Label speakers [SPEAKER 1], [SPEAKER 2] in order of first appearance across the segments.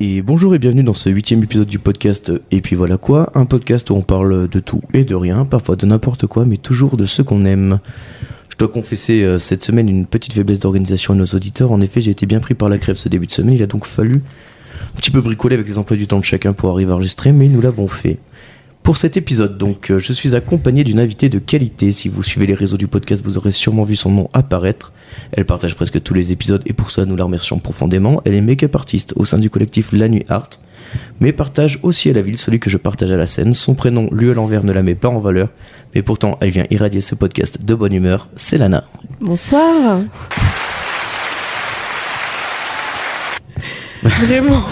[SPEAKER 1] Et bonjour et bienvenue dans ce huitième épisode du podcast Et puis voilà quoi, un podcast où on parle de tout et de rien, parfois de n'importe quoi, mais toujours de ce qu'on aime. Je dois confesser euh, cette semaine une petite faiblesse d'organisation à nos auditeurs. En effet, j'ai été bien pris par la crève ce début de semaine. Il a donc fallu un petit peu bricoler avec les emplois du temps de chacun pour arriver à enregistrer, mais nous l'avons fait. Pour cet épisode, donc, euh, je suis accompagné d'une invitée de qualité. Si vous suivez les réseaux du podcast, vous aurez sûrement vu son nom apparaître. Elle partage presque tous les épisodes et pour ça, nous la remercions profondément. Elle est make-up artiste au sein du collectif La Nuit Art, mais partage aussi à la ville celui que je partage à la scène. Son prénom, lui à l'envers, ne la met pas en valeur, mais pourtant, elle vient irradier ce podcast de bonne humeur. C'est Lana.
[SPEAKER 2] Bonsoir. Vraiment.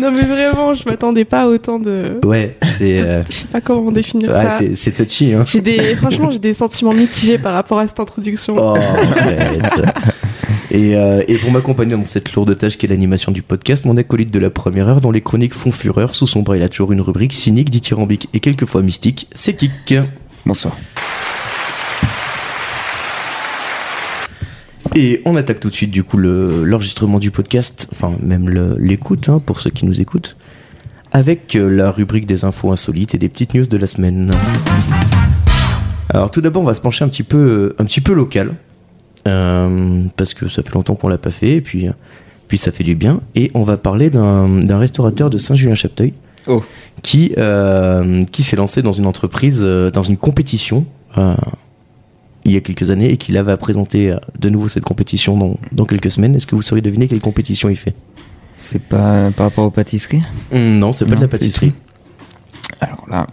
[SPEAKER 2] non mais vraiment, je m'attendais pas à autant de.
[SPEAKER 1] Ouais, c'est euh,
[SPEAKER 2] Je sais pas comment définir
[SPEAKER 1] ah,
[SPEAKER 2] ça.
[SPEAKER 1] c'est- c'est touchy, hein.
[SPEAKER 2] J'ai des, franchement, j'ai des sentiments mitigés par rapport à cette introduction.
[SPEAKER 1] Oh, arrête. et, euh, et pour m'accompagner dans cette lourde tâche qui est l'animation du podcast, mon acolyte de la première heure, dont les chroniques font fureur, sous son bras il a toujours une rubrique cynique, dithyrambique et quelquefois mystique, c'est Kik.
[SPEAKER 3] Bonsoir.
[SPEAKER 1] Et on attaque tout de suite du coup le- l'enregistrement du podcast, enfin même le- l'écoute hein, pour ceux qui nous écoutent, avec euh, la rubrique des infos insolites et des petites news de la semaine. Alors tout d'abord on va se pencher un petit peu, un petit peu local, euh, parce que ça fait longtemps qu'on l'a pas fait et puis, puis ça fait du bien. Et on va parler d'un d'un restaurateur de Saint-Julien-Chapteuil
[SPEAKER 3] Oh.
[SPEAKER 1] qui, euh, qui s'est lancé dans une entreprise, euh, dans une compétition. euh, il y a quelques années et qui là va présenter euh, de nouveau cette compétition dans, dans quelques semaines. Est-ce que vous sauriez deviner quelle compétition il fait
[SPEAKER 3] C'est pas par rapport aux pâtisseries
[SPEAKER 1] Hum, Non, c'est pas
[SPEAKER 3] Non,
[SPEAKER 1] de la pâtisserie.
[SPEAKER 3] Alors là,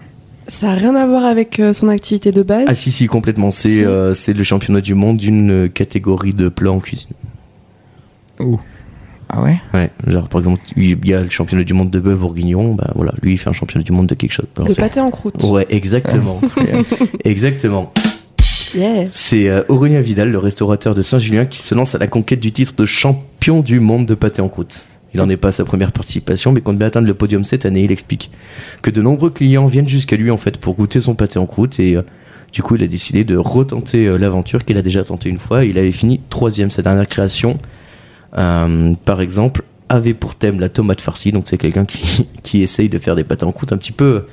[SPEAKER 2] Ça a rien à voir avec euh, son activité de base.
[SPEAKER 1] Ah si, si, complètement. C'est
[SPEAKER 2] Si.
[SPEAKER 1] euh, c'est le championnat du monde d'une euh, catégorie de plats en cuisine.
[SPEAKER 3] ah ouais
[SPEAKER 1] Ouais, genre par exemple, il y a le championnat du monde de bœuf bourguignon, bah voilà, lui il fait un championnat du monde de quelque chose. Alors,
[SPEAKER 2] de
[SPEAKER 1] c'est-
[SPEAKER 2] pâté en croûte.
[SPEAKER 1] Ouais, exactement. exactement.
[SPEAKER 2] Yeah.
[SPEAKER 1] C'est euh, Aurélien Vidal, le restaurateur de Saint-Julien, qui se lance à la conquête du titre de champion du monde de pâté en croûte. Il n'en est pas à sa première participation, mais compte bien atteindre le podium cette année. Il explique que de nombreux clients viennent jusqu'à lui en fait pour goûter son pâté en croûte et euh, du coup il a décidé de retenter euh, l'aventure qu'il a déjà tentée une fois. Il avait fini troisième sa dernière création, euh, par exemple, avait pour thème la tomate farcie. Donc c'est quelqu'un qui, qui essaye de faire des pâtés en croûte un petit peu,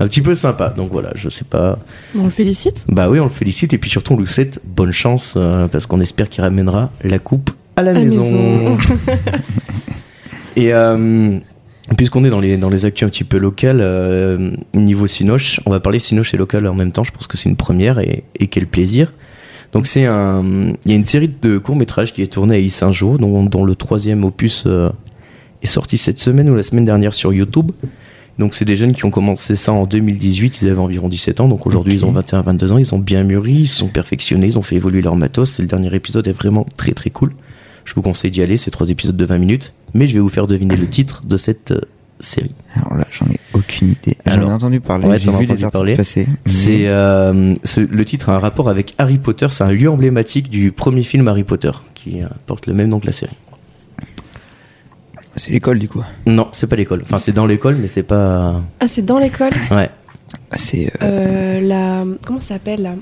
[SPEAKER 1] un petit peu sympa. Donc voilà, je sais pas.
[SPEAKER 2] On le félicite.
[SPEAKER 1] Bah oui, on le félicite et puis surtout on lui souhaite bonne chance euh, parce qu'on espère qu'il ramènera la coupe à la
[SPEAKER 2] la
[SPEAKER 1] maison.
[SPEAKER 2] maison.
[SPEAKER 1] et euh, puisqu'on est dans les, dans les actus un petit peu locales, euh, niveau Sinoche, on va parler Sinoche et local en même temps, je pense que c'est une première et, et quel plaisir. Donc c'est un, il y a une série de courts-métrages qui est tournée à Issingeau, dont, dont le troisième opus euh, est sorti cette semaine ou la semaine dernière sur YouTube. Donc c'est des jeunes qui ont commencé ça en 2018, ils avaient environ 17 ans, donc aujourd'hui
[SPEAKER 3] Ok.
[SPEAKER 1] ils ont 21-22 ans, ils ont bien mûri, ils se sont perfectionnés, ils ont fait évoluer leur matos, et le dernier épisode est vraiment très très cool. Je vous conseille d'y aller, c'est trois épisodes de 20 minutes, mais je vais vous faire deviner le titre de cette euh, série.
[SPEAKER 3] Alors là, j'en ai aucune idée. J'en
[SPEAKER 1] Alors,
[SPEAKER 3] ai entendu parler,
[SPEAKER 1] ouais,
[SPEAKER 3] j'ai
[SPEAKER 1] t'en as
[SPEAKER 3] vu
[SPEAKER 1] entendu
[SPEAKER 3] les articles
[SPEAKER 1] parler.
[SPEAKER 3] passer. mais-
[SPEAKER 1] C'est euh, ce- le titre a un rapport avec Harry Potter, c'est un lieu emblématique du premier film Harry Potter qui euh, porte le même nom que la série. euh,
[SPEAKER 3] C'est l'école du coup.
[SPEAKER 1] Non, c'est pas l'école. Enfin, c'est dans l'école, mais c'est pas.
[SPEAKER 2] Ah, c'est dans l'école.
[SPEAKER 1] Ouais. Ah,
[SPEAKER 3] C'est euh,
[SPEAKER 2] Euh, la, comment ça s'appelle là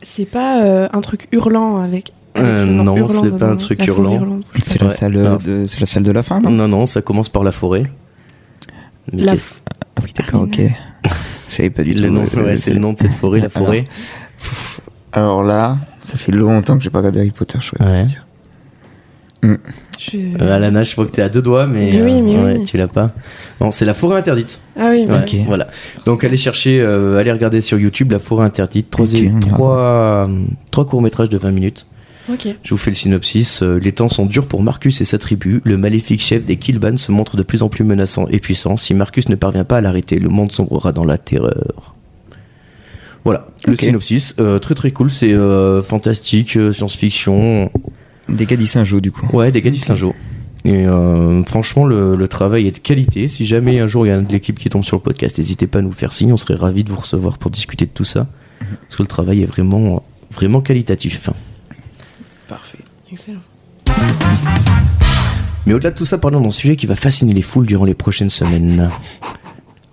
[SPEAKER 2] C'est pas euh, un truc hurlant avec. avec
[SPEAKER 1] Euh,
[SPEAKER 2] hurlant-
[SPEAKER 1] non,
[SPEAKER 2] hurlant
[SPEAKER 1] c'est
[SPEAKER 2] dedans,
[SPEAKER 1] pas un
[SPEAKER 2] non.
[SPEAKER 1] truc
[SPEAKER 2] La foule
[SPEAKER 1] hurlant.
[SPEAKER 2] hurlante.
[SPEAKER 3] Euh, c'est la
[SPEAKER 1] ouais.
[SPEAKER 3] salle
[SPEAKER 1] Non.
[SPEAKER 3] de c'est la salle de la fin, non
[SPEAKER 1] Non, non, ça commence par la forêt. Mais
[SPEAKER 2] La
[SPEAKER 1] qu'est-ce-
[SPEAKER 3] Ah oui, d'accord,
[SPEAKER 2] Ah,
[SPEAKER 3] OK. Je savais pas du
[SPEAKER 1] le
[SPEAKER 3] tout.
[SPEAKER 1] nom,
[SPEAKER 3] euh,
[SPEAKER 1] ouais, c'est le nom de cette forêt, la
[SPEAKER 3] Alors.
[SPEAKER 1] forêt.
[SPEAKER 3] Alors là, ça fait longtemps que j'ai pas regardé Harry Potter, je crois.
[SPEAKER 1] Ouais.
[SPEAKER 2] Je-
[SPEAKER 1] Euh, Alana, je crois que t'es à deux doigts, mais, euh,
[SPEAKER 2] Mais oui, mais
[SPEAKER 1] ouais,
[SPEAKER 2] oui.
[SPEAKER 1] tu l'as pas. Non, c'est la forêt interdite.
[SPEAKER 2] Ah oui,
[SPEAKER 1] Ouais,
[SPEAKER 2] mais-
[SPEAKER 3] Ok.
[SPEAKER 1] Voilà. Donc allez chercher, euh, allez regarder sur YouTube la forêt interdite. Trois,
[SPEAKER 3] Ok, on ira
[SPEAKER 1] trois, trois courts métrages de 20 minutes.
[SPEAKER 2] ok.
[SPEAKER 1] Je vous fais le synopsis. Euh, Les temps sont durs pour Marcus et sa tribu. Le maléfique chef des Kilban se montre de plus en plus menaçant et puissant. Si Marcus ne parvient pas à l'arrêter, le monde sombrera dans la terreur. Voilà, le
[SPEAKER 3] Ok.
[SPEAKER 1] synopsis. Euh, très très cool, c'est euh, fantastique, euh, science-fiction.
[SPEAKER 3] Des gars saint du coup.
[SPEAKER 1] Ouais, des gars du Saint-Jean. Et euh, franchement, le, le travail est de qualité. Si jamais un jour il y a un de l'équipe qui tombe sur le podcast, n'hésitez pas à nous faire signe. On serait ravis de vous recevoir pour discuter de tout ça. Parce que le travail est vraiment, vraiment qualitatif.
[SPEAKER 3] Parfait.
[SPEAKER 2] Excellent.
[SPEAKER 1] Mais au-delà de tout ça, parlons d'un sujet qui va fasciner les foules durant les prochaines semaines.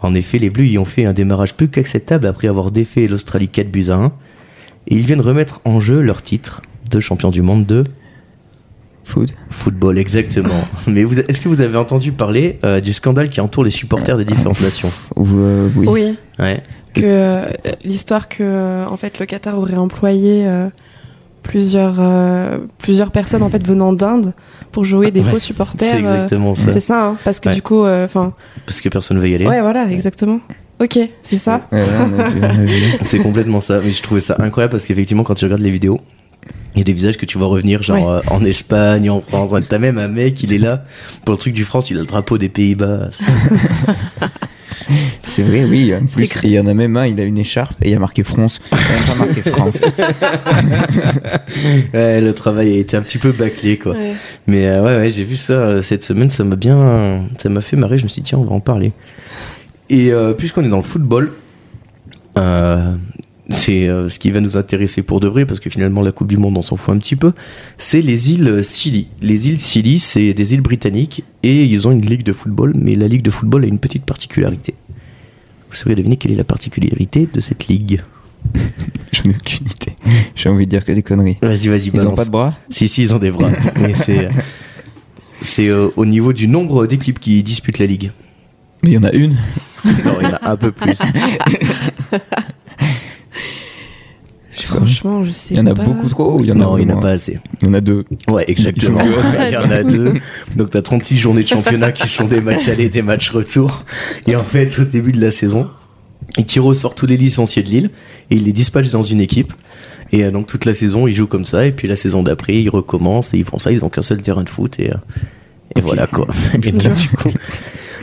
[SPEAKER 1] En effet, les Bleus y ont fait un démarrage plus qu'acceptable après avoir défait l'Australie 4 buts à 1. Et ils viennent remettre en jeu leur titre de champion du monde de
[SPEAKER 3] Foot.
[SPEAKER 1] Football, exactement. Mais vous- est-ce que vous avez entendu parler euh, du scandale qui entoure les supporters des différentes nations
[SPEAKER 3] Ou, euh, oui.
[SPEAKER 2] Oui.
[SPEAKER 1] Ouais.
[SPEAKER 2] Que euh, l'histoire que euh, en fait le Qatar aurait employé euh, plusieurs euh, plusieurs personnes en fait venant d'Inde pour jouer des
[SPEAKER 1] Ouais,
[SPEAKER 2] faux
[SPEAKER 1] C'est
[SPEAKER 2] supporters. euh,
[SPEAKER 1] exactement ça.
[SPEAKER 2] c'est ça, hein, parce que
[SPEAKER 1] Ouais.
[SPEAKER 2] du coup, enfin,
[SPEAKER 1] Parce que personne ne veut y aller.
[SPEAKER 2] ouais, voilà, exactement. Ok, c'est ça.
[SPEAKER 3] Ouais, ouais, on a vu, on a vu.
[SPEAKER 1] C'est complètement ça. Mais je trouvais ça incroyable parce qu'effectivement, quand tu regardes les vidéos, il y a des visages que tu vois revenir, genre
[SPEAKER 2] Ouais.
[SPEAKER 1] euh, en Espagne, en France. T'as même un mec, il est là. Pour le truc du France, il a le drapeau des Pays-Bas.
[SPEAKER 3] C'est vrai, oui. En plus,
[SPEAKER 2] C'est
[SPEAKER 3] il y en a même un, il a une écharpe et il y a marqué France. Il y a même pas marqué France.
[SPEAKER 1] Ouais, le travail a été un petit peu bâclé, quoi.
[SPEAKER 2] Ouais.
[SPEAKER 1] Mais euh, ouais, ouais, j'ai vu ça euh, cette semaine, ça m'a bien. Ça m'a fait marrer, je me suis dit, tiens, on va en parler. Et euh, puisqu'on est dans le football, euh, c'est euh, ce qui va nous intéresser pour de vrai, parce que finalement, la Coupe du Monde, on s'en fout un petit peu. C'est les îles Scilly. Les îles Scilly, c'est des îles britanniques et ils ont une ligue de football, mais la ligue de football a une petite particularité. Vous savez deviner quelle est la particularité de cette ligue
[SPEAKER 3] J'en ai aucune idée. J'ai envie de dire que des conneries.
[SPEAKER 1] Vas-y, vas-y,
[SPEAKER 3] Ils ont
[SPEAKER 1] balance.
[SPEAKER 3] pas de bras
[SPEAKER 1] Si, si, ils ont des bras. Mais c'est. C'est euh, au niveau du nombre d'équipes qui disputent la ligue.
[SPEAKER 3] Mais il y en a une.
[SPEAKER 1] Non, il y en a un peu plus.
[SPEAKER 2] Franchement, je sais
[SPEAKER 3] Il y en a
[SPEAKER 2] pas.
[SPEAKER 3] beaucoup trop ou il y en a
[SPEAKER 1] Non, il n'y en
[SPEAKER 3] moins
[SPEAKER 1] a pas assez.
[SPEAKER 3] Il y en a deux.
[SPEAKER 1] Ouais, exactement.
[SPEAKER 3] Ils sont
[SPEAKER 1] Il y en a deux. Donc, tu as 36 journées de championnat qui sont des matchs aller, des matchs retour. Et en fait, au début de la saison, ils tirent au sort tous les licenciés de Lille et ils les dispatchent dans une équipe. Et euh, donc, toute la saison, ils jouent comme ça. Et puis, la saison d'après, ils recommencent et ils font ça. Ils n'ont qu'un seul terrain de foot. Et, euh, et voilà quoi. Et donc, du coup-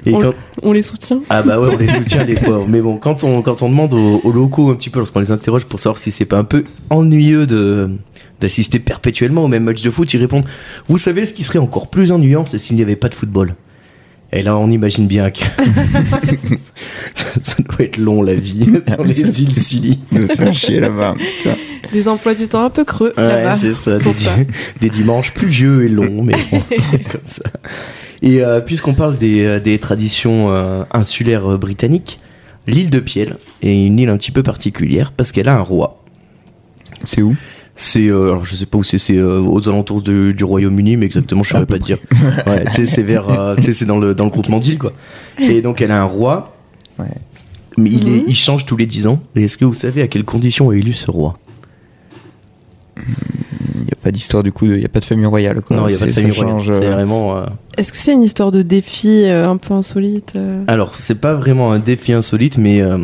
[SPEAKER 1] et
[SPEAKER 2] On-
[SPEAKER 1] quand-
[SPEAKER 2] On les soutient.
[SPEAKER 1] Ah bah ouais, on les soutient les pauvres. Mais bon, quand on, quand on demande aux, aux locaux un petit peu, lorsqu'on les interroge pour savoir si c'est pas un peu ennuyeux de d'assister perpétuellement au même match de foot, ils répondent « Vous savez, ce qui serait encore plus ennuyant, c'est s'il n'y avait pas de football. » Et là, on imagine bien que ça doit être long, la vie, dans les îles Silly.
[SPEAKER 3] De se faire chier là-bas. Putain.
[SPEAKER 2] Des emplois du temps un peu creux
[SPEAKER 1] Ouais,
[SPEAKER 2] là-bas.
[SPEAKER 1] c'est ça, des,
[SPEAKER 2] Pour
[SPEAKER 1] di-
[SPEAKER 2] ça.
[SPEAKER 1] des dimanches pluvieux et longs, mais bon, comme ça. Et euh, puisqu'on parle des, euh, des traditions euh, insulaires euh, britanniques, l'île de Piel est une île un petit peu particulière parce qu'elle a un roi.
[SPEAKER 3] C'est où
[SPEAKER 1] C'est, euh, alors je sais pas où c'est, c'est euh, aux alentours de- du Royaume-Uni, mais exactement, je saurais pas te dire. Ouais, tu sais, c'est vers, euh, tu sais, c'est dans le, dans le groupement d'îles, quoi. Et donc elle a un roi,
[SPEAKER 3] Ouais.
[SPEAKER 1] mais il, est,
[SPEAKER 2] Mhm.
[SPEAKER 1] il change tous les 10 ans. Et est-ce que vous savez à quelles conditions est élu ce roi
[SPEAKER 3] Il n'y a pas d'histoire du coup, de- il n'y a pas de famille royale. Quoi.
[SPEAKER 1] Non, il y a pas de
[SPEAKER 3] C'est-
[SPEAKER 1] famille
[SPEAKER 3] ça
[SPEAKER 1] royale.
[SPEAKER 3] change,
[SPEAKER 1] C'est
[SPEAKER 3] euh,
[SPEAKER 1] vraiment. euh,
[SPEAKER 2] Est-ce que c'est une histoire de défi euh, un peu insolite euh
[SPEAKER 1] Alors, c'est pas vraiment un défi insolite, mais euh,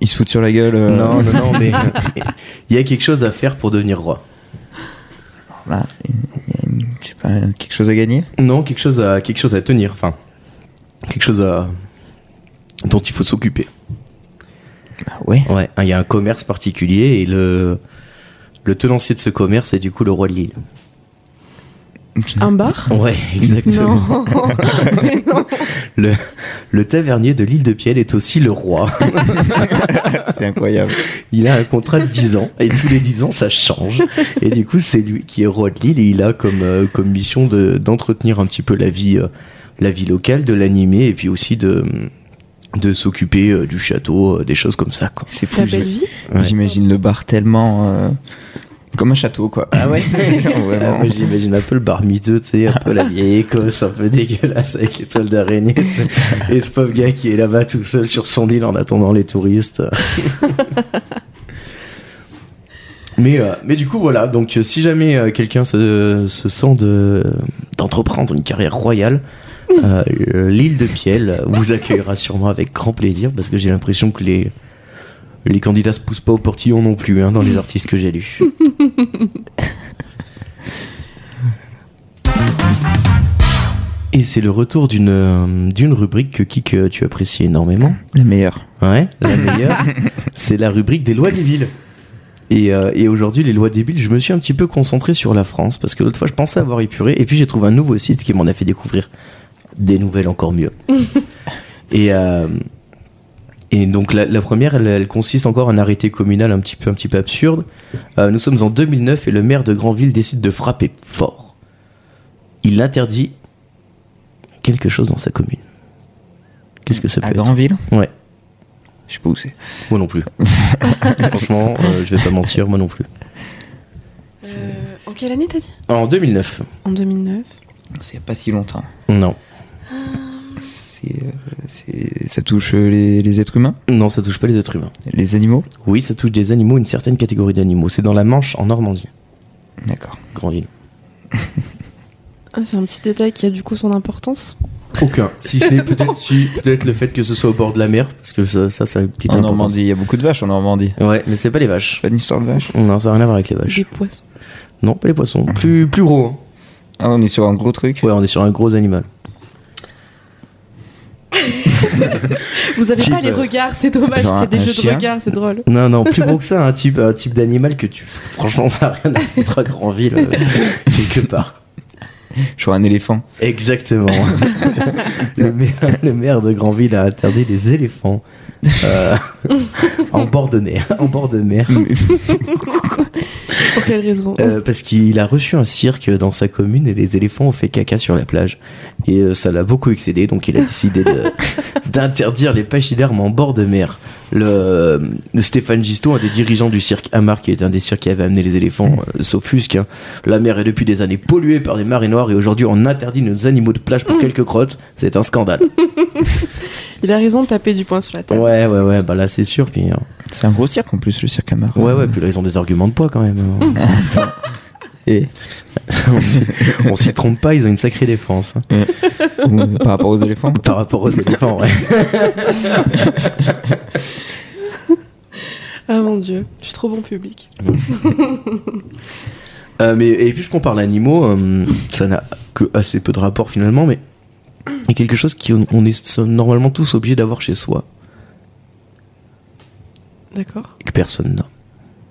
[SPEAKER 3] Ils se foutent sur la gueule. euh,
[SPEAKER 1] non, non, non, mais il y a quelque chose à faire pour devenir roi.
[SPEAKER 3] Là, bah, il y a une- je sais pas, quelque chose à gagner
[SPEAKER 1] Non, quelque chose à quelque chose à tenir, enfin quelque chose à dont il faut s'occuper.
[SPEAKER 3] Bah ouais.
[SPEAKER 1] Ouais, il y a un commerce particulier et le le tenancier de ce commerce est du coup le roi de l'île.
[SPEAKER 2] Un bar
[SPEAKER 1] Ouais, exactement.
[SPEAKER 2] Non. Mais non.
[SPEAKER 1] Le, le tavernier de l'île de Piel est aussi le roi.
[SPEAKER 3] C'est incroyable.
[SPEAKER 1] Il a un contrat de 10 ans et tous les 10 ans ça change. Et du coup, c'est lui qui est roi de l'île et il a comme, euh, comme mission de- d'entretenir un petit peu la vie, euh, la vie locale, de l'animer et puis aussi de, de s'occuper euh, du château, euh, des choses comme ça. Quoi.
[SPEAKER 3] C'est fou.
[SPEAKER 2] La belle
[SPEAKER 3] j'ai-
[SPEAKER 2] vie
[SPEAKER 1] Ouais.
[SPEAKER 3] J'imagine le bar tellement. euh, comme un château, quoi.
[SPEAKER 1] Ah ouais
[SPEAKER 3] Genre,
[SPEAKER 1] Ah,
[SPEAKER 3] vraiment.
[SPEAKER 1] moi, J'imagine un peu le bar miteux, tu sais, un peu la vieille Écosse, un peu dégueulasse avec les toiles d'araignée. tu sais. Et ce pauvre gars qui est là-bas tout seul sur son île en attendant les touristes. mais, euh, mais du coup, voilà. Donc, euh, si jamais euh, quelqu'un se, se sent de- d'entreprendre une carrière royale, euh, euh, l'île de Piel vous accueillera sûrement avec grand plaisir parce que j'ai l'impression que les. Les candidats se poussent pas au portillon non plus, hein, dans les artistes que j'ai lus. Et c'est le retour d'une euh, d'une rubrique que Kik euh, tu apprécies énormément.
[SPEAKER 3] La meilleure.
[SPEAKER 1] Ouais, la meilleure. c'est la rubrique des lois débiles. Et, euh, et aujourd'hui, les lois débiles, je me suis un petit peu concentré sur la France parce que l'autre fois, je pensais avoir épuré et puis j'ai trouvé un nouveau site qui m'en a fait découvrir des nouvelles encore mieux. et, euh, et donc, la, la première, elle, elle consiste encore en un arrêté communal un petit peu, un petit peu absurde. Euh, nous sommes en 2009 et le maire de Granville décide de frapper fort. Il interdit quelque chose dans sa commune. Qu'est-ce que ça peut
[SPEAKER 3] À
[SPEAKER 1] être
[SPEAKER 3] Granville
[SPEAKER 1] Ouais.
[SPEAKER 3] Je sais pas où c'est.
[SPEAKER 1] Moi non plus. Franchement, euh, je vais pas mentir, moi non plus.
[SPEAKER 2] Euh, En quelle année t'as dit
[SPEAKER 1] En 2009.
[SPEAKER 2] En 2009.
[SPEAKER 3] C'est pas si longtemps.
[SPEAKER 1] Non.
[SPEAKER 3] C'est, euh, c'est- ça touche euh, les, les êtres humains,
[SPEAKER 1] Non, ça touche pas les êtres humains.
[SPEAKER 3] les animaux.
[SPEAKER 1] Oui, ça touche des animaux, une certaine catégorie d'animaux. C'est dans la Manche, en Normandie.
[SPEAKER 3] D'accord.
[SPEAKER 1] Grande ville.
[SPEAKER 2] Ah, c'est un petit détail qui a du coup son importance.
[SPEAKER 1] Aucun. Si ce n'est peut-être si, peut-être le fait que ce soit au bord de la mer, parce que ça, ça, ça a une petite
[SPEAKER 3] En
[SPEAKER 1] importance.
[SPEAKER 3] Normandie, il y a beaucoup de vaches en Normandie.
[SPEAKER 1] Ouais, mais c'est pas les vaches.
[SPEAKER 3] Pas une histoire de vaches.
[SPEAKER 1] Non, ça n'a rien à voir avec les vaches.
[SPEAKER 2] Des poissons.
[SPEAKER 1] Non, pas les poissons. Plus, plus gros. hein.
[SPEAKER 3] Ah, on est sur un gros truc.
[SPEAKER 1] Ouais, on est sur un gros animal.
[SPEAKER 2] Vous avez
[SPEAKER 1] Type,
[SPEAKER 2] pas les
[SPEAKER 1] euh,
[SPEAKER 2] regards, c'est dommage.
[SPEAKER 3] genre
[SPEAKER 2] C'est des
[SPEAKER 3] un
[SPEAKER 2] jeux de
[SPEAKER 3] chien.
[SPEAKER 2] regards, c'est drôle.
[SPEAKER 1] Non, non, plus gros que ça, un type, un type d'animal que tu. Franchement, ça n'a rien à foutre à Grandville, euh, quelque part.
[SPEAKER 3] Sur un éléphant.
[SPEAKER 1] Exactement. le, maire, le maire de Grandville a interdit les éléphants euh, en, bord de mer, en bord de mer.
[SPEAKER 2] Pour quelle raison
[SPEAKER 1] Euh, parce qu'il a reçu un cirque dans sa commune et les éléphants ont fait caca sur la plage. Et euh, ça l'a beaucoup excédé, donc il a décidé de- d'interdire les pachydermes en bord de mer. Le, euh, Stéphane Gisto, un des dirigeants du cirque Amar, qui est un des cirques qui avait amené les éléphants, euh, s'offusque. hein. La mer est depuis des années polluée par des marées noires et aujourd'hui on interdit nos animaux de plage pour quelques crottes. C'est un scandale.
[SPEAKER 2] Il a raison de taper du poing sur la table.
[SPEAKER 1] Ouais, ouais, ouais, bah là c'est sûr. Puis, hein.
[SPEAKER 3] C'est un gros cirque en plus, le cirque Amar.
[SPEAKER 1] Ouais, ouais, puis là ils ont des arguments de poids quand même. hein.
[SPEAKER 3] Et,
[SPEAKER 1] on s'y- on s'y trompe pas, ils ont une sacrée défense. hein.
[SPEAKER 3] ou, euh, par rapport aux éléphants.
[SPEAKER 1] Par rapport aux éléphants, ouais.
[SPEAKER 2] Ah mon dieu, je suis trop bon public.
[SPEAKER 1] Euh, mais, et puisqu'on parle animaux, euh, ça n'a que assez peu de rapport finalement, mais il y a quelque chose qu'on on est so- normalement tous obligés d'avoir chez soi
[SPEAKER 2] D'accord
[SPEAKER 1] et que personne n'a.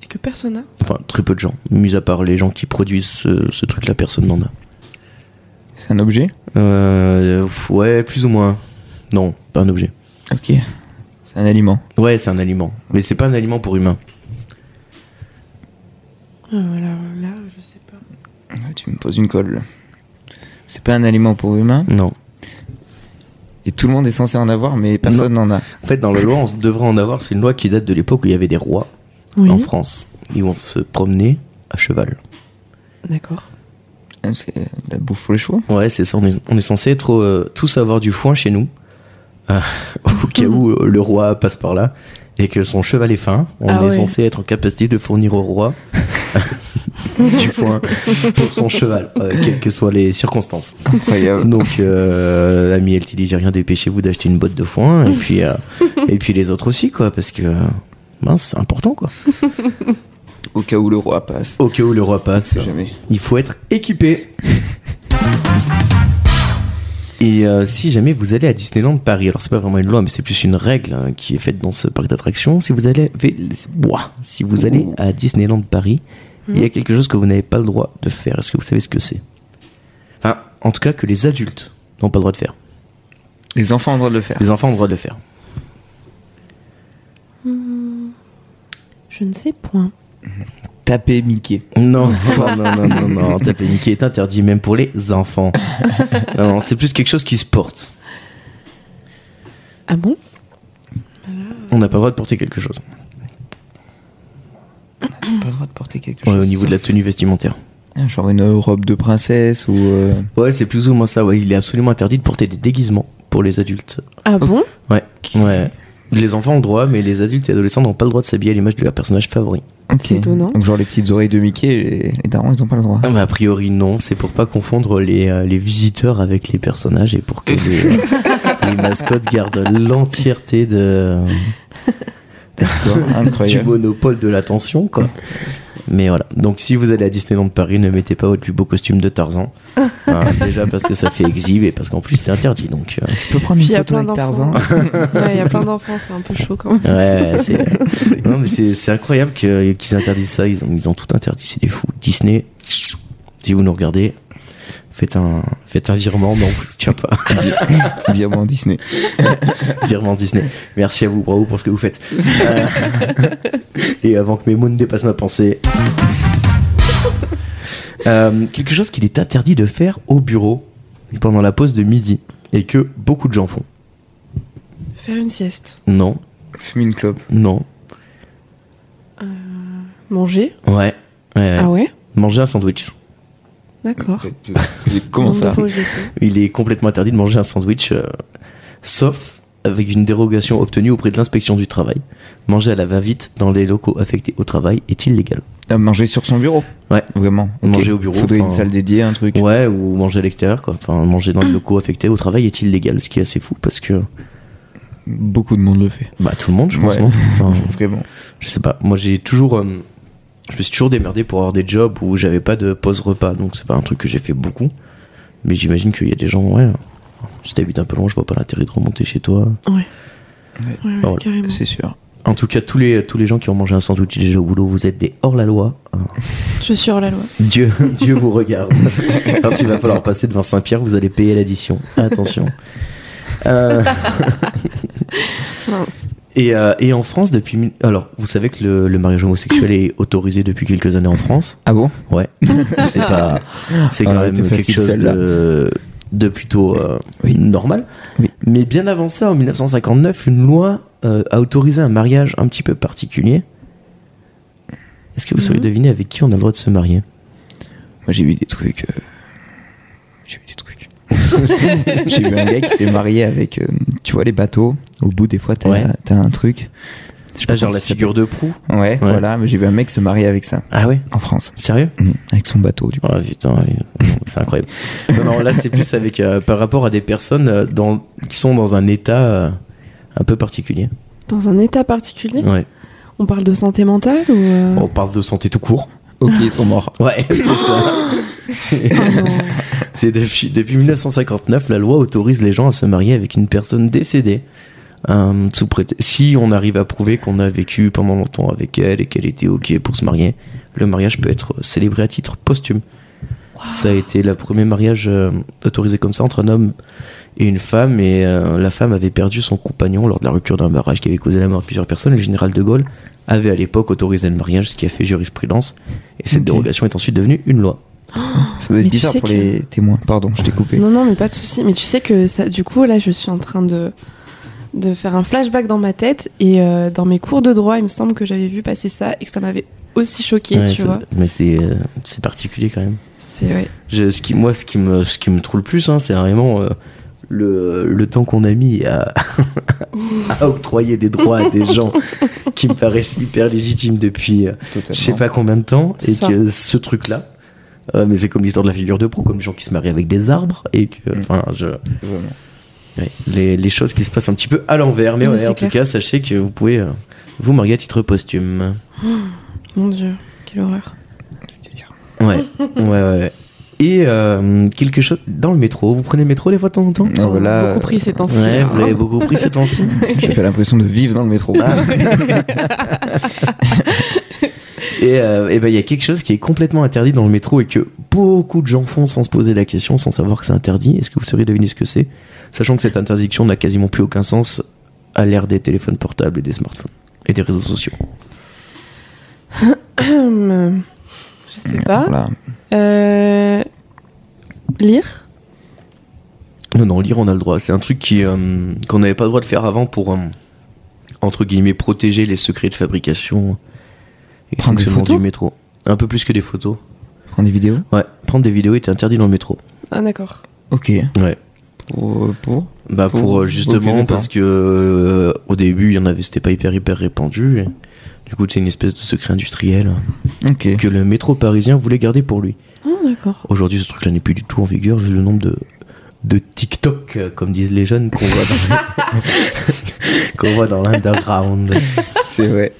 [SPEAKER 2] Et que personne n'a
[SPEAKER 1] Enfin, très peu de gens, mis à part les gens qui produisent ce, ce truc-là, personne n'en a.
[SPEAKER 3] C'est un objet.
[SPEAKER 1] Euh, pff, ouais, plus ou moins. Non, pas un objet.
[SPEAKER 3] Ok. C'est un aliment.
[SPEAKER 1] Ouais, c'est un aliment, mais c'est pas un aliment pour humain.
[SPEAKER 2] Ah, voilà, là, je sais pas.
[SPEAKER 3] Ah, Tu me poses une colle. là. C'est pas un aliment pour humains.
[SPEAKER 1] Non.
[SPEAKER 3] Et tout le monde est censé en avoir, mais personne n'en a.
[SPEAKER 1] En fait, dans la loi, on devrait en avoir, c'est une loi qui date de l'époque où il y avait des rois en
[SPEAKER 2] Oui,
[SPEAKER 1] France. Ils vont se promener à cheval.
[SPEAKER 2] d'accord.
[SPEAKER 3] Ah, C'est de la bouffe pour les chevaux.
[SPEAKER 1] Ouais, c'est ça. On est, on est censé être euh, tous avoir du foin chez nous. Euh, au cas
[SPEAKER 2] Mhm.
[SPEAKER 1] où euh, le roi passe par là et que son cheval est fin, on
[SPEAKER 2] Ah
[SPEAKER 1] est
[SPEAKER 2] ouais.
[SPEAKER 1] censé être en capacité de fournir au roi du foin pour son cheval, euh, quelles que soient les circonstances.
[SPEAKER 3] Incroyable.
[SPEAKER 1] Donc, euh, ami LTD, j'ai rien, dépêchez-vous d'acheter une botte de foin et puis, euh, et puis les autres aussi, quoi, parce que. euh, Mince, c'est important quoi.
[SPEAKER 3] Au cas où le roi passe.
[SPEAKER 1] Au cas où le roi passe,
[SPEAKER 3] Jamais.
[SPEAKER 1] il faut être équipé. Et euh, si jamais vous allez à Disneyland Paris, alors c'est pas vraiment une loi, mais c'est plus une règle hein, qui est faite dans ce parc d'attractions. Si vous allez, vé- Ouah. si vous allez à Disneyland Paris, il y a quelque chose que vous n'avez pas le droit de faire. Est-ce que vous savez ce que c'est Enfin, en tout cas, que les adultes n'ont pas le droit de faire.
[SPEAKER 3] Les enfants ont le droit de le faire.
[SPEAKER 1] Les enfants ont le droit de le faire.
[SPEAKER 2] Je ne sais point.
[SPEAKER 3] Taper Mickey.
[SPEAKER 1] Non, non, non, non, non, non. Taper Mickey est interdit même pour les enfants. Non, non, c'est plus quelque chose qui se porte.
[SPEAKER 2] Ah bon
[SPEAKER 1] On n'a pas le droit de porter quelque chose.
[SPEAKER 3] Pas le droit de porter quelque
[SPEAKER 1] Ouais, euh, au niveau de la tenue vestimentaire.
[SPEAKER 3] Ah, Genre une robe de princesse ou. euh,
[SPEAKER 1] Ouais, c'est plus ou moins ça. Ouais, il est absolument interdit de porter des déguisements pour les adultes.
[SPEAKER 2] Ah
[SPEAKER 3] Oh,
[SPEAKER 2] bon
[SPEAKER 1] Ouais. Ouais. Les enfants ont le droit, mais les adultes et adolescents n'ont pas le droit de s'habiller à l'image de leur personnage favori.
[SPEAKER 3] ok.
[SPEAKER 2] C'est étonnant.
[SPEAKER 3] Donc, genre les petites oreilles de Mickey, les, les darons, ils ont pas le droit.
[SPEAKER 1] Ah, mais a priori, non. C'est pour pas confondre les, euh, les visiteurs avec les personnages et pour que les, euh, les mascottes gardent l'entièreté de, du
[SPEAKER 3] Incroyable.
[SPEAKER 1] monopole de l'attention, quoi. Mais voilà. Donc, si vous allez à Disneyland Paris, ne mettez pas votre plus beau costume de Tarzan. Hein, déjà parce que ça fait exhibe et parce qu'en plus, c'est interdit. Donc, euh,
[SPEAKER 3] Tu peux prendre
[SPEAKER 2] Puis
[SPEAKER 3] une
[SPEAKER 2] il y a
[SPEAKER 3] photo
[SPEAKER 2] plein
[SPEAKER 3] avec Tarzan.
[SPEAKER 2] d'enfants. Ouais, il y a plein d'enfants, c'est un peu chaud quand même.
[SPEAKER 1] Ouais, ouais, c'est... non, mais c'est, c'est incroyable que- qu'ils interdisent ça. Ils ont, ils ont tout interdit, c'est des fous. Disney, si vous nous regardez, faites un, faites un virement. Non, on vous soutient pas.
[SPEAKER 3] Virement Disney.
[SPEAKER 1] virement Disney. Merci à vous, bravo pour ce que vous faites. Euh, Et avant que mes mots ne dépassent ma pensée. Euh, quelque chose qu'il est interdit de faire au bureau pendant la pause de midi et que beaucoup de gens font.
[SPEAKER 2] Faire une sieste.
[SPEAKER 1] Non,
[SPEAKER 3] Fume une clope.
[SPEAKER 1] non,
[SPEAKER 2] Manger
[SPEAKER 1] ouais, ouais, ouais.
[SPEAKER 2] Ah ouais
[SPEAKER 1] Manger un sandwich.
[SPEAKER 2] D'accord.
[SPEAKER 3] euh, Comment
[SPEAKER 2] Nombre de
[SPEAKER 3] ça
[SPEAKER 2] fois où je l'ai fait.
[SPEAKER 1] Il est complètement interdit de manger un sandwich, euh, sauf avec une dérogation obtenue auprès de l'inspection du travail. Manger à la va-vite dans les locaux affectés au travail est illégal.
[SPEAKER 3] Ah, Manger sur son bureau
[SPEAKER 1] Ouais.
[SPEAKER 3] Vraiment ok.
[SPEAKER 1] Manger au bureau,
[SPEAKER 3] Faudrait une
[SPEAKER 1] enfin,
[SPEAKER 3] salle dédiée, un truc.
[SPEAKER 1] Ouais, ou manger à l'extérieur, quoi. Enfin, manger dans les locaux affectés au travail est illégal, ce qui est assez fou parce que,
[SPEAKER 3] Beaucoup de monde le fait.
[SPEAKER 1] bah, tout le monde, je pense,
[SPEAKER 3] Ouais.
[SPEAKER 1] non Enfin,
[SPEAKER 3] Vraiment.
[SPEAKER 1] je sais pas. Moi, j'ai toujours. euh, je me suis toujours démerdé pour avoir des jobs où j'avais pas de pause repas, donc c'est pas un truc que j'ai fait beaucoup. Mais j'imagine qu'il y a des gens, ouais. Si t'habites un peu loin, je vois pas l'intérêt de remonter chez toi.
[SPEAKER 2] Ouais, ouais,
[SPEAKER 1] Voilà.
[SPEAKER 2] carrément.
[SPEAKER 3] C'est sûr.
[SPEAKER 1] En tout cas, tous les, tous les gens qui ont mangé un sandwich déjà au boulot, vous êtes des hors-la-loi. Ah,
[SPEAKER 2] Je suis hors la loi.
[SPEAKER 1] Dieu, Dieu vous regarde. Quand il va falloir passer devant Saint-Pierre, vous allez payer l'addition. Attention. Euh,
[SPEAKER 2] Mince.
[SPEAKER 1] et, euh, et en France, depuis. mille- Alors, vous savez que le, le mariage homosexuel est autorisé depuis quelques années en France.
[SPEAKER 3] Ah bon
[SPEAKER 1] Ouais. C'est pas. C'est quand
[SPEAKER 3] Ah,
[SPEAKER 1] même
[SPEAKER 3] t'es
[SPEAKER 1] quelque
[SPEAKER 3] facile,
[SPEAKER 1] chose
[SPEAKER 3] celle-là.
[SPEAKER 1] de, de plutôt euh,
[SPEAKER 3] Oui.
[SPEAKER 1] normal.
[SPEAKER 3] Oui.
[SPEAKER 1] Mais bien avant ça, en 1959, une loi euh, a autorisé un mariage un petit peu particulier. Est-ce que vous savez
[SPEAKER 2] Mhm.
[SPEAKER 1] deviner avec qui on a le droit de se marier
[SPEAKER 3] Moi j'ai vu des trucs. euh, J'ai vu des trucs. j'ai vu un gars qui s'est marié avec. euh, tu vois les bateaux, au bout des fois t'as
[SPEAKER 1] Ouais.
[SPEAKER 3] t'as un truc. Je sais pas comment ça
[SPEAKER 1] de proue
[SPEAKER 3] s'appelle. Ouais, voilà, mais j'ai vu un mec se marier avec ça,
[SPEAKER 1] Ah ouais
[SPEAKER 3] en France.
[SPEAKER 1] Sérieux
[SPEAKER 3] Mm, Avec son bateau, du coup.
[SPEAKER 1] Oh putain, oui. c'est incroyable. non, non, là c'est plus avec euh, par rapport à des personnes euh, dans, qui sont dans un état euh, un peu particulier.
[SPEAKER 2] Dans un état particulier
[SPEAKER 1] Ouais. Oh.
[SPEAKER 2] On parle de santé mentale ou. euh,
[SPEAKER 1] On parle de santé tout court.
[SPEAKER 3] Ok, ils sont morts.
[SPEAKER 1] Ouais, c'est ça.
[SPEAKER 2] ah non.
[SPEAKER 1] C'est depuis, depuis 1959, la loi autorise les gens à se marier avec une personne décédée. euh, sous prétexte- si on arrive à prouver qu'on a vécu pendant longtemps avec elle et qu'elle était OK pour se marier, le mariage peut être célébré à titre posthume. Ça a été le premier mariage euh, autorisé comme ça entre un homme et une femme. Et euh, la femme avait perdu son compagnon lors de la rupture d'un mariage qui avait causé la mort de plusieurs personnes. Le général de Gaulle avait à l'époque autorisé le mariage, ce qui a fait jurisprudence. Et cette
[SPEAKER 3] Ok.
[SPEAKER 1] dérogation est ensuite devenue une loi.
[SPEAKER 3] Ça doit
[SPEAKER 2] Mais
[SPEAKER 3] être
[SPEAKER 2] tu
[SPEAKER 3] bizarre
[SPEAKER 2] sais
[SPEAKER 3] pour
[SPEAKER 2] que-
[SPEAKER 3] les témoins. Pardon, je t'ai coupé.
[SPEAKER 2] non, non, mais pas de souci. Mais tu sais que ça, du coup, là, je suis en train de, de faire un flashback dans ma tête. Et euh, dans mes cours de droit, il me semble que j'avais vu passer ça et que ça m'avait aussi choqué,
[SPEAKER 1] Ouais,
[SPEAKER 2] tu
[SPEAKER 1] ça-
[SPEAKER 2] vois.
[SPEAKER 1] Mais c'est euh, c'est particulier quand même.
[SPEAKER 2] C'est ouais.
[SPEAKER 1] Je- ce qui, moi, ce qui me, ce qui me trouve le plus, hein, c'est vraiment euh, le, le temps qu'on a mis à, à octroyer des droits à des gens qui me paraissent hyper légitimes depuis euh, je sais pas combien de temps.
[SPEAKER 2] C'est
[SPEAKER 1] Et
[SPEAKER 2] ça.
[SPEAKER 1] que ce truc-là, euh, mais c'est comme l'histoire de la figure de proue, comme les gens qui se marient avec des arbres. Et que,
[SPEAKER 3] Mm.
[SPEAKER 1] enfin, je,
[SPEAKER 3] Vraiment.
[SPEAKER 1] ouais, les, les choses qui se passent un petit peu à l'envers. Mais
[SPEAKER 2] Mais
[SPEAKER 1] ouais,
[SPEAKER 2] c'est
[SPEAKER 1] en
[SPEAKER 2] clair.
[SPEAKER 1] tout cas, sachez que vous pouvez euh, vous marier à titre posthume.
[SPEAKER 2] Mon Dieu, quelle horreur.
[SPEAKER 3] C'est dur.
[SPEAKER 1] Ouais, ouais, ouais. ouais. Et euh, quelque chose dans le métro. Vous prenez le métro des fois de temps en temps
[SPEAKER 3] Non, mais là,
[SPEAKER 2] beaucoup pris ces temps-ci.
[SPEAKER 1] Ouais,
[SPEAKER 2] hein.
[SPEAKER 1] vous l'avez beaucoup pris cette temps-ci.
[SPEAKER 3] j'ai fait l'impression de vivre dans le métro.
[SPEAKER 2] Ah,
[SPEAKER 1] Et, euh, et ben il y a quelque chose qui est complètement interdit dans le métro et que beaucoup de gens font sans se poser la question, sans savoir que c'est interdit. Est-ce que vous sauriez deviner ce que c'est Sachant que cette interdiction n'a quasiment plus aucun sens à l'ère des téléphones portables et des smartphones et des réseaux sociaux.
[SPEAKER 2] Hum, je sais pas.
[SPEAKER 3] Voilà.
[SPEAKER 2] Euh, lire
[SPEAKER 1] Non, non, lire on a le droit. C'est un truc qui euh, qu'on n'avait pas le droit de faire avant pour euh, entre guillemets protéger les secrets de fabrication et le
[SPEAKER 3] Prendre des
[SPEAKER 1] fonctionnement
[SPEAKER 3] photos
[SPEAKER 1] du métro. Un peu plus que des photos.
[SPEAKER 3] Prendre des vidéos
[SPEAKER 1] Ouais, prendre des vidéos était interdit dans le métro.
[SPEAKER 2] Ah d'accord.
[SPEAKER 3] Ok.
[SPEAKER 1] Ouais.
[SPEAKER 3] Pour. euh, pour...
[SPEAKER 1] Bah pour,
[SPEAKER 3] Pour
[SPEAKER 1] euh, justement
[SPEAKER 3] aucune
[SPEAKER 1] parce que euh, au début il y en avait c'était pas hyper hyper répandu. et du coup c'est une espèce de secret industriel
[SPEAKER 3] Ok.
[SPEAKER 1] que le métro parisien voulait garder pour lui.
[SPEAKER 2] Ah d'accord.
[SPEAKER 1] Aujourd'hui ce truc là n'est plus du tout en vigueur vu le nombre de de TikTok euh, comme disent les jeunes qu'on voit dans qu'on voit dans l'underground.
[SPEAKER 3] C'est vrai.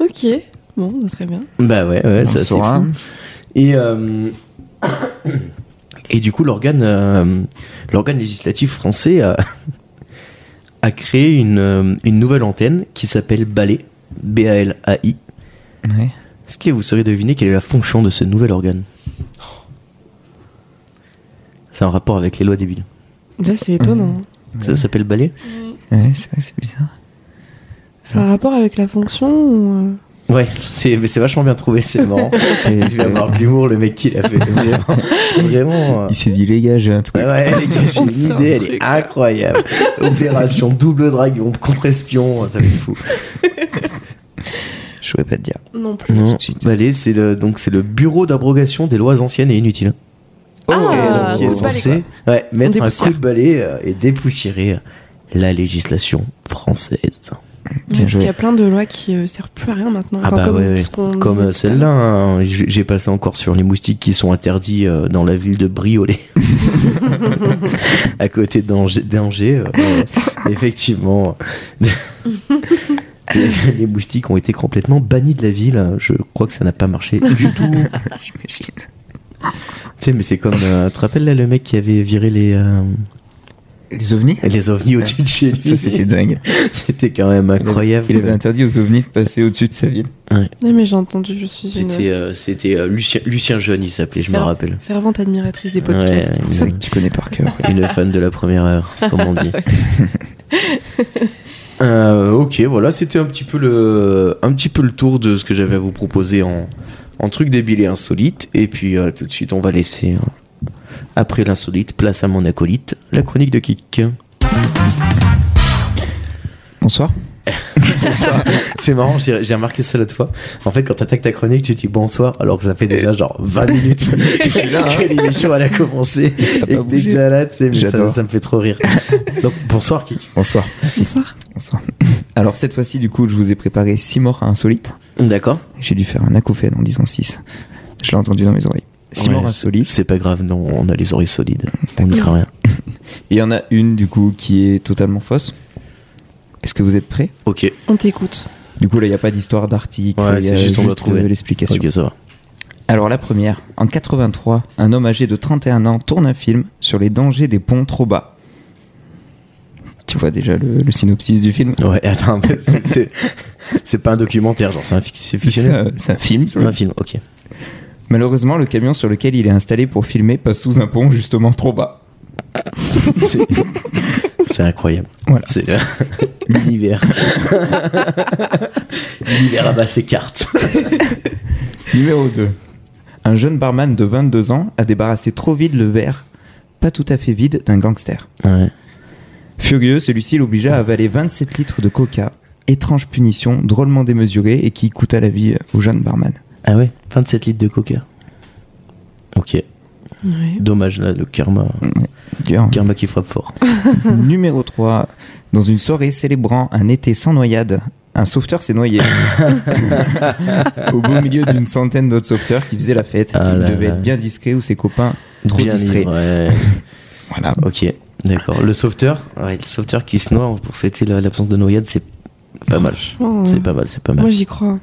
[SPEAKER 2] Ok. Bon, bah, très bien.
[SPEAKER 1] Bah ouais
[SPEAKER 3] Euh,
[SPEAKER 1] ouais ça c'est fou. Et, euh, et du coup, l'organe, euh, l'organe législatif français a, a créé une, euh, une nouvelle antenne qui s'appelle Balai, B-A-L-A-I.
[SPEAKER 3] Ouais.
[SPEAKER 1] Est-ce que vous saurez deviner quelle est la fonction de ce nouvel organe C'est un rapport avec les lois débiles.
[SPEAKER 2] Déjà, c'est étonnant. hein.
[SPEAKER 1] Ça s'appelle Balai
[SPEAKER 3] Ouais, c'est vrai que c'est bizarre.
[SPEAKER 2] Ça a un rapport avec la fonction ou, euh,
[SPEAKER 1] Ouais, c'est, mais c'est vachement bien trouvé, c'est marrant.
[SPEAKER 3] C'est-
[SPEAKER 1] Il va avoir de l'humour, le mec qui l'a fait. Vraiment. vraiment, euh,
[SPEAKER 3] Il s'est dit, les gars, j'ai un truc.
[SPEAKER 1] Ah Ouais, les gars, j'ai
[SPEAKER 2] On
[SPEAKER 1] une
[SPEAKER 2] sort un
[SPEAKER 1] idée, elle est
[SPEAKER 2] truc.
[SPEAKER 1] incroyable. Opération double dragon contre espion, ça fait fou.
[SPEAKER 3] Je saurais pas te dire.
[SPEAKER 2] Non plus.
[SPEAKER 1] Non.
[SPEAKER 3] de suite.
[SPEAKER 1] Bah, allez, c'est le, donc c'est le bureau d'abrogation des lois anciennes et inutiles. hein.
[SPEAKER 3] Oh,
[SPEAKER 2] Ah,
[SPEAKER 1] qui est
[SPEAKER 2] coup de balai,
[SPEAKER 1] censé ouais, mettre un coup
[SPEAKER 2] dépoussière.
[SPEAKER 1] de balai euh, et dépoussiérer la législation française.
[SPEAKER 3] Bien
[SPEAKER 2] parce qu'il y
[SPEAKER 3] joué.
[SPEAKER 2] a plein de lois qui euh, servent plus à rien maintenant.
[SPEAKER 1] Ah
[SPEAKER 2] Enfin,
[SPEAKER 1] bah
[SPEAKER 2] comme
[SPEAKER 1] ouais, ouais.
[SPEAKER 2] ce qu'on
[SPEAKER 1] Comme
[SPEAKER 2] disait
[SPEAKER 1] euh,
[SPEAKER 2] tout à
[SPEAKER 1] celle-là, hein, j'ai j'ai passé encore sur les moustiques qui sont interdits euh, dans la ville de Briolet, à côté d'Angers. d'Angers, euh, euh, effectivement, les, les moustiques ont été complètement bannis de la ville. Je crois que ça n'a pas marché du tout.
[SPEAKER 3] J'imagine.
[SPEAKER 1] tu sais, mais c'est comme, euh, tu te rappelles là le mec qui avait viré les euh,
[SPEAKER 3] Les ovnis
[SPEAKER 1] les ovnis au-dessus de chez lui
[SPEAKER 3] Ça, c'était dingue.
[SPEAKER 1] C'était quand même incroyable.
[SPEAKER 3] Il avait interdit aux ovnis de passer au-dessus de sa ville.
[SPEAKER 2] Non, mais j'ai entendu, je suis une
[SPEAKER 1] C'était euh, c'était euh, Lucien, Lucien Jeune, il s'appelait, je me
[SPEAKER 2] Fer-
[SPEAKER 1] rappelle.
[SPEAKER 2] fervente admiratrice des podcasts.
[SPEAKER 1] Ouais,
[SPEAKER 3] C'est vrai que tu connais par cœur.
[SPEAKER 1] Une fan de la première heure, comme on dit. Euh, ok, voilà, c'était un petit peu le, un petit peu le tour de ce que j'avais à vous proposer en, en truc débile et insolite. Et puis euh, tout de suite, on va laisser euh, après l'insolite place à mon acolyte, la chronique de Kik.
[SPEAKER 3] Bonsoir.
[SPEAKER 1] C'est marrant, j'ai j'ai remarqué ça l'autre fois. En fait, quand t'attaques ta chronique, tu dis bonsoir, alors que ça fait déjà genre 20 minutes
[SPEAKER 3] suis là, hein.
[SPEAKER 1] que l'émission elle a commencé. Ah. Et
[SPEAKER 3] ça a pas
[SPEAKER 1] que t'es
[SPEAKER 3] bougé.
[SPEAKER 1] déjà là, tu sais, mais ça,
[SPEAKER 3] J'adore.
[SPEAKER 1] ça me fait trop rire. Donc bonsoir, Kik.
[SPEAKER 3] Bonsoir.
[SPEAKER 2] Bonsoir.
[SPEAKER 3] Bonsoir. Alors, cette fois-ci, du coup, je vous ai préparé 6 morts insolites.
[SPEAKER 1] D'accord.
[SPEAKER 3] J'ai dû faire un acouphène en disant 6. Je l'ai entendu dans mes oreilles. 6
[SPEAKER 1] Ouais,
[SPEAKER 3] morts
[SPEAKER 1] c'est-
[SPEAKER 3] insolites.
[SPEAKER 1] C'est pas grave, non, on a les oreilles solides. On n'y craint rien.
[SPEAKER 3] Et il y en a une, du coup, qui est totalement fausse. Est-ce que vous êtes prêts
[SPEAKER 1] Ok,
[SPEAKER 2] On t'écoute.
[SPEAKER 3] Du coup, là, il n'y a pas d'histoire d'article.
[SPEAKER 1] Ouais,
[SPEAKER 3] il y
[SPEAKER 1] c'est
[SPEAKER 3] a
[SPEAKER 1] juste, on doit trouver.
[SPEAKER 3] euh, l'explication.
[SPEAKER 1] ok, ça va.
[SPEAKER 3] Alors, la première. En 83, un homme âgé de 31 ans tourne un film sur les dangers des ponts trop bas. Tu vois déjà le, le synopsis du film
[SPEAKER 1] Ouais, attends, mais c'est- c'est- c'est pas un documentaire, genre, c'est un fic- c'est
[SPEAKER 3] C'est
[SPEAKER 1] fictionnel.
[SPEAKER 3] un- c'est un film.
[SPEAKER 1] C'est un film, ok.
[SPEAKER 3] Malheureusement, le camion sur lequel il est installé pour filmer passe sous un pont justement trop bas.
[SPEAKER 1] C'est- C'est incroyable.
[SPEAKER 3] Voilà.
[SPEAKER 1] C'est euh, l'univers. l'univers abat ses cartes.
[SPEAKER 3] Numéro 2. Un jeune barman de 22 ans a débarrassé trop vite le verre, pas tout à fait vide, d'un gangster.
[SPEAKER 1] Ah Ouais.
[SPEAKER 3] Furieux, celui-ci l'obligea à avaler 27 litres de coca. Étrange punition, drôlement démesurée et qui coûta la vie au jeune barman.
[SPEAKER 1] Ah ouais 27 litres de coca. Ok.
[SPEAKER 2] Ouais.
[SPEAKER 1] Dommage, là, le karma.
[SPEAKER 3] Dur, hein.
[SPEAKER 1] Karma qui frappe fort.
[SPEAKER 3] Numéro 3. Dans une soirée célébrant un été sans noyade, un sauveteur s'est noyé. Au beau milieu d'une centaine d'autres sauveteurs qui faisaient la fête.
[SPEAKER 1] Ah
[SPEAKER 3] il
[SPEAKER 1] là
[SPEAKER 3] devait
[SPEAKER 1] là.
[SPEAKER 3] être bien discret ou ses copains trop
[SPEAKER 1] Bien
[SPEAKER 3] distraits.
[SPEAKER 1] libre, ouais.
[SPEAKER 3] Voilà.
[SPEAKER 1] Ok, d'accord. Le sauveteur, ouais, le sauveteur qui se noie pour fêter la- l'absence de noyade, c'est pas mal.
[SPEAKER 2] Franchement, euh,
[SPEAKER 1] C'est pas mal, c'est pas
[SPEAKER 2] Moi,
[SPEAKER 1] mal.
[SPEAKER 2] j'y crois.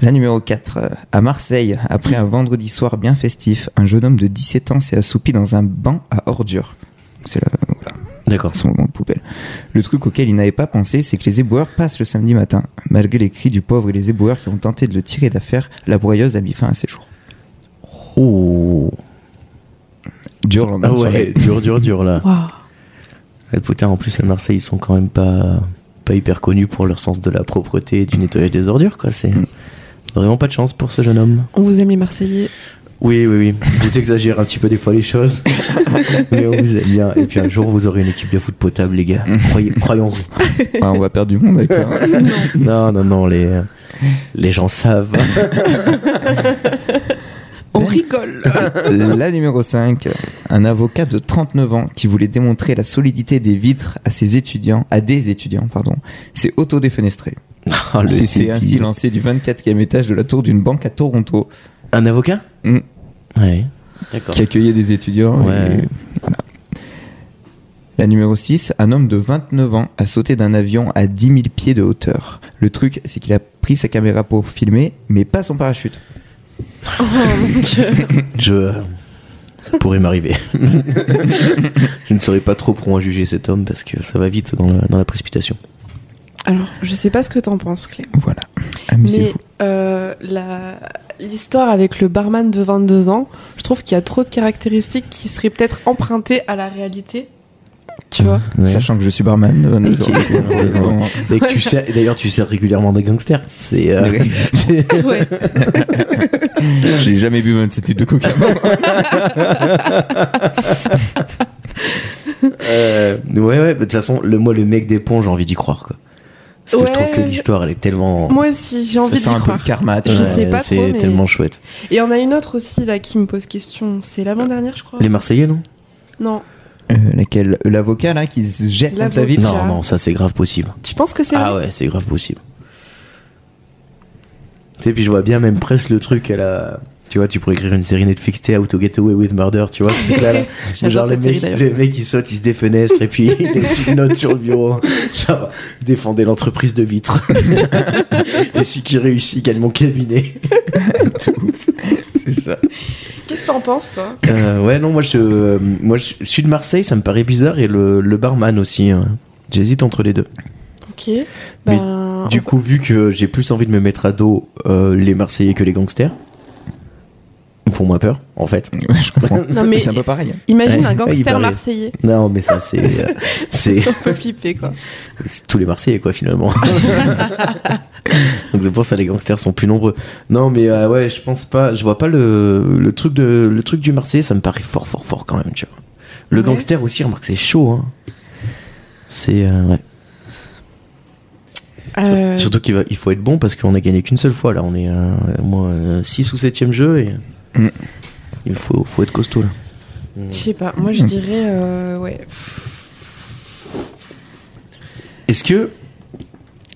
[SPEAKER 3] La numéro 4. euh, À Marseille, après un vendredi soir bien festif, un jeune homme de 17 ans s'est assoupi dans un banc à ordures. C'est là, voilà,
[SPEAKER 1] D'accord.
[SPEAKER 3] son moment de poubelle. Le truc auquel il n'avait pas pensé, c'est que les éboueurs passent le samedi matin. Malgré les cris du pauvre et les éboueurs qui ont tenté de le tirer d'affaire, la broyeuse a mis fin à ses jours.
[SPEAKER 1] Oh.
[SPEAKER 3] Dur lendemain
[SPEAKER 1] Ah
[SPEAKER 3] de soirée.
[SPEAKER 1] ouais, dur, dur, dur là.
[SPEAKER 2] Waouh.
[SPEAKER 1] Et putain, en plus à Marseille, ils sont quand même pas, pas hyper connus pour leur sens de la propreté et du nettoyage des ordures, quoi. C'est
[SPEAKER 3] Mm.
[SPEAKER 1] vraiment pas de chance pour ce jeune homme.
[SPEAKER 2] On vous aime les Marseillais.
[SPEAKER 1] Oui, oui, oui. Vous exagérez un petit peu des fois les choses, mais on vous aime bien. Et puis un jour, vous aurez une équipe de foot potable, les gars. Croyez, croyons-vous.
[SPEAKER 3] Ouais, Ah, on va perdre du monde avec ça. hein.
[SPEAKER 1] Non, non, non, les, les gens savent.
[SPEAKER 2] On rigole.
[SPEAKER 3] La numéro 5, un avocat de 39 ans qui voulait démontrer la solidité des vitres à ses étudiants, à des étudiants, pardon, s'est auto-défenestré.
[SPEAKER 1] Oh, le
[SPEAKER 3] Et s'est ainsi
[SPEAKER 1] débile.
[SPEAKER 3] lancé du 24e étage de la tour d'une banque à Toronto
[SPEAKER 1] Un avocat
[SPEAKER 3] Mm.
[SPEAKER 1] Ouais. D'accord.
[SPEAKER 3] qui accueillait des étudiants.
[SPEAKER 1] Ouais.
[SPEAKER 3] et voilà. La numéro 6, un homme de 29 ans a sauté d'un avion à 10 000 pieds de hauteur. Le truc, c'est qu'il a pris sa caméra pour filmer, mais pas son parachute.
[SPEAKER 2] Oh mon dieu.
[SPEAKER 1] Je. euh, Ça pourrait m'arriver. je ne saurais pas trop pour en juger cet homme parce que ça va vite dans la, dans la précipitation.
[SPEAKER 2] Alors, je sais pas ce que t'en penses, Clé.
[SPEAKER 3] Voilà, amusez-vous.
[SPEAKER 2] Mais euh, la- l'histoire avec le barman de 22 ans, je trouve qu'il y a trop de caractéristiques qui seraient peut-être empruntées à la réalité. Tu vois
[SPEAKER 1] Ouais.
[SPEAKER 3] Sachant que je suis barman de 22
[SPEAKER 1] Ok.
[SPEAKER 3] ans.
[SPEAKER 1] Et que tu sais, et d'ailleurs, tu sers régulièrement des gangsters. C'est. euh, c'est-
[SPEAKER 2] Ouais.
[SPEAKER 3] J'ai jamais bu 27 litres de coca.
[SPEAKER 1] euh, ouais, ouais. De toute façon, le, moi, le mec des ponts, j'ai envie d'y croire, quoi. Parce que je trouve que
[SPEAKER 2] Ouais.
[SPEAKER 1] l'histoire, elle est tellement.
[SPEAKER 2] Moi aussi, j'ai
[SPEAKER 3] Ça
[SPEAKER 2] envie
[SPEAKER 3] sent
[SPEAKER 2] d'y
[SPEAKER 3] un peu
[SPEAKER 2] croire.
[SPEAKER 3] le karma, tu
[SPEAKER 2] Je
[SPEAKER 3] vois.
[SPEAKER 2] sais pas
[SPEAKER 1] C'est
[SPEAKER 2] trop, mais-
[SPEAKER 1] tellement chouette.
[SPEAKER 2] Et on a une autre aussi là qui me pose question. C'est l'avant-dernière, je crois.
[SPEAKER 1] Les Marseillais, non
[SPEAKER 2] Non,
[SPEAKER 3] Euh, laquelle L'avocat là qui se jette contre
[SPEAKER 2] L'avocat.
[SPEAKER 3] David.
[SPEAKER 2] Déjà.
[SPEAKER 1] Non, non, ça c'est grave possible.
[SPEAKER 2] tu penses que c'est
[SPEAKER 1] Ah
[SPEAKER 2] vrai
[SPEAKER 1] ouais, c'est grave possible. Tu sais, puis je vois bien même presque le truc à la. Tu vois, tu pourrais écrire une série Netflix, t'es How to Get Away with Murder, tu vois, ce truc-là. là.
[SPEAKER 2] J'adore
[SPEAKER 1] les
[SPEAKER 2] cette série
[SPEAKER 1] mecs,
[SPEAKER 2] d'ailleurs.
[SPEAKER 1] les mecs, ils sautent, ils se défenestrent et puis ils laissent une note sur le bureau. Genre, défendez l'entreprise de vitres. et si qui réussit, gagne mon cabinet.
[SPEAKER 3] C'est ça.
[SPEAKER 2] Qu'est-ce que t'en penses, toi
[SPEAKER 1] Euh, ouais, non, moi je, euh, moi je je suis de Marseille, ça me paraît bizarre, et le, le barman aussi. hein. J'hésite entre les deux.
[SPEAKER 2] Ok. Ben,
[SPEAKER 1] Du coup, vu que j'ai plus envie de me mettre à dos euh, les Marseillais que les gangsters, ils me font moins peur, en fait.
[SPEAKER 3] Ouais, je comprends.
[SPEAKER 2] Non, mais-
[SPEAKER 3] C'est un peu pareil. hein.
[SPEAKER 2] imagine
[SPEAKER 1] Ouais,
[SPEAKER 2] un
[SPEAKER 1] il
[SPEAKER 2] gangster
[SPEAKER 1] paraît.
[SPEAKER 2] marseillais.
[SPEAKER 1] Non, mais ça, c'est. euh, c'est
[SPEAKER 2] On peut flipper, quoi.
[SPEAKER 1] c'est tous les Marseillais, quoi, finalement. Donc c'est pour ça les gangsters sont plus nombreux. Non, mais euh, ouais, je pense pas. Je vois pas le, le truc de le truc du Marseillais, ça me paraît fort, fort, fort quand même, tu vois. Le
[SPEAKER 2] Ouais.
[SPEAKER 1] gangster aussi, remarque, c'est chaud. Hein. C'est euh, ouais.
[SPEAKER 2] Euh,
[SPEAKER 1] Surtout qu'il va- il faut être bon parce qu'on a gagné qu'une seule fois là. On est euh, au moins 6 ou 7 jeu et
[SPEAKER 3] Mm.
[SPEAKER 1] il faut, faut être costaud là.
[SPEAKER 2] Je sais pas, moi je dirais. euh, ouais.
[SPEAKER 1] Est-ce que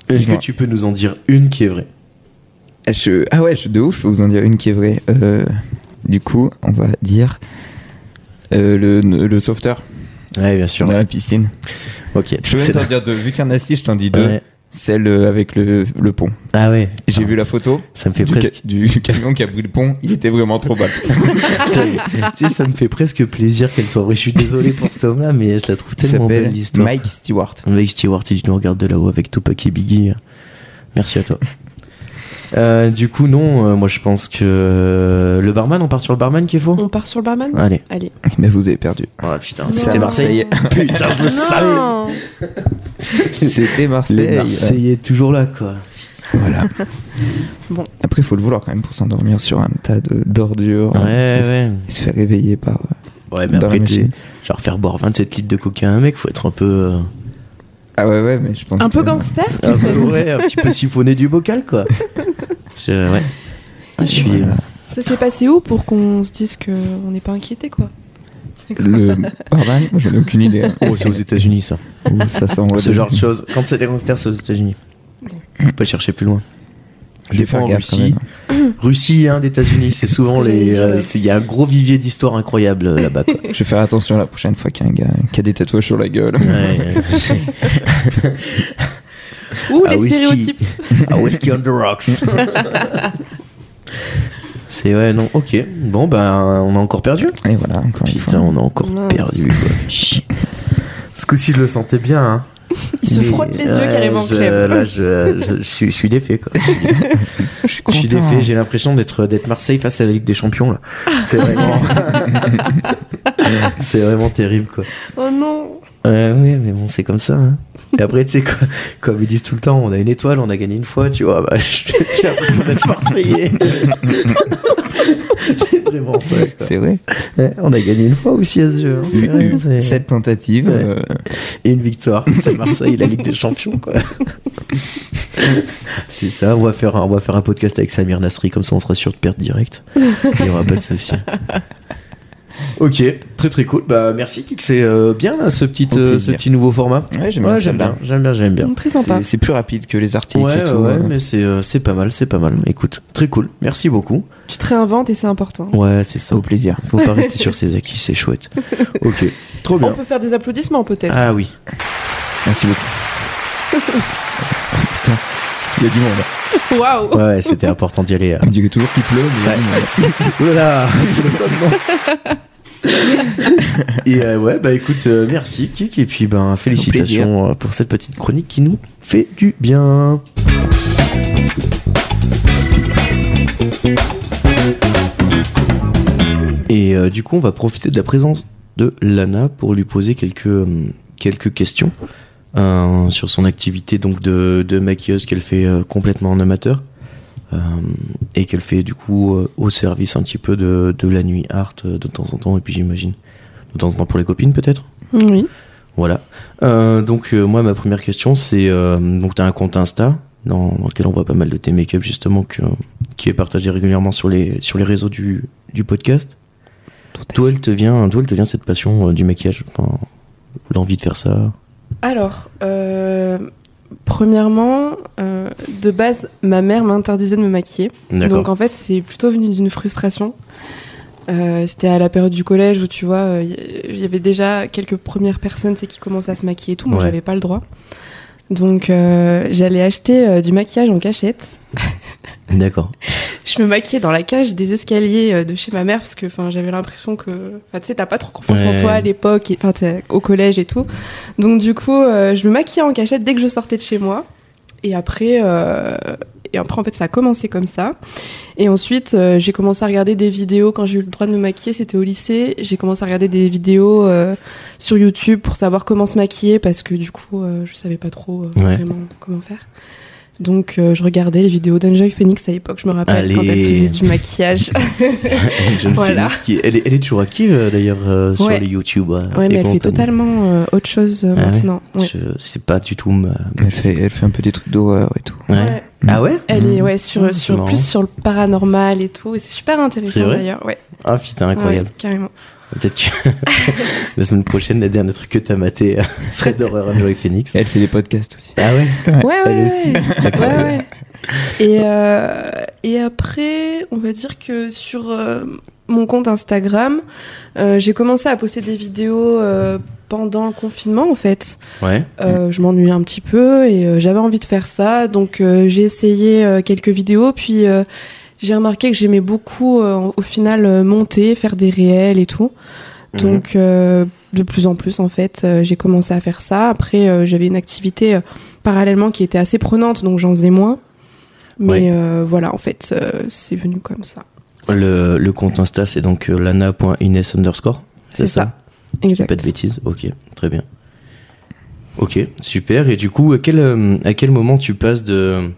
[SPEAKER 1] est-ce que
[SPEAKER 3] Dis-moi.
[SPEAKER 1] tu peux nous en dire une qui est vraie
[SPEAKER 3] Je- Ah ouais, je... de ouf, je peux vous en dire une qui est vraie. Euh, Du coup, on va dire euh, le, le sauveteur
[SPEAKER 1] Ouais, bien sûr.
[SPEAKER 3] dans la piscine.
[SPEAKER 1] Ok.
[SPEAKER 3] Je peux même
[SPEAKER 1] C'est-
[SPEAKER 3] t'en dire deux. Vu qu'il y en a six, je t'en dis deux.
[SPEAKER 1] Ouais.
[SPEAKER 3] Celle euh, avec le, le pont.
[SPEAKER 1] Ah ouais.
[SPEAKER 3] J'ai
[SPEAKER 1] Ah,
[SPEAKER 3] vu la photo
[SPEAKER 1] Ça me fait
[SPEAKER 3] du, ca-
[SPEAKER 1] presque.
[SPEAKER 3] du camion qui a pris le pont. Il était vraiment trop bas.
[SPEAKER 1] tu sais, ça me fait presque plaisir qu'elle soit vraie. Je suis désolé pour cet homme-là, mais je la trouve
[SPEAKER 3] Il
[SPEAKER 1] tellement belle
[SPEAKER 3] s'appelle
[SPEAKER 1] l'histoire. Mike...
[SPEAKER 3] Mike Stewart.
[SPEAKER 1] Stewart, si tu nous regardes de là-haut avec Tupac et Biggie, euh, merci à toi. Euh, du coup, non, euh, moi je pense que euh, le barman, on part sur le barman qui est faux
[SPEAKER 2] On part sur le barman
[SPEAKER 1] Allez.
[SPEAKER 2] Allez.
[SPEAKER 3] Mais vous avez perdu.
[SPEAKER 2] Ah,
[SPEAKER 1] Oh putain,
[SPEAKER 2] Non.
[SPEAKER 1] c'était Marseille. Putain, je le savais.
[SPEAKER 2] Non
[SPEAKER 3] C'était Marseille.
[SPEAKER 1] Les Marseillais toujours là, quoi.
[SPEAKER 3] Voilà.
[SPEAKER 2] Bon.
[SPEAKER 3] Après, il faut le vouloir quand même pour s'endormir sur un tas de- d'ordures. euh,
[SPEAKER 1] Ouais,
[SPEAKER 3] et se-
[SPEAKER 1] ouais.
[SPEAKER 3] Et se faire réveiller par. euh,
[SPEAKER 1] Ouais, mais
[SPEAKER 3] Dans la
[SPEAKER 1] après,
[SPEAKER 3] machine.
[SPEAKER 1] t'es- genre faire boire 27 litres de coca à un mec, faut être un peu. euh,
[SPEAKER 3] Ah ouais, ouais, mais je pense.
[SPEAKER 2] Un peu
[SPEAKER 3] que- euh,
[SPEAKER 2] gangster
[SPEAKER 1] un peu, ouais, un petit peu siphonné du bocal, quoi. Je, ouais. Ah, je suis.
[SPEAKER 3] Voilà.
[SPEAKER 2] Ça s'est passé où pour qu'on se dise qu'on n'est pas inquiété, quoi
[SPEAKER 3] Le barman, moi, j'en ai aucune idée. hein.
[SPEAKER 1] Oh, c'est aux États-Unis, ça.
[SPEAKER 3] Ouh, ça sent
[SPEAKER 1] Ce genre de choses. Quand c'est des gangsters, c'est aux États-Unis. Faut pas chercher plus loin.
[SPEAKER 3] Je
[SPEAKER 1] Des
[SPEAKER 3] vais faire
[SPEAKER 1] fois en
[SPEAKER 3] gaffe quand
[SPEAKER 1] Russie, Russie et Inde, États-Unis, c'est souvent
[SPEAKER 2] que j'allais
[SPEAKER 1] les.
[SPEAKER 2] dire,
[SPEAKER 1] euh,
[SPEAKER 2] ouais.
[SPEAKER 1] c'est- Il y a un gros vivier d'histoires incroyables euh, là-bas. quoi.
[SPEAKER 3] même. Je vais faire attention la prochaine fois qu'un gars qui a des tatouages sur la gueule.
[SPEAKER 1] Ouais, c'est-
[SPEAKER 2] Ouh,
[SPEAKER 1] Ah
[SPEAKER 2] les
[SPEAKER 1] oui, ce qui-
[SPEAKER 2] stéréotypes
[SPEAKER 1] Ah, Whiskey on the Rocks. C'est ouais, non, ok. Bon, ben, on a encore perdu.
[SPEAKER 3] Et voilà, encore une
[SPEAKER 1] Putain,
[SPEAKER 3] fois.
[SPEAKER 1] on a encore
[SPEAKER 2] Mince.
[SPEAKER 1] perdu. Quoi. Ce coup-ci, je le sentais bien. Hein.
[SPEAKER 2] Ils se
[SPEAKER 1] Mais,
[SPEAKER 2] frottent les yeux
[SPEAKER 1] ouais,
[SPEAKER 2] carrément
[SPEAKER 1] je-
[SPEAKER 2] crème.
[SPEAKER 1] Là, je, je, je suis- je suis défait, quoi. Je suis
[SPEAKER 3] content.
[SPEAKER 2] hein.
[SPEAKER 1] défait, j'ai l'impression d'être d'être Marseille face à la Ligue des Champions, là. C'est vraiment. c'est vraiment terrible, quoi.
[SPEAKER 2] Oh non
[SPEAKER 1] Ouais, ouais, mais bon, c'est comme ça. hein. Et après, tu sais, quoi, comme ils disent tout le temps, on a une étoile, on a gagné une fois, tu vois, bah, je- j'ai l'impression d'être Marseillais. c'est vraiment ça. quoi.
[SPEAKER 3] C'est vrai.
[SPEAKER 1] Ouais, on a gagné une fois aussi à ce jeu. hein, c'est vrai, c'est-
[SPEAKER 3] Cette tentative.
[SPEAKER 1] Ouais.
[SPEAKER 3] euh,
[SPEAKER 1] et une victoire. C'est Marseille, la Ligue des Champions, quoi. C'est ça, on va, faire un, on va faire un podcast avec Samir Nasri, comme ça on sera sûr de perdre direct. Il n'y aura pas de souci. Ok, très très cool. Bah, merci Kik, c'est euh, bien là, ce, petit,
[SPEAKER 3] Au
[SPEAKER 1] euh, ce
[SPEAKER 3] plaisir.
[SPEAKER 1] petit nouveau format.
[SPEAKER 3] Ouais, j'aime
[SPEAKER 1] Ouais,
[SPEAKER 3] bien
[SPEAKER 1] j'aime
[SPEAKER 3] celle-là.
[SPEAKER 1] bien, j'aime bien, j'aime bien.
[SPEAKER 2] Très sympa.
[SPEAKER 3] C'est- C'est plus rapide que les articles
[SPEAKER 1] Ouais,
[SPEAKER 3] et tout.
[SPEAKER 1] ouais, ouais,
[SPEAKER 3] euh.
[SPEAKER 1] mais c'est euh, c'est pas mal, c'est pas mal. Écoute, très cool, merci beaucoup.
[SPEAKER 2] Tu te réinventes et c'est important.
[SPEAKER 1] Ouais, c'est ça.
[SPEAKER 3] Au plaisir.
[SPEAKER 1] Faut pas rester sur ses acquis, c'est chouette. Ok, trop
[SPEAKER 2] On
[SPEAKER 1] bien.
[SPEAKER 2] peut faire des applaudissements peut-être.
[SPEAKER 1] Ah oui,
[SPEAKER 3] Merci beaucoup. Putain, il y a du monde.
[SPEAKER 2] Waouh
[SPEAKER 1] Ah. ouais, ouais, c'était important d'y aller. euh.
[SPEAKER 3] On me dit toujours qu'il pleut, mais
[SPEAKER 1] Ouais. Oulala, c'est le tonnement. Et euh, ouais, bah écoute, euh, merci Kik, et puis ben félicitations euh, pour cette petite chronique qui nous fait du bien. Et euh, du coup, on va profiter de la présence de Lana pour lui poser quelques, euh, quelques questions euh, sur son activité donc de, de maquilleuse qu'elle fait euh, complètement en amateur. Euh, et qu'elle fait du coup euh, au service un petit peu de, de la nuit art euh, de temps en temps, et puis j'imagine de temps en temps pour les copines peut-être.
[SPEAKER 2] Oui.
[SPEAKER 1] Voilà. Euh, donc, euh, moi, ma première question, c'est euh, donc, tu as un compte Insta dans, dans lequel on voit pas mal de tes make-up, justement, que- qui est partagé régulièrement sur les, sur les réseaux du, du podcast. D'où elle, te vient, d'où elle te vient cette passion euh, du maquillage Enfin, L'envie de faire ça
[SPEAKER 2] Alors, euh, premièrement, euh, de base, ma mère m'interdisait de me maquiller.
[SPEAKER 1] D'accord.
[SPEAKER 2] Donc en fait, c'est plutôt venu d'une frustration. Euh, C'était à la période du collège où tu vois, euh, il y avait déjà quelques premières personnes tu sais, qui commençaient à se maquiller et tout. Moi,
[SPEAKER 1] Ouais.
[SPEAKER 2] j'avais pas le droit. Donc euh, j'allais acheter euh, du maquillage en cachette. euh,
[SPEAKER 1] D'accord.
[SPEAKER 2] Je me maquillais dans la cage des escaliers euh, de chez ma mère parce que enfin j'avais l'impression que enfin, tu sais t'as pas trop confiance en
[SPEAKER 1] Ouais.
[SPEAKER 2] toi à l'époque et- enfin t'es au collège et tout. Donc du coup euh, je me maquillais en cachette dès que je sortais de chez moi et après euh, et après en fait ça a commencé comme ça. Et ensuite euh, j'ai commencé à regarder des vidéos quand j'ai eu le droit de me maquiller, c'était au lycée, j'ai commencé à regarder des vidéos euh, sur YouTube pour savoir comment se maquiller parce que du coup euh, je savais pas trop euh,
[SPEAKER 1] Ouais.
[SPEAKER 2] vraiment comment faire. Donc euh, je regardais les vidéos d'Enjoy Phoenix à l'époque, je me rappelle quand elle
[SPEAKER 1] Allez.
[SPEAKER 2] faisait du maquillage.
[SPEAKER 1] Une jeune
[SPEAKER 2] Voilà.
[SPEAKER 1] Phoenix qui- elle, est, elle est toujours active, euh, d'ailleurs, euh, sur
[SPEAKER 2] Ouais.
[SPEAKER 1] les YouTube. euh,
[SPEAKER 2] ouais,
[SPEAKER 1] et
[SPEAKER 2] mais elle fait
[SPEAKER 1] compagnie.
[SPEAKER 2] totalement euh, autre chose euh,
[SPEAKER 1] Ah ouais
[SPEAKER 2] maintenant. Ouais.
[SPEAKER 1] Je- C'est pas du tout ma.
[SPEAKER 3] Mais c'est- elle fait un peu des trucs d'horreur et tout.
[SPEAKER 1] Ouais.
[SPEAKER 2] Ouais.
[SPEAKER 1] Ah ouais
[SPEAKER 2] Elle est ouais sur
[SPEAKER 1] Ah, c'est
[SPEAKER 2] sur
[SPEAKER 1] marrant.
[SPEAKER 2] plus sur le paranormal et tout, et c'est super
[SPEAKER 1] C'est
[SPEAKER 2] intéressant
[SPEAKER 1] vrai
[SPEAKER 2] d'ailleurs. Ouais.
[SPEAKER 1] Ah putain, incroyable.
[SPEAKER 2] Ouais, carrément.
[SPEAKER 1] Peut-être que la semaine prochaine, le dernier truc que t'as maté euh, serait d'horreur Joy Phoenix.
[SPEAKER 3] Elle fait des podcasts aussi.
[SPEAKER 1] Ah ouais
[SPEAKER 2] Ouais,
[SPEAKER 1] Elle
[SPEAKER 2] ouais,
[SPEAKER 1] aussi.
[SPEAKER 2] ouais. Ouais, ouais. Et, euh, et après, on va dire que sur euh, mon compte Instagram, euh, j'ai commencé à poster des vidéos euh, pendant le confinement, en fait.
[SPEAKER 1] Ouais.
[SPEAKER 2] Euh, je m'ennuyais un petit peu et euh, j'avais envie de faire ça, donc euh, j'ai essayé euh, quelques vidéos, puis euh, j'ai remarqué que j'aimais beaucoup, euh, au final, euh, monter, faire des réels et tout. Donc, euh, de plus en plus, en fait, euh, j'ai commencé à faire ça. Après, euh, j'avais une activité euh, parallèlement qui était assez prenante, donc j'en faisais moins. Mais
[SPEAKER 1] Ouais.
[SPEAKER 2] euh, voilà, en fait, euh, c'est venu comme ça.
[SPEAKER 1] Le, le compte Insta, c'est donc euh, lana.ines underscore.
[SPEAKER 2] C'est ça. Exact.
[SPEAKER 1] Pas de bêtises. Ok, très bien. Ok, super. Et du coup, à quel, euh, à quel moment tu passes de.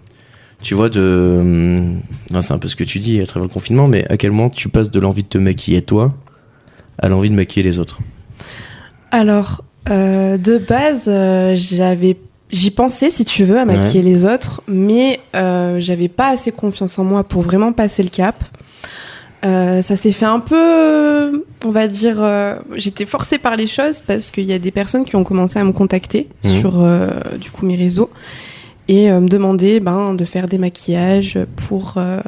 [SPEAKER 1] Tu vois, de. euh, enfin, c'est un peu ce que tu dis à travers le confinement, mais à quel moment tu passes de l'envie de te maquiller toi à l'envie de maquiller les autres
[SPEAKER 2] Alors, euh, de base, euh, j'avais, j'y pensais, si tu veux, à maquiller les autres, mais euh, j'avais pas assez confiance en moi pour vraiment passer le cap. Euh, ça s'est fait un peu, euh, on va dire, euh, j'étais forcée par les choses parce qu'il y a des personnes qui ont commencé à me contacter
[SPEAKER 1] Mhm.
[SPEAKER 2] sur euh, du coup mes réseaux et euh, me demander ben, de faire des maquillages pour, euh,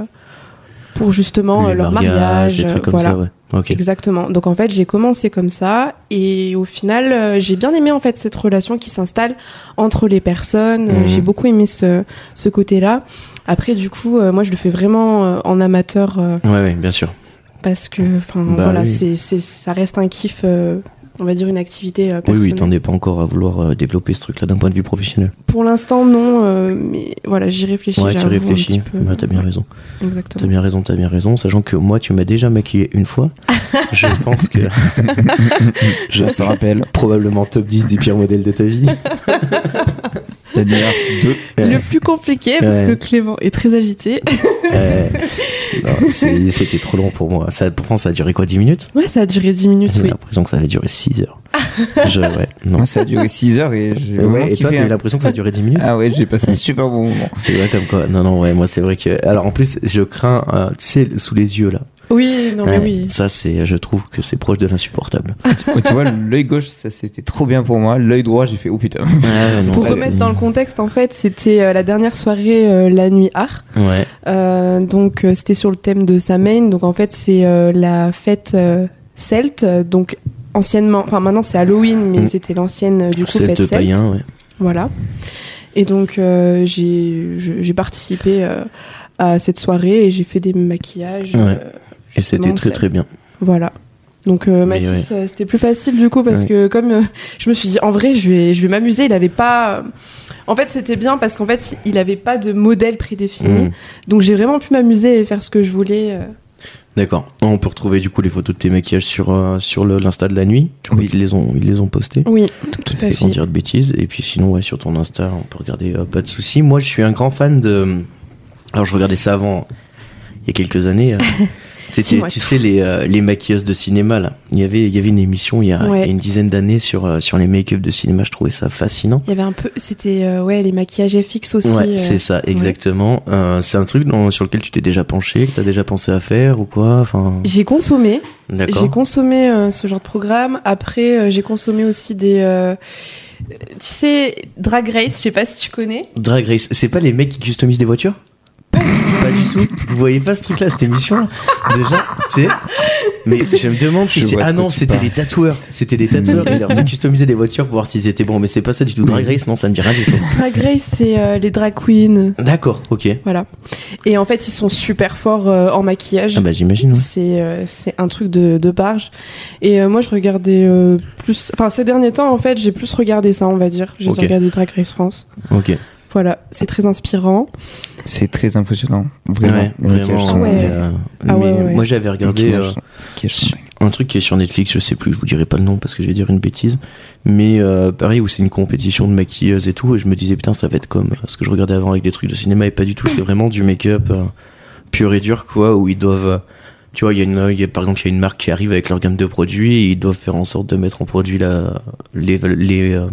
[SPEAKER 2] pour justement euh,
[SPEAKER 1] Les
[SPEAKER 2] leur
[SPEAKER 1] mariages,
[SPEAKER 2] mariage.
[SPEAKER 1] les
[SPEAKER 2] euh,
[SPEAKER 1] trucs comme
[SPEAKER 2] voilà.
[SPEAKER 1] ça, ouais. Ok.
[SPEAKER 2] Exactement. Donc en fait, j'ai commencé comme ça et au final, euh, j'ai bien aimé en fait cette relation qui s'installe entre les personnes. Euh,
[SPEAKER 1] Mhm.
[SPEAKER 2] J'ai beaucoup aimé ce, ce côté-là. Après, du coup, euh, moi, je le fais vraiment euh, en amateur euh,
[SPEAKER 1] Ouais, ouais, bien sûr.
[SPEAKER 2] parce que, enfin,
[SPEAKER 1] Bah
[SPEAKER 2] voilà,
[SPEAKER 1] oui.
[SPEAKER 2] c'est, c'est, ça reste un kiff, euh, on va dire une activité euh,
[SPEAKER 1] Oui,
[SPEAKER 2] personnelle.
[SPEAKER 1] oui, t'en es pas encore à vouloir euh, développer ce truc-là d'un point de vue professionnel.
[SPEAKER 2] Pour l'instant, non, euh, mais voilà, j'y réfléchis,
[SPEAKER 1] Ouais, tu
[SPEAKER 2] j'avoue, un
[SPEAKER 1] réfléchis.
[SPEAKER 2] petit peu.
[SPEAKER 1] Bah, t'as bien raison. T'as
[SPEAKER 2] Exactement.
[SPEAKER 1] bien raison, t'as bien raison. Sachant que moi, tu m'as déjà maquillé une fois. Je pense que
[SPEAKER 3] Je me rappelle.
[SPEAKER 1] probablement top 10 des pires modèles de ta vie.
[SPEAKER 3] La dernière petite deux.
[SPEAKER 2] Le plus compliqué, parce
[SPEAKER 1] Ouais.
[SPEAKER 2] que Clément est très agité.
[SPEAKER 1] Euh, non, c'est- C'était trop long pour moi. Ça, pourtant, ça a duré quoi 10 minutes
[SPEAKER 2] Ouais, ça a duré 10 minutes,
[SPEAKER 1] J'ai
[SPEAKER 2] oui.
[SPEAKER 1] l'impression que ça avait duré 6 heures. Je- ouais, non.
[SPEAKER 3] Moi, ça a duré 6 heures et j'ai
[SPEAKER 1] Ouais,
[SPEAKER 3] vraiment
[SPEAKER 1] et toi,
[SPEAKER 3] kiffé,
[SPEAKER 1] t'as eu
[SPEAKER 3] hein.
[SPEAKER 1] l'impression que ça a duré 10 minutes
[SPEAKER 3] Ah ouais, j'ai passé un super bon moment.
[SPEAKER 1] Tu vois, comme quoi. Non, non, ouais, moi, c'est vrai que. Alors, en plus, je crains, euh, tu sais, sous les yeux, là.
[SPEAKER 2] Oui, non, mais
[SPEAKER 1] Ouais,
[SPEAKER 2] oui.
[SPEAKER 1] Ça, c'est, je trouve que c'est proche de l'insupportable.
[SPEAKER 3] Oh, tu vois, l'œil gauche, ça c'était trop bien pour moi. L'œil droit, j'ai fait oh putain.
[SPEAKER 1] non,
[SPEAKER 2] Pour
[SPEAKER 1] c'est-
[SPEAKER 2] remettre dans le contexte, en fait, c'était euh, la dernière soirée euh, La Nuit Art.
[SPEAKER 1] Ouais,
[SPEAKER 2] Euh, donc, euh, c'était sur le thème de Samhain. Donc, en fait, c'est euh, la fête euh, celte. Euh, Donc, anciennement, enfin, maintenant c'est Halloween, mais
[SPEAKER 1] Mm.
[SPEAKER 2] c'était l'ancienne, euh, du coup,
[SPEAKER 1] c'est
[SPEAKER 2] fête
[SPEAKER 1] le
[SPEAKER 2] celte.
[SPEAKER 1] païen, ouais.
[SPEAKER 2] Voilà. Et donc, euh, j'ai je- j'ai participé euh, à cette soirée et j'ai fait des maquillages.
[SPEAKER 1] Ouais.
[SPEAKER 2] euh,
[SPEAKER 1] Et c'était
[SPEAKER 2] justement,
[SPEAKER 1] très,
[SPEAKER 2] celtes.
[SPEAKER 1] très bien.
[SPEAKER 2] Voilà. Donc euh,
[SPEAKER 1] Mais
[SPEAKER 2] Mathis, euh, c'était plus facile du coup parce
[SPEAKER 1] Ouais.
[SPEAKER 2] que comme euh, je me suis dit en vrai je vais je vais m'amuser, il avait pas euh, en fait c'était bien parce qu'en fait il avait pas de modèle prédéfini.
[SPEAKER 1] Mm.
[SPEAKER 2] Donc j'ai vraiment pu m'amuser et faire ce que je voulais. euh.
[SPEAKER 1] D'accord. On peut retrouver du coup les photos de tes maquillages sur, euh, sur le- l'Insta de la nuit. Je crois
[SPEAKER 3] Oui.
[SPEAKER 1] qu'ils les ont, ils les ont postés.
[SPEAKER 2] Oui, tout à
[SPEAKER 1] Et sans
[SPEAKER 2] fait.
[SPEAKER 1] dire de bêtises. Et puis sinon, ouais, sur ton Insta, on peut regarder, euh, pas de soucis. Moi, je suis un grand fan de. Alors, je regardais ça avant, il y a quelques années. euh, C'était, tu sais, les, euh, les maquilleuses de cinéma, là. Il y avait, il y avait une émission il y a,
[SPEAKER 2] Ouais.
[SPEAKER 1] il y a une dizaine d'années sur, euh, sur les make-up de cinéma. Je trouvais ça fascinant.
[SPEAKER 2] Il y avait un peu, c'était euh, ouais les maquillages FX aussi.
[SPEAKER 1] ouais,
[SPEAKER 2] euh,
[SPEAKER 1] c'est ça, exactement. Euh, c'est un truc dans- sur lequel tu t'es déjà penché, que t'as déjà pensé à faire ou quoi. Enfin,
[SPEAKER 2] J'ai consommé, j'ai
[SPEAKER 1] d'accord.
[SPEAKER 2] consommé euh, ce genre de programme. Après, euh, j'ai consommé aussi des, euh, tu sais, Drag Race. Je sais pas si tu connais.
[SPEAKER 1] Drag Race, c'est pas les mecs qui customisent des voitures Pas du tout. Vous voyez pas ce truc-là, cette émission-là Déjà, tu sais. Mais je me demande si
[SPEAKER 3] Je
[SPEAKER 1] c'est.
[SPEAKER 3] vois de
[SPEAKER 1] Ah
[SPEAKER 3] quoi
[SPEAKER 1] non,
[SPEAKER 3] tu
[SPEAKER 1] c'était
[SPEAKER 3] parles.
[SPEAKER 1] les tatoueurs. C'était les tatoueurs. Ils leur faisaient customiser des voitures pour voir s'ils étaient bons. Mais c'est pas ça du tout. Drag Race, non, ça me dit rien du tout.
[SPEAKER 2] Drag Race, c'est euh, les drag queens,
[SPEAKER 1] D'accord, ok.
[SPEAKER 2] voilà. Et en fait, ils sont super forts euh, en maquillage.
[SPEAKER 1] Ah bah j'imagine, ouais.
[SPEAKER 2] C'est euh, c'est un truc de, de barge. Et euh, moi, je regardais euh, plus. Enfin, ces derniers temps, en fait, j'ai plus regardé ça, on va dire. J'ai
[SPEAKER 1] Ok.
[SPEAKER 2] regardé Drag Race France.
[SPEAKER 1] Ok.
[SPEAKER 2] Voilà, c'est très inspirant.
[SPEAKER 3] C'est très impressionnant. Vraiment.
[SPEAKER 1] ouais,
[SPEAKER 3] Les maquillages
[SPEAKER 1] vraiment,
[SPEAKER 3] sont-
[SPEAKER 2] ouais.
[SPEAKER 1] mais, euh,
[SPEAKER 2] Ah ouais,
[SPEAKER 1] mais
[SPEAKER 2] ouais, ouais.
[SPEAKER 1] Moi j'avais
[SPEAKER 3] les
[SPEAKER 1] regardé
[SPEAKER 3] maquillages
[SPEAKER 1] euh,
[SPEAKER 3] sont- maquillages sont dingues.
[SPEAKER 1] un truc qui est sur Netflix, je sais plus, je vous dirai pas le nom parce que je vais dire une bêtise. Mais euh, pareil, où c'est une compétition de maquilleuses et tout. Et je me disais, putain, ça va être comme euh, ce que je regardais avant avec des trucs de cinéma et pas du tout. C'est vraiment du make-up euh, pur et dur, quoi, où ils doivent. euh, tu vois, il y a une, il y a- par exemple, il y a une marque qui arrive avec leur gamme de produits et ils doivent faire en sorte de mettre en produit la, les, les, euh,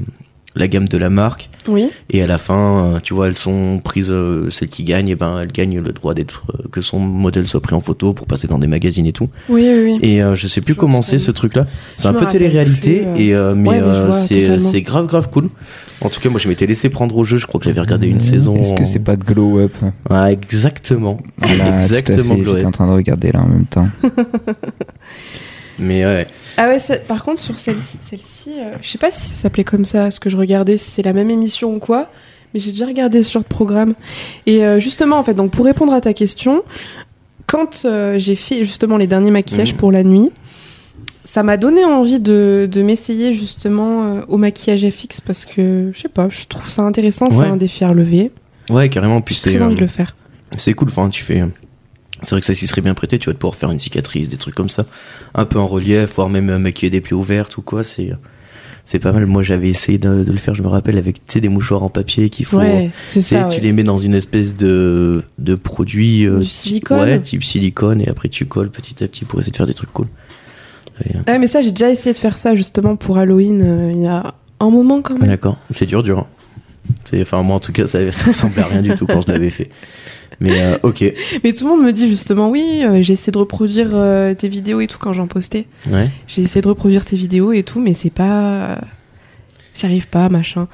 [SPEAKER 1] la gamme de la marque.
[SPEAKER 2] Oui.
[SPEAKER 1] Et à la fin, euh, tu vois, elles sont prises, euh, celles qui gagnent, et ben elles gagnent le droit d'être euh, que son modèle soit pris en photo pour passer dans des magazines et tout.
[SPEAKER 2] Oui, oui, oui.
[SPEAKER 1] Et euh, je sais plus
[SPEAKER 2] Je
[SPEAKER 1] comment
[SPEAKER 2] vois
[SPEAKER 1] c'est
[SPEAKER 2] très
[SPEAKER 1] ce truc-là. C'est
[SPEAKER 2] Je
[SPEAKER 1] un
[SPEAKER 2] me
[SPEAKER 1] peu
[SPEAKER 2] rappelle
[SPEAKER 1] télé-réalité,
[SPEAKER 2] plus, euh.
[SPEAKER 1] et euh, mais,
[SPEAKER 2] Ouais, mais je
[SPEAKER 1] euh,
[SPEAKER 2] vois
[SPEAKER 1] c'est
[SPEAKER 2] totalement.
[SPEAKER 1] c'est grave grave cool. En tout cas, moi je m'étais laissé prendre au jeu. Je crois que j'avais regardé une saison.
[SPEAKER 3] Mmh. Est-ce que c'est pas Glow Up
[SPEAKER 1] Ouais, exactement. C'est
[SPEAKER 3] Voilà, tout à
[SPEAKER 1] exactement
[SPEAKER 3] fait,
[SPEAKER 1] Glow
[SPEAKER 3] J'étais
[SPEAKER 1] Up.
[SPEAKER 3] en train de regarder là en même temps.
[SPEAKER 1] Mais ouais.
[SPEAKER 2] Ah ouais, ça- par contre, sur celle-ci, celle-ci, euh, je sais pas si ça s'appelait comme ça, ce que je regardais, si c'est la même émission ou quoi, mais j'ai déjà regardé ce genre de programme. Et euh, justement, en fait, donc pour répondre à ta question, quand euh, j'ai fait justement les derniers maquillages
[SPEAKER 1] Mhm.
[SPEAKER 2] pour la nuit, ça m'a donné envie de, de m'essayer justement euh, au maquillage FX parce que, je sais pas, je trouve ça intéressant,
[SPEAKER 1] Ouais.
[SPEAKER 2] c'est un défi à relever.
[SPEAKER 1] ouais, carrément. Puis
[SPEAKER 2] J'ai
[SPEAKER 1] c'est
[SPEAKER 2] très envie de
[SPEAKER 1] euh,
[SPEAKER 2] le faire.
[SPEAKER 1] c'est cool. Enfin, tu fais. euh, C'est vrai que ça s'y serait bien prêté. Tu vas pouvoir faire une cicatrice, des trucs comme ça, un peu en relief, voire même euh, maquiller des plaies ouvertes ou quoi. C'est euh, c'est pas mal. Moi, j'avais essayé de, de le faire. Je me rappelle avec tu sais des mouchoirs en papier qu'il faut.
[SPEAKER 2] Ouais, c'est
[SPEAKER 1] tu sais,
[SPEAKER 2] ça.
[SPEAKER 1] tu
[SPEAKER 2] ouais.
[SPEAKER 1] les mets dans une espèce de de produit euh,
[SPEAKER 2] Du
[SPEAKER 1] type-
[SPEAKER 2] silicone.
[SPEAKER 1] ouais, type silicone, et après tu colles petit à petit pour essayer de faire des trucs cool. Et, euh,
[SPEAKER 2] Ouais, mais ça, j'ai déjà essayé de faire ça justement pour Halloween euh, il y a un moment quand même.
[SPEAKER 1] D'accord, c'est dur, dur. hein. C'est, enfin, moi en tout cas, ça, ça ressemblait à rien du tout quand je l'avais fait. Mais euh, ok,
[SPEAKER 2] Mais tout le monde me dit justement, oui, euh, j'ai essayé de reproduire euh, tes vidéos et tout quand j'en postais.
[SPEAKER 1] ouais.
[SPEAKER 2] J'ai essayé de reproduire tes vidéos et tout, mais c'est pas. J'y arrive pas, machin.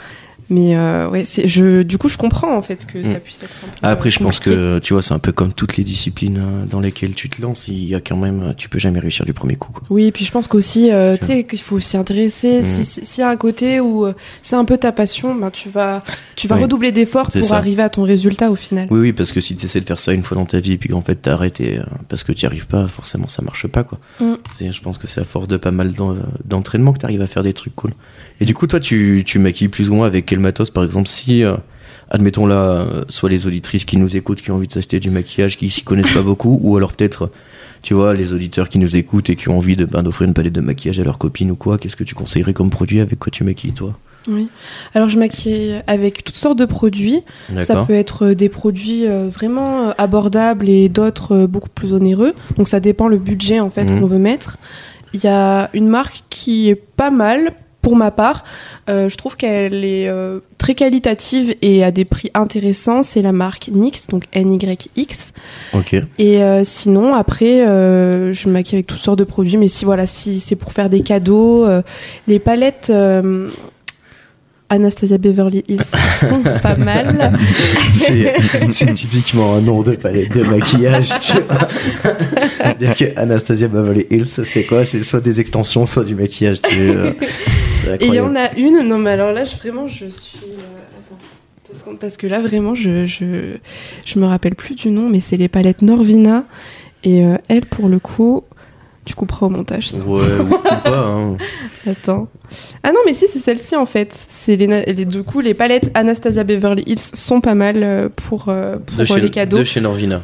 [SPEAKER 2] Mais euh, ouais, c'est, je, du coup, je comprends en fait que ça
[SPEAKER 1] Mm.
[SPEAKER 2] puisse être un peu.
[SPEAKER 1] Après,
[SPEAKER 2] euh,
[SPEAKER 1] je pense
[SPEAKER 2] compliqué.
[SPEAKER 1] que tu vois, c'est un peu comme toutes les disciplines euh, dans lesquelles tu te lances. Il y a quand même, euh, tu peux jamais réussir du premier coup. Quoi.
[SPEAKER 2] Oui, puis je pense qu'aussi, euh,
[SPEAKER 1] Tu
[SPEAKER 2] tu sais, qu'il faut s'y intéresser.
[SPEAKER 1] Mm.
[SPEAKER 2] Si- si- S'il y a un côté où euh, c'est un peu ta passion, ben, tu vas, tu vas
[SPEAKER 1] Oui.
[SPEAKER 2] redoubler d'efforts
[SPEAKER 1] C'est
[SPEAKER 2] pour
[SPEAKER 1] ça.
[SPEAKER 2] arriver à ton résultat au final.
[SPEAKER 1] Oui, oui, parce que si tu essaies de faire ça une fois dans ta vie, puis qu'en fait t'arrêtes et, euh, parce que tu arrives pas, forcément ça marche pas quoi.
[SPEAKER 2] Mm.
[SPEAKER 1] C'est, je pense que c'est à force de pas mal d'en- euh, d'entraînement que t'arrives à faire des trucs cool. Et du coup, toi, tu, tu maquilles plus ou moins avec quel matos par exemple Si, euh, admettons là, euh, soit les auditrices qui nous écoutent qui ont envie de s'acheter du maquillage, qui s'y connaissent pas beaucoup, ou alors peut-être, euh, tu vois, les auditeurs qui nous écoutent et qui ont envie de, ben, d'offrir une palette de maquillage à leur copine ou quoi, qu'est-ce que tu conseillerais comme produit Avec quoi tu maquilles toi
[SPEAKER 2] Oui. Alors, je maquille avec toutes sortes de produits. Ça
[SPEAKER 1] D'accord
[SPEAKER 2] peut être euh, des produits euh, vraiment euh, abordables et d'autres euh, beaucoup plus onéreux. Donc ça dépend le budget en fait
[SPEAKER 1] Mhm.
[SPEAKER 2] qu'on veut mettre. Il y a une marque qui est pas mal pour ma part. Euh, je trouve qu'elle est euh, très qualitative et à des prix intéressants. C'est la marque NYX, donc N-Y-X.
[SPEAKER 1] Ok.
[SPEAKER 2] Et euh, sinon, après, euh, je me maquille avec toutes sortes de produits. Mais si voilà, si c'est pour faire des cadeaux, euh, les palettes. euh, Anastasia Beverly Hills sont pas mal.
[SPEAKER 1] C'est c'est typiquement un nom de palette de maquillage, tu vois. C'est-à-dire que Anastasia Beverly Hills, c'est quoi C'est soit des extensions, soit du maquillage. Tu euh, c'est
[SPEAKER 2] Et il y en
[SPEAKER 1] incroyable.
[SPEAKER 2] a une, non mais alors là, je- vraiment, je suis... euh, attends, deux secondes, parce que là, vraiment, je, je, je me rappelle plus du nom, mais c'est les palettes Norvina. Et euh, elle, pour le coup, tu couperas au montage. ça.
[SPEAKER 1] Ouais, ou, ou pas. hein.
[SPEAKER 2] Attends. Ah non, mais si, c'est celle-ci, en fait. C'est les, na- les, du coup, les palettes Anastasia Beverly Hills sont pas mal euh, pour, euh, pour
[SPEAKER 1] De,
[SPEAKER 2] euh,
[SPEAKER 1] chez,
[SPEAKER 2] les cadeaux.
[SPEAKER 1] de chez Norvina.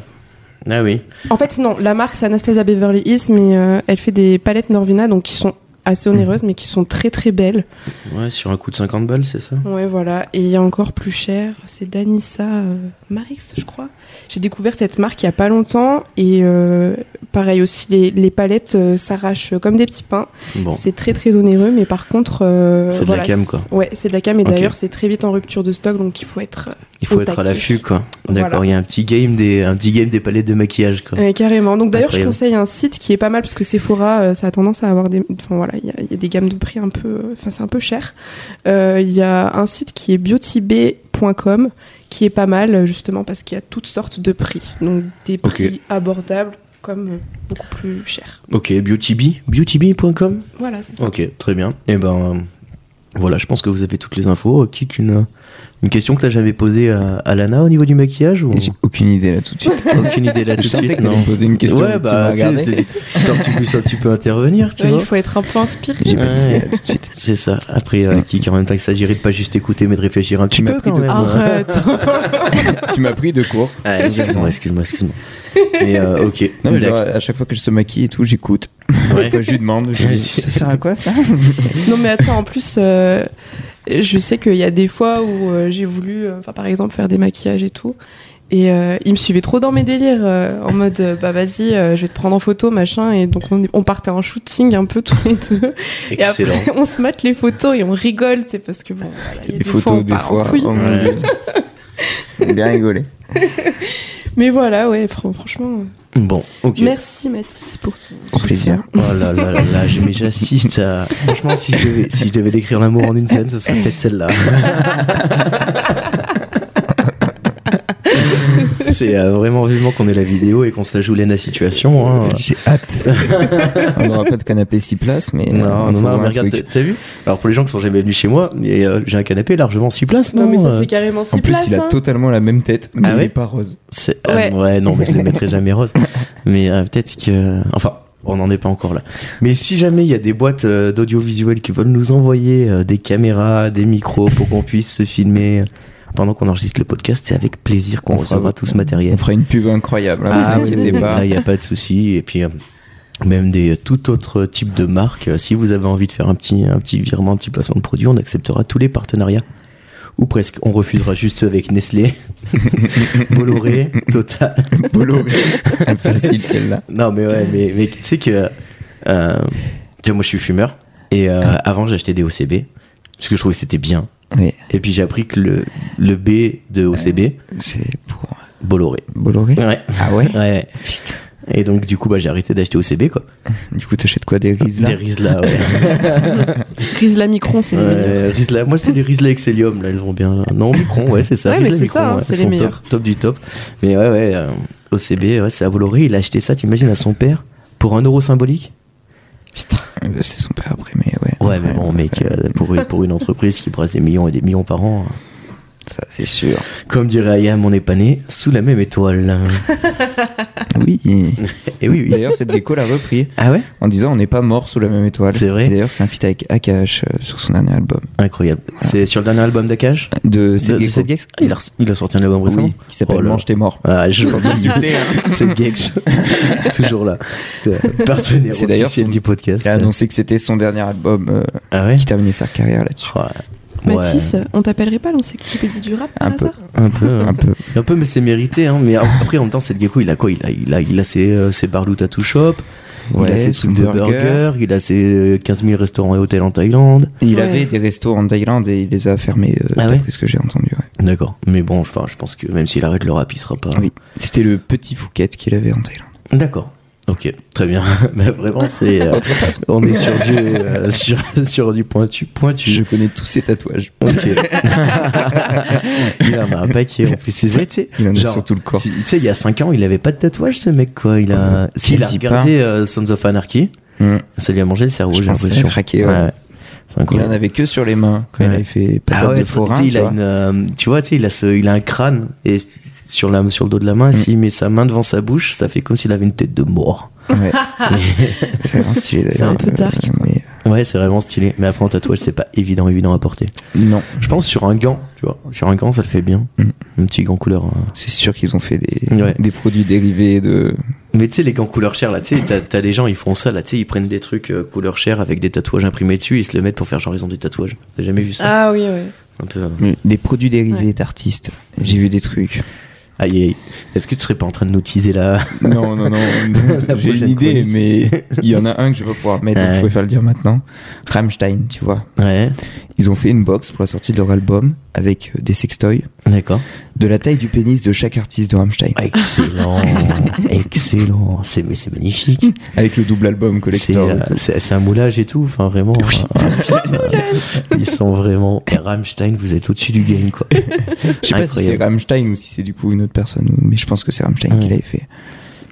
[SPEAKER 1] Ah oui.
[SPEAKER 2] En fait, non, la marque, c'est Anastasia Beverly Hills, mais euh, elle fait des palettes Norvina, donc qui sont assez onéreuses, mais qui sont très très belles.
[SPEAKER 1] Ouais, sur un coup de 50 balles, c'est ça
[SPEAKER 2] Ouais, voilà. Et il y a encore plus cher, c'est Danissa euh, Marix, je crois. J'ai découvert cette marque il y a pas longtemps et euh, Pareil aussi, les, les palettes euh, s'arrachent comme des petits pains.
[SPEAKER 1] Bon.
[SPEAKER 2] C'est très très onéreux, mais par contre. euh,
[SPEAKER 1] C'est de la
[SPEAKER 2] voilà,
[SPEAKER 1] cam, quoi.
[SPEAKER 2] c'est- Ouais, c'est de la cam, et
[SPEAKER 1] Ok.
[SPEAKER 2] d'ailleurs, c'est très vite en rupture de stock, donc il faut être.
[SPEAKER 1] Il faut
[SPEAKER 2] au
[SPEAKER 1] être à
[SPEAKER 2] taquet.
[SPEAKER 1] l'affût, quoi.
[SPEAKER 2] Voilà.
[SPEAKER 1] D'accord, il y a un petit game des, un petit game des palettes de maquillage, quoi.
[SPEAKER 2] Ouais, carrément. Donc d'ailleurs, je
[SPEAKER 1] Incroyable.
[SPEAKER 2] conseille un site qui est pas mal parce que Sephora, euh, ça a tendance à avoir des. Enfin voilà, il y, a- il y a des gammes de prix un peu. euh, Enfin, c'est un peu cher. Euh, Il y a un site qui est beautybay.com qui est pas mal euh, justement parce qu'il y a toutes sortes de prix. Donc des
[SPEAKER 1] Ok.
[SPEAKER 2] prix abordables comme euh, beaucoup plus chers.
[SPEAKER 1] Ok, beautybee, beautybee.com.
[SPEAKER 2] Voilà, c'est ça.
[SPEAKER 1] Ok, très bien. Et ben euh, voilà, je pense que vous avez toutes les infos. Euh, Kik, une, euh, une question que t'as jamais posée à, à Lana au niveau du maquillage ou
[SPEAKER 3] J'ai aucune idée là tout de suite.
[SPEAKER 1] aucune idée là tout
[SPEAKER 3] Je
[SPEAKER 1] de
[SPEAKER 3] sentais
[SPEAKER 1] suite
[SPEAKER 3] que t'allais
[SPEAKER 1] non
[SPEAKER 3] me poser une question,
[SPEAKER 1] Ouais,
[SPEAKER 3] tu
[SPEAKER 1] bah
[SPEAKER 3] m'as
[SPEAKER 1] tu sais,
[SPEAKER 3] regardé.
[SPEAKER 1] c'est- c'est un petit peu ça, tu peux intervenir, tu
[SPEAKER 2] Ouais,
[SPEAKER 1] vois.
[SPEAKER 2] il faut être un peu inspiré.
[SPEAKER 3] J'ai pas d'idée
[SPEAKER 1] Ouais.
[SPEAKER 3] là tout de suite.
[SPEAKER 1] C'est ça. Après, euh, Kik, en même temps, il s'agirait de pas juste écouter, mais de réfléchir un petit
[SPEAKER 3] m'as
[SPEAKER 1] peu
[SPEAKER 3] pris
[SPEAKER 1] quand
[SPEAKER 3] de-
[SPEAKER 1] même. hein.
[SPEAKER 2] Arrête.
[SPEAKER 3] tu m'as pris de court.
[SPEAKER 1] Ah, excuse-moi, excuse-moi, excuse-moi. Mais euh, ok.
[SPEAKER 3] Non, mais genre, à chaque fois que je se maquille et tout, j'écoute.
[SPEAKER 1] Ouais.
[SPEAKER 3] je lui demande. je lui dis, ça sert à quoi ça
[SPEAKER 2] Non mais attends, en plus, euh, je sais qu'il y a des fois où euh, j'ai voulu, euh, enfin par exemple, faire des maquillages et tout. Et euh, il me suivait trop dans mes délires, euh, en mode euh, bah vas-y, euh, je vais te prendre en photo, machin. Et donc on, on partait en shooting un peu tous les deux.
[SPEAKER 1] Excellent.
[SPEAKER 2] Et après on se mate les photos et on rigole, tu sais, parce que bon, voilà, il y a
[SPEAKER 3] Des photos, des
[SPEAKER 2] on part en
[SPEAKER 3] fois.
[SPEAKER 2] couille.
[SPEAKER 3] oh mon
[SPEAKER 1] Ouais.
[SPEAKER 3] Dieu. J'ai bien rigolé.
[SPEAKER 2] Mais voilà, ouais, fran- franchement. euh,
[SPEAKER 1] Bon, ok.
[SPEAKER 2] Merci Mathis pour tout.
[SPEAKER 3] Au plaisir.
[SPEAKER 1] Oh là là là là, j'ai- mais j'assiste à. Franchement, si je devais, si je devais décrire l'amour en une scène, ce serait peut-être celle-là. C'est euh, vraiment vivement qu'on ait la vidéo et qu'on se la joue la situation. hein.
[SPEAKER 3] J'ai hâte. on n'aura pas de canapé 6 places, mais euh,
[SPEAKER 1] Non, non, non,
[SPEAKER 3] trouvera
[SPEAKER 1] mais
[SPEAKER 3] un
[SPEAKER 1] regarde, t'as
[SPEAKER 3] truc.
[SPEAKER 1] t'as vu Alors pour les gens qui sont jamais venus chez moi, et, euh, j'ai un canapé largement 6 places. Non,
[SPEAKER 2] Non mais ça
[SPEAKER 1] euh,
[SPEAKER 2] c'est carrément si
[SPEAKER 3] En plus,
[SPEAKER 2] place.
[SPEAKER 3] il a
[SPEAKER 2] hein.
[SPEAKER 3] totalement la même tête, mais
[SPEAKER 1] Ah
[SPEAKER 3] il
[SPEAKER 1] ouais
[SPEAKER 3] est pas rose.
[SPEAKER 1] C'est- euh, ouais.
[SPEAKER 2] Ouais.
[SPEAKER 1] non, mais je les mettrai jamais rose. Mais euh, peut-être que. Enfin, on n'en est pas encore là. Mais si jamais il y a des boîtes euh, d'audiovisuel qui veulent nous envoyer euh, des caméras, des micros pour qu'on puisse se filmer euh, pendant qu'on enregistre le podcast, c'est avec plaisir qu'on
[SPEAKER 3] On fera-
[SPEAKER 1] recevra tout ce matériel.
[SPEAKER 3] On fera une pub incroyable, hein,
[SPEAKER 1] Ah
[SPEAKER 3] vous
[SPEAKER 1] oui,
[SPEAKER 3] inquiétez pas.
[SPEAKER 1] Là, il n'y a pas de souci. Et puis, euh, même des euh, tout autres types de marques. euh, Si vous avez envie de faire un petit, un petit virement, un petit placement de produit, on acceptera tous les partenariats. Ou presque. On refusera juste ceux avec Nestlé, Bolloré, Total.
[SPEAKER 3] Bolloré. Facile celle-là.
[SPEAKER 1] Non, mais ouais, mais, mais tu sais que. euh, tu vois, moi, je suis fumeur. Et euh,
[SPEAKER 2] Ah.
[SPEAKER 1] avant, j'achetais des OCB. Parce que je trouvais que c'était bien.
[SPEAKER 3] Oui,
[SPEAKER 1] Et puis, j'ai appris que le, le B de OCB,
[SPEAKER 3] c'est pour
[SPEAKER 1] Bolloré.
[SPEAKER 3] Bolloré.
[SPEAKER 1] Ouais.
[SPEAKER 3] Ah ouais
[SPEAKER 1] Ouais. Et donc, du coup, bah, j'ai arrêté d'acheter OCB, quoi.
[SPEAKER 3] Du coup, t'achètes quoi des riz là
[SPEAKER 1] Des Rizla, ouais.
[SPEAKER 2] Grise la micron, c'est les meilleurs.
[SPEAKER 1] Ouais, Rizla. Moi, c'est des Rizla Excellium, là, elles vont bien. Non, Micron, ouais, c'est ça.
[SPEAKER 2] Ouais,
[SPEAKER 1] Rizla
[SPEAKER 2] mais c'est
[SPEAKER 1] Micron,
[SPEAKER 2] ça, hein,
[SPEAKER 1] ouais,
[SPEAKER 2] c'est
[SPEAKER 1] elles
[SPEAKER 2] les
[SPEAKER 1] sont
[SPEAKER 2] meilleurs.
[SPEAKER 1] Top, top du top. Mais ouais, ouais, euh, OCB, ouais, c'est à Bolloré. Il a acheté ça, t'imagines, à son père, pour un euro symbolique
[SPEAKER 2] Putain.
[SPEAKER 3] Eh ben, C'est son père après, mais ouais.
[SPEAKER 1] Ouais, mais bon, mec, euh, pour une, pour une entreprise qui brasse des millions et des millions par an, euh,
[SPEAKER 3] Ça, c'est sûr.
[SPEAKER 1] comme dirait Ayam, on est pas né sous la même étoile.
[SPEAKER 3] Oui.
[SPEAKER 1] et oui, oui.
[SPEAKER 3] D'ailleurs, cette déco l'a repris
[SPEAKER 1] Ah ouais
[SPEAKER 3] en disant on n'est pas mort sous la même étoile.
[SPEAKER 1] C'est vrai.
[SPEAKER 3] Et D'ailleurs, c'est un feat avec Akash euh, sur son dernier album.
[SPEAKER 1] Incroyable. C'est sur le dernier album d'Akash
[SPEAKER 3] Ah. De
[SPEAKER 1] De- de
[SPEAKER 3] Seth
[SPEAKER 1] Seth Gex Ah, il, a, re- il a sorti un album récemment
[SPEAKER 3] Oui, qui s'appelle
[SPEAKER 1] Oh là là.
[SPEAKER 3] Mange tes morts.
[SPEAKER 1] Ah, je sens
[SPEAKER 3] insulté, hein.
[SPEAKER 1] Seth Gex, toujours là. Partenaire
[SPEAKER 3] C'est d'ailleurs
[SPEAKER 1] officiel
[SPEAKER 3] son-
[SPEAKER 1] du podcast.
[SPEAKER 3] Il a annoncé que c'était son dernier album euh,
[SPEAKER 1] Ah ouais
[SPEAKER 3] qui terminait sa carrière là-dessus.
[SPEAKER 1] Ouais.
[SPEAKER 2] Mathis,
[SPEAKER 1] Ouais,
[SPEAKER 2] on t'appellerait pas l'encyclopédie du rap par
[SPEAKER 3] Un peu.
[SPEAKER 2] hasard
[SPEAKER 1] un peu. hein.
[SPEAKER 3] Un peu.
[SPEAKER 1] Un peu, mais c'est mérité. Hein. Mais après, en même temps, cette gecko, il a quoi il a, il, a, il a ses, euh, ses bars de tattoo shop, il a
[SPEAKER 3] Ouais,
[SPEAKER 1] ses
[SPEAKER 3] son
[SPEAKER 1] trucs de burger.
[SPEAKER 3] burger.
[SPEAKER 1] il a ses euh, 15 000 restaurants et hôtels en Thaïlande.
[SPEAKER 3] Il
[SPEAKER 2] Ouais.
[SPEAKER 3] avait des restos en Thaïlande et il les a fermés, euh,
[SPEAKER 1] Ah ouais
[SPEAKER 3] d'après ce que j'ai entendu. ouais.
[SPEAKER 1] D'accord. Mais bon, enfin, je pense que même s'il arrête le rap, il sera pas.
[SPEAKER 3] Oui. C'était le petit Fouquet qu'il avait en Thaïlande.
[SPEAKER 1] D'accord. Ok, très bien. mais vraiment, c'est. euh, on est sur du, euh, sur, sur du pointu. pointu.
[SPEAKER 3] Je connais tous ses tatouages.
[SPEAKER 1] Ok. il en a un paquet. En plus, c'est vrai, tu sais.
[SPEAKER 3] Il en a
[SPEAKER 1] genre,
[SPEAKER 3] sur tout le corps.
[SPEAKER 1] Tu tu sais, il y a 5 ans, il avait pas de tatouage, ce mec, quoi. Il a. S'il a
[SPEAKER 3] Quasi
[SPEAKER 1] regardé euh, Sons of Anarchy.
[SPEAKER 3] Mm.
[SPEAKER 1] Ça lui a mangé le cerveau,
[SPEAKER 3] Je
[SPEAKER 1] j'ai
[SPEAKER 3] pense que ça a
[SPEAKER 1] l'impression.
[SPEAKER 3] craqué, ouais.
[SPEAKER 1] C'est
[SPEAKER 3] Il en
[SPEAKER 1] incroyable.
[SPEAKER 3] avait que sur les mains quand il
[SPEAKER 1] Ouais.
[SPEAKER 3] avait fait patate
[SPEAKER 1] Ah ouais,
[SPEAKER 3] de forain.
[SPEAKER 1] tu sais, il
[SPEAKER 3] tu
[SPEAKER 1] a
[SPEAKER 3] vois.
[SPEAKER 1] une, euh, tu vois, tu sais, il a ce, il a un crâne et s- sur la, sur le dos de la main,
[SPEAKER 3] Mm.
[SPEAKER 1] et s'il met sa main devant sa bouche, ça fait comme s'il avait une tête de mort.
[SPEAKER 3] Ouais. c'est vraiment stylé d'ailleurs.
[SPEAKER 2] C'est un peu dark,
[SPEAKER 3] Euh, mais-
[SPEAKER 1] Ouais, c'est vraiment stylé. Mais après en tatouage, c'est pas évident, évident à porter.
[SPEAKER 3] Non,
[SPEAKER 1] Je pense sur un gant, tu vois, sur un gant, ça le fait bien.
[SPEAKER 3] Mhm.
[SPEAKER 1] Un petit gant couleur. hein.
[SPEAKER 3] c'est sûr qu'ils ont fait des,
[SPEAKER 1] Ouais.
[SPEAKER 3] des produits dérivés de.
[SPEAKER 1] Mais tu sais, les gants couleur chair, là, tu sais, t'as- t'as des gens, ils font ça, là, tu sais, ils prennent des trucs euh, couleur chair avec des tatouages imprimés dessus, ils se le mettent pour faire genre ils ont des tatouages. T'as jamais vu ça
[SPEAKER 2] Ah oui, ouais.
[SPEAKER 3] Mm.
[SPEAKER 1] Un peu. euh,
[SPEAKER 3] Des produits dérivés
[SPEAKER 2] Ouais.
[SPEAKER 3] d'artistes. J'ai vu des trucs.
[SPEAKER 1] Aïe, aïe. Est-ce que tu serais pas en train de nous teaser là
[SPEAKER 3] Non, non, non.
[SPEAKER 1] La
[SPEAKER 3] J'ai une
[SPEAKER 1] prochaine
[SPEAKER 3] idée,
[SPEAKER 1] chronique.
[SPEAKER 3] mais il y en a un que je vais pas pouvoir mettre. donc
[SPEAKER 1] Ouais.
[SPEAKER 3] Je préfère le dire maintenant. Rammstein, tu vois.
[SPEAKER 1] Ouais,
[SPEAKER 3] Ils ont fait une box pour la sortie de leur album avec euh, des sextoys
[SPEAKER 1] d'accord.
[SPEAKER 3] de la taille du pénis de chaque artiste de Rammstein.
[SPEAKER 1] Excellent, excellent. C'est mais c'est magnifique.
[SPEAKER 3] Avec le double album
[SPEAKER 1] C'est
[SPEAKER 3] collector.
[SPEAKER 1] euh,
[SPEAKER 3] et tout.
[SPEAKER 1] c'est- c'est un moulage et tout. Enfin vraiment.
[SPEAKER 3] Oui.
[SPEAKER 1] Ah, putain. ils sont vraiment. Et Rammstein, vous êtes au-dessus du game quoi.
[SPEAKER 3] Je sais pas si c'est
[SPEAKER 1] incroyable.
[SPEAKER 3] Rammstein ou si c'est du coup une autre personne, ou- mais je pense que c'est Rammstein qui
[SPEAKER 1] Ouais.
[SPEAKER 3] l'avait fait.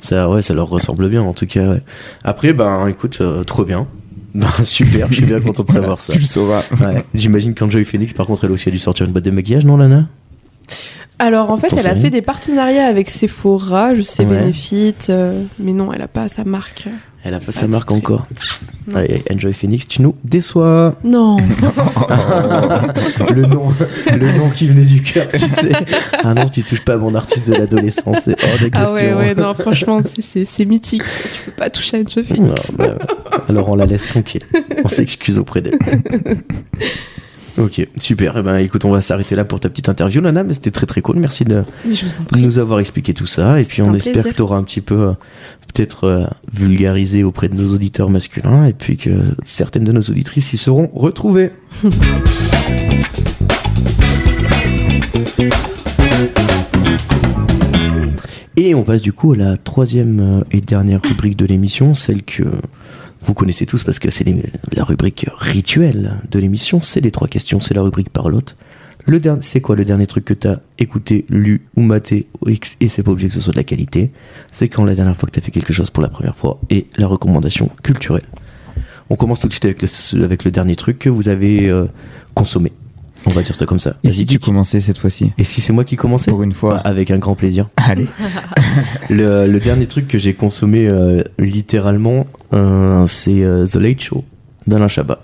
[SPEAKER 1] Ça, ouais, ça leur ressemble bien en tout cas. ouais. Après, ben écoute, euh, trop bien. Ben, super, je suis bien content de
[SPEAKER 3] Voilà,
[SPEAKER 1] savoir ça.
[SPEAKER 3] Tu le sauras.
[SPEAKER 1] Ouais. J'imagine qu'Enjoy Phoenix, par contre, elle aussi a dû sortir une boîte de maquillage, non, Lana
[SPEAKER 2] Alors en fait,
[SPEAKER 1] T'en
[SPEAKER 2] elle
[SPEAKER 1] sais
[SPEAKER 2] a
[SPEAKER 1] rien
[SPEAKER 2] fait des partenariats avec Sephora, je sais
[SPEAKER 1] Ouais.
[SPEAKER 2] Benefit, euh, mais non, elle a pas sa marque.
[SPEAKER 1] Elle a pas
[SPEAKER 2] Ah,
[SPEAKER 1] sa marque
[SPEAKER 2] c'est très-
[SPEAKER 1] encore.
[SPEAKER 2] Non.
[SPEAKER 1] Allez, Enjoy Phoenix, tu nous déçois.
[SPEAKER 2] Non.
[SPEAKER 1] le nom, le nom qui venait du cœur, tu sais. Ah non, tu touches pas à mon artiste de l'adolescence, c'est hors de question.
[SPEAKER 2] ah ouais, ouais, non, franchement, c'est- c'est c'est mythique. Tu peux pas toucher à une cheville.
[SPEAKER 1] Non, bah, alors on la laisse tranquille. On s'excuse auprès d'elle. Ok, super. Eh ben, écoute, on va s'arrêter là pour ta petite interview, Lana, mais c'était très très cool. Merci de
[SPEAKER 2] Mais je vous en prie.
[SPEAKER 1] nous avoir expliqué tout ça. Et
[SPEAKER 2] C'était
[SPEAKER 1] puis on
[SPEAKER 2] un
[SPEAKER 1] espère
[SPEAKER 2] plaisir.
[SPEAKER 1] que tu auras un petit peu euh, peut-être euh, vulgarisé auprès de nos auditeurs masculins et puis que certaines de nos auditrices y seront retrouvées. Et on passe du coup à la troisième euh, et dernière rubrique de l'émission, celle que vous connaissez tous parce que c'est les- la rubrique rituelle de l'émission, c'est les trois questions, c'est la rubrique par l'autre. Le dernier, c'est quoi le dernier truc que t'as écouté, lu ou maté ou ex- Et c'est pas obligé que ce soit de la qualité. C'est quand la dernière fois que t'as fait quelque chose pour la première fois et la recommandation culturelle. On commence tout de suite avec le, avec le dernier truc que vous avez euh, consommé. On va dire ça comme ça.
[SPEAKER 3] Et
[SPEAKER 1] Vas-y,
[SPEAKER 3] si tu
[SPEAKER 1] Dick.
[SPEAKER 3] commençais cette fois-ci
[SPEAKER 1] Et si c'est moi qui commençais
[SPEAKER 3] Pour une fois.
[SPEAKER 1] Ah, Avec un grand plaisir.
[SPEAKER 3] Allez.
[SPEAKER 1] Le, le dernier truc que j'ai consommé euh, littéralement, euh, c'est euh, The Late Show d'Alain Chabat,